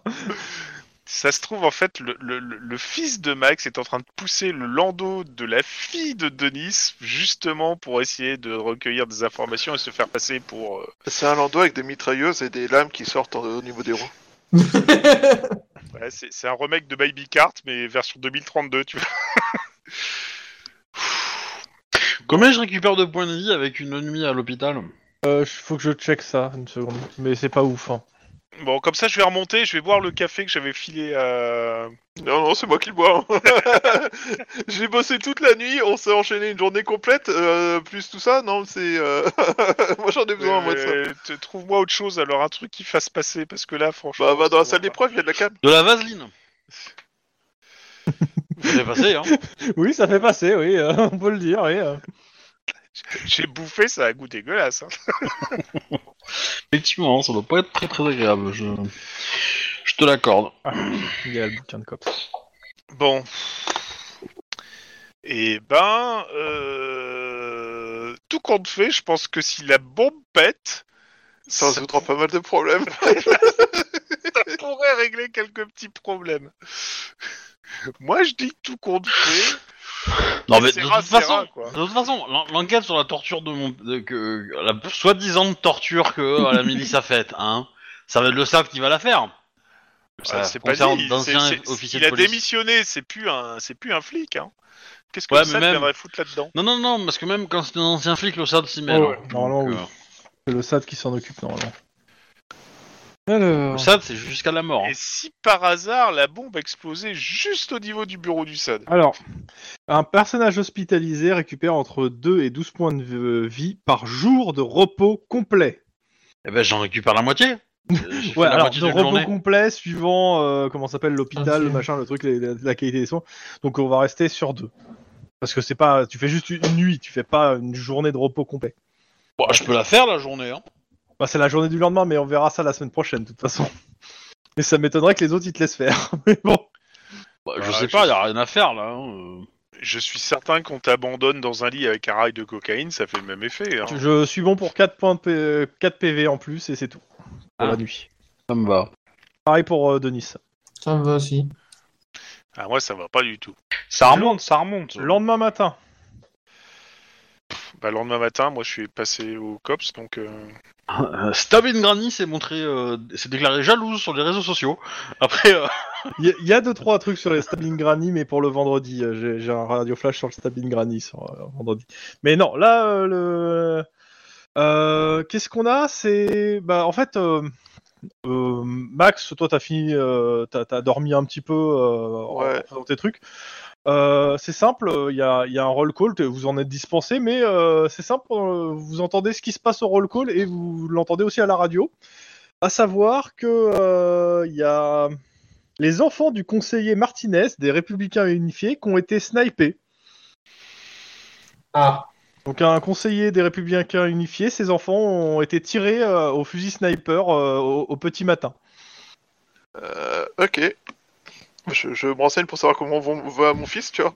[SPEAKER 4] Ça se trouve, en fait, le, le- le- le fils de Max est en train de pousser le landau de la fille de Denis, justement pour essayer de recueillir des informations et se faire passer pour... euh,
[SPEAKER 5] C'est un landau avec des mitrailleuses et des lames qui sortent en- au niveau des roues.
[SPEAKER 4] ouais, c'est c'est un remake de Baby Cart, mais version 2032, tu vois.
[SPEAKER 1] Combien je récupère de points de vie avec une nuit à l'hôpital
[SPEAKER 2] Euh, faut que je check ça une seconde, mais c'est pas ouf. Hein.
[SPEAKER 4] Bon, comme ça, je vais remonter, je vais boire le café que j'avais filé à...
[SPEAKER 5] Non, non, c'est moi qui le bois. hein. *laughs* J'ai bossé toute la nuit, on s'est enchaîné une journée complète, euh, plus tout ça, non, c'est... euh, *laughs* moi j'en ai besoin, moi, de ça.
[SPEAKER 4] Euh, te- Trouve-moi autre chose, alors un truc qui fasse passer, parce que là, franchement...
[SPEAKER 5] Bah, va dans la
[SPEAKER 4] ça
[SPEAKER 5] salle
[SPEAKER 4] va
[SPEAKER 5] d'épreuve, il y a de la cam.
[SPEAKER 1] De la vaseline. C'est passé, hein.
[SPEAKER 2] Oui, ça fait passer, oui, euh, *laughs* on peut le dire. Oui, euh.
[SPEAKER 4] pas. J'ai bouffé, ça a goût dégueulasse. hein.
[SPEAKER 1] Effectivement, ça doit pas être très très agréable. Je, je te l'accorde.
[SPEAKER 2] Il y a le bouquin de cops.
[SPEAKER 4] Bon. Eh ben, euh, tout compte fait, je pense que si la bombe pète, ça
[SPEAKER 5] Ça résoudra pas mal
[SPEAKER 4] *laughs*
[SPEAKER 5] de problèmes.
[SPEAKER 4] pourrait régler quelques petits problèmes. Moi, je dis que tout compte fait.
[SPEAKER 1] Non mais de
[SPEAKER 4] C'est
[SPEAKER 1] toute
[SPEAKER 4] rare, c'est
[SPEAKER 1] façon,
[SPEAKER 4] rare, quoi.
[SPEAKER 1] de toute façon, l'en- l'enquête sur la torture de mon, de- que la soi-disant torture que euh, la milice a faite, hein, ça va être le SAP qui va la faire.
[SPEAKER 4] Ah,
[SPEAKER 1] Ça
[SPEAKER 4] c'est pas
[SPEAKER 1] concerne
[SPEAKER 4] dit.
[SPEAKER 1] d'anciens
[SPEAKER 4] c'est- c'est-
[SPEAKER 1] officiers
[SPEAKER 4] il
[SPEAKER 1] de
[SPEAKER 4] a
[SPEAKER 1] police.
[SPEAKER 4] démissionné, c'est plus un, c'est plus un flic. Hein. Qu'est-ce que
[SPEAKER 1] Ouais,
[SPEAKER 4] le
[SPEAKER 1] mais
[SPEAKER 4] SAD
[SPEAKER 1] même-
[SPEAKER 4] viendrait foutre là-dedans
[SPEAKER 1] Non non non, parce que même quand c'est un ancien flic, le SAP s'y mêle.
[SPEAKER 2] Oh, Ouais, ouais,
[SPEAKER 1] hein.
[SPEAKER 2] normalement,
[SPEAKER 1] Donc,
[SPEAKER 2] oui.
[SPEAKER 1] euh,
[SPEAKER 2] C'est le SAD qui s'en occupe normalement.
[SPEAKER 1] Le
[SPEAKER 2] Alors.
[SPEAKER 1] SAP c'est jusqu'à la mort. hein.
[SPEAKER 4] Et si par hasard la bombe explosait juste au niveau du bureau du SAD
[SPEAKER 2] Alors, un personnage hospitalisé récupère entre 2 et 12 points de euh, vie par jour de repos complet.
[SPEAKER 1] Eh ben j'en récupère la
[SPEAKER 2] *laughs*
[SPEAKER 1] moitié. Euh, j'ai fait
[SPEAKER 2] Ouais,
[SPEAKER 1] la
[SPEAKER 2] alors
[SPEAKER 1] moitié
[SPEAKER 2] de
[SPEAKER 1] d'une
[SPEAKER 2] repos
[SPEAKER 1] journée.
[SPEAKER 2] complet suivant euh, comment s'appelle l'hôpital,
[SPEAKER 3] Ok.
[SPEAKER 2] le machin, le truc, les- la, la qualité des soins. Donc on va rester sur 2. Parce que c'est pas, tu fais juste une nuit, tu fais pas une journée de repos complet.
[SPEAKER 1] Bah, je peux la faire la journée. Hein.
[SPEAKER 2] Bah c'est la journée du lendemain, mais on verra ça la semaine prochaine de toute façon. Et ça m'étonnerait que les autres ils te laissent faire. *laughs* Mais bon.
[SPEAKER 1] Bah, je
[SPEAKER 4] Bah,
[SPEAKER 1] sais
[SPEAKER 4] je
[SPEAKER 1] pas,
[SPEAKER 4] sais.
[SPEAKER 1] y a rien à faire là. hein, euh.
[SPEAKER 4] Je suis certain qu'on t'abandonne dans un lit avec un rail de cocaïne, ça fait le même effet. hein.
[SPEAKER 2] Je suis bon pour 4 points, P- 4 PV en plus et c'est tout. Pour
[SPEAKER 1] Ah.
[SPEAKER 2] la nuit.
[SPEAKER 1] Ça me va.
[SPEAKER 2] Pareil pour euh, Denis.
[SPEAKER 3] Ça me va aussi.
[SPEAKER 4] Ah, moi, ça va pas du tout.
[SPEAKER 1] Ça remonte, ça remonte.
[SPEAKER 2] Lendemain matin.
[SPEAKER 4] Bah, le lendemain matin, moi, je suis passé au COPS, donc. euh,
[SPEAKER 1] Euh, Stabin Granny s'est montré, euh, s'est déclarée jalouse sur les réseaux sociaux. Après, euh,
[SPEAKER 2] Il y, a deux trois trucs sur les Stabin Granny, mais pour le vendredi, euh, j'ai- j'ai un radio flash sur le Stabin Granny sur euh, vendredi. Mais non, là euh, le euh, qu'est-ce qu'on a C'est bah en fait euh, euh, Max, toi t'as fini, euh, t'as t'as dormi un petit peu euh, en-
[SPEAKER 5] Ouais.
[SPEAKER 2] en faisant tes trucs. Euh, c'est simple, il y a, y a un roll call, t'es- vous en êtes dispensé, mais euh, c'est simple, euh, vous entendez ce qui se passe au roll call et vous l'entendez aussi à la radio. À savoir que euh, y a les enfants du conseiller Martinez des Républicains Unifiés qui ont été snipés.
[SPEAKER 3] Ah,
[SPEAKER 2] Donc un conseiller des Républicains Unifiés, ses enfants ont été tirés euh, au fusil sniper euh, au, au petit matin.
[SPEAKER 5] Euh, ok. Je, je me renseigne pour savoir comment vont- va mon fils, tu vois.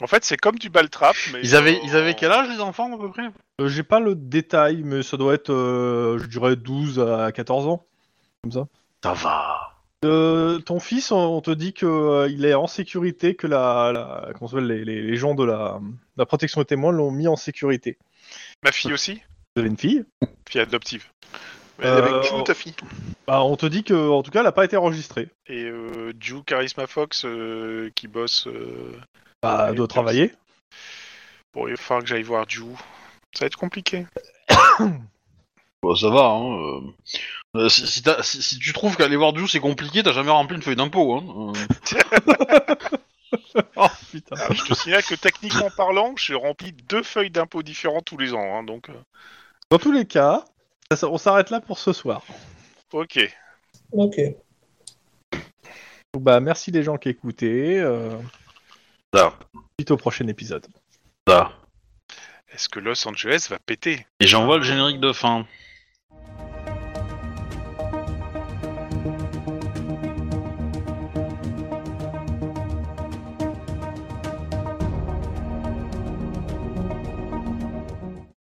[SPEAKER 4] En fait, c'est comme du baltrap, mais.
[SPEAKER 1] ils avaient,
[SPEAKER 4] euh,
[SPEAKER 1] ils avaient quel âge les enfants à peu près
[SPEAKER 2] Euh, J'ai pas le détail, mais ça doit être, euh, je dirais, 12 à 14 ans.
[SPEAKER 1] Ça va.
[SPEAKER 2] Euh, ton fils, on, on te dit que euh, il est en sécurité, que la, la- comment ça s'appelle, les, les- les gens de la, la protection des témoins l'ont mis en sécurité.
[SPEAKER 4] Ma fille aussi
[SPEAKER 2] Vous avez une fille
[SPEAKER 4] Fille adoptive.
[SPEAKER 5] Mais elle est
[SPEAKER 2] Euh,
[SPEAKER 5] avec Chou, ta fille.
[SPEAKER 2] Bah, on te dit que, en tout cas, elle n'a pas été enregistrée.
[SPEAKER 4] Et euh, Ju Charisma Fox euh, qui bosse. euh,
[SPEAKER 2] Bah,
[SPEAKER 4] Ouais,
[SPEAKER 2] elle doit travailler.
[SPEAKER 4] Bon, il va falloir que j'aille voir Ju. Ça va être compliqué.
[SPEAKER 1] Bah, ça va. Hein, euh. Euh, si, si t'as- si- si tu trouves qu'aller voir Dieu c'est compliqué, t'as jamais rempli une feuille d'impôt. Hein. euh.
[SPEAKER 2] Oh putain.
[SPEAKER 4] Alors, je te signale
[SPEAKER 1] *laughs*
[SPEAKER 4] que techniquement parlant, je remplis deux feuilles d'impôts différents tous les ans. hein, donc, euh,
[SPEAKER 2] Dans tous les cas, ça, ça- on s'arrête là pour ce soir.
[SPEAKER 4] ok.
[SPEAKER 3] Ok.
[SPEAKER 2] Donc, bah, merci les gens qui écoutaient. Euh,
[SPEAKER 1] Ça,
[SPEAKER 2] suite au prochain épisode.
[SPEAKER 1] ça.
[SPEAKER 4] Est-ce que Los Angeles va péter
[SPEAKER 1] Et j'envoie le générique de fin.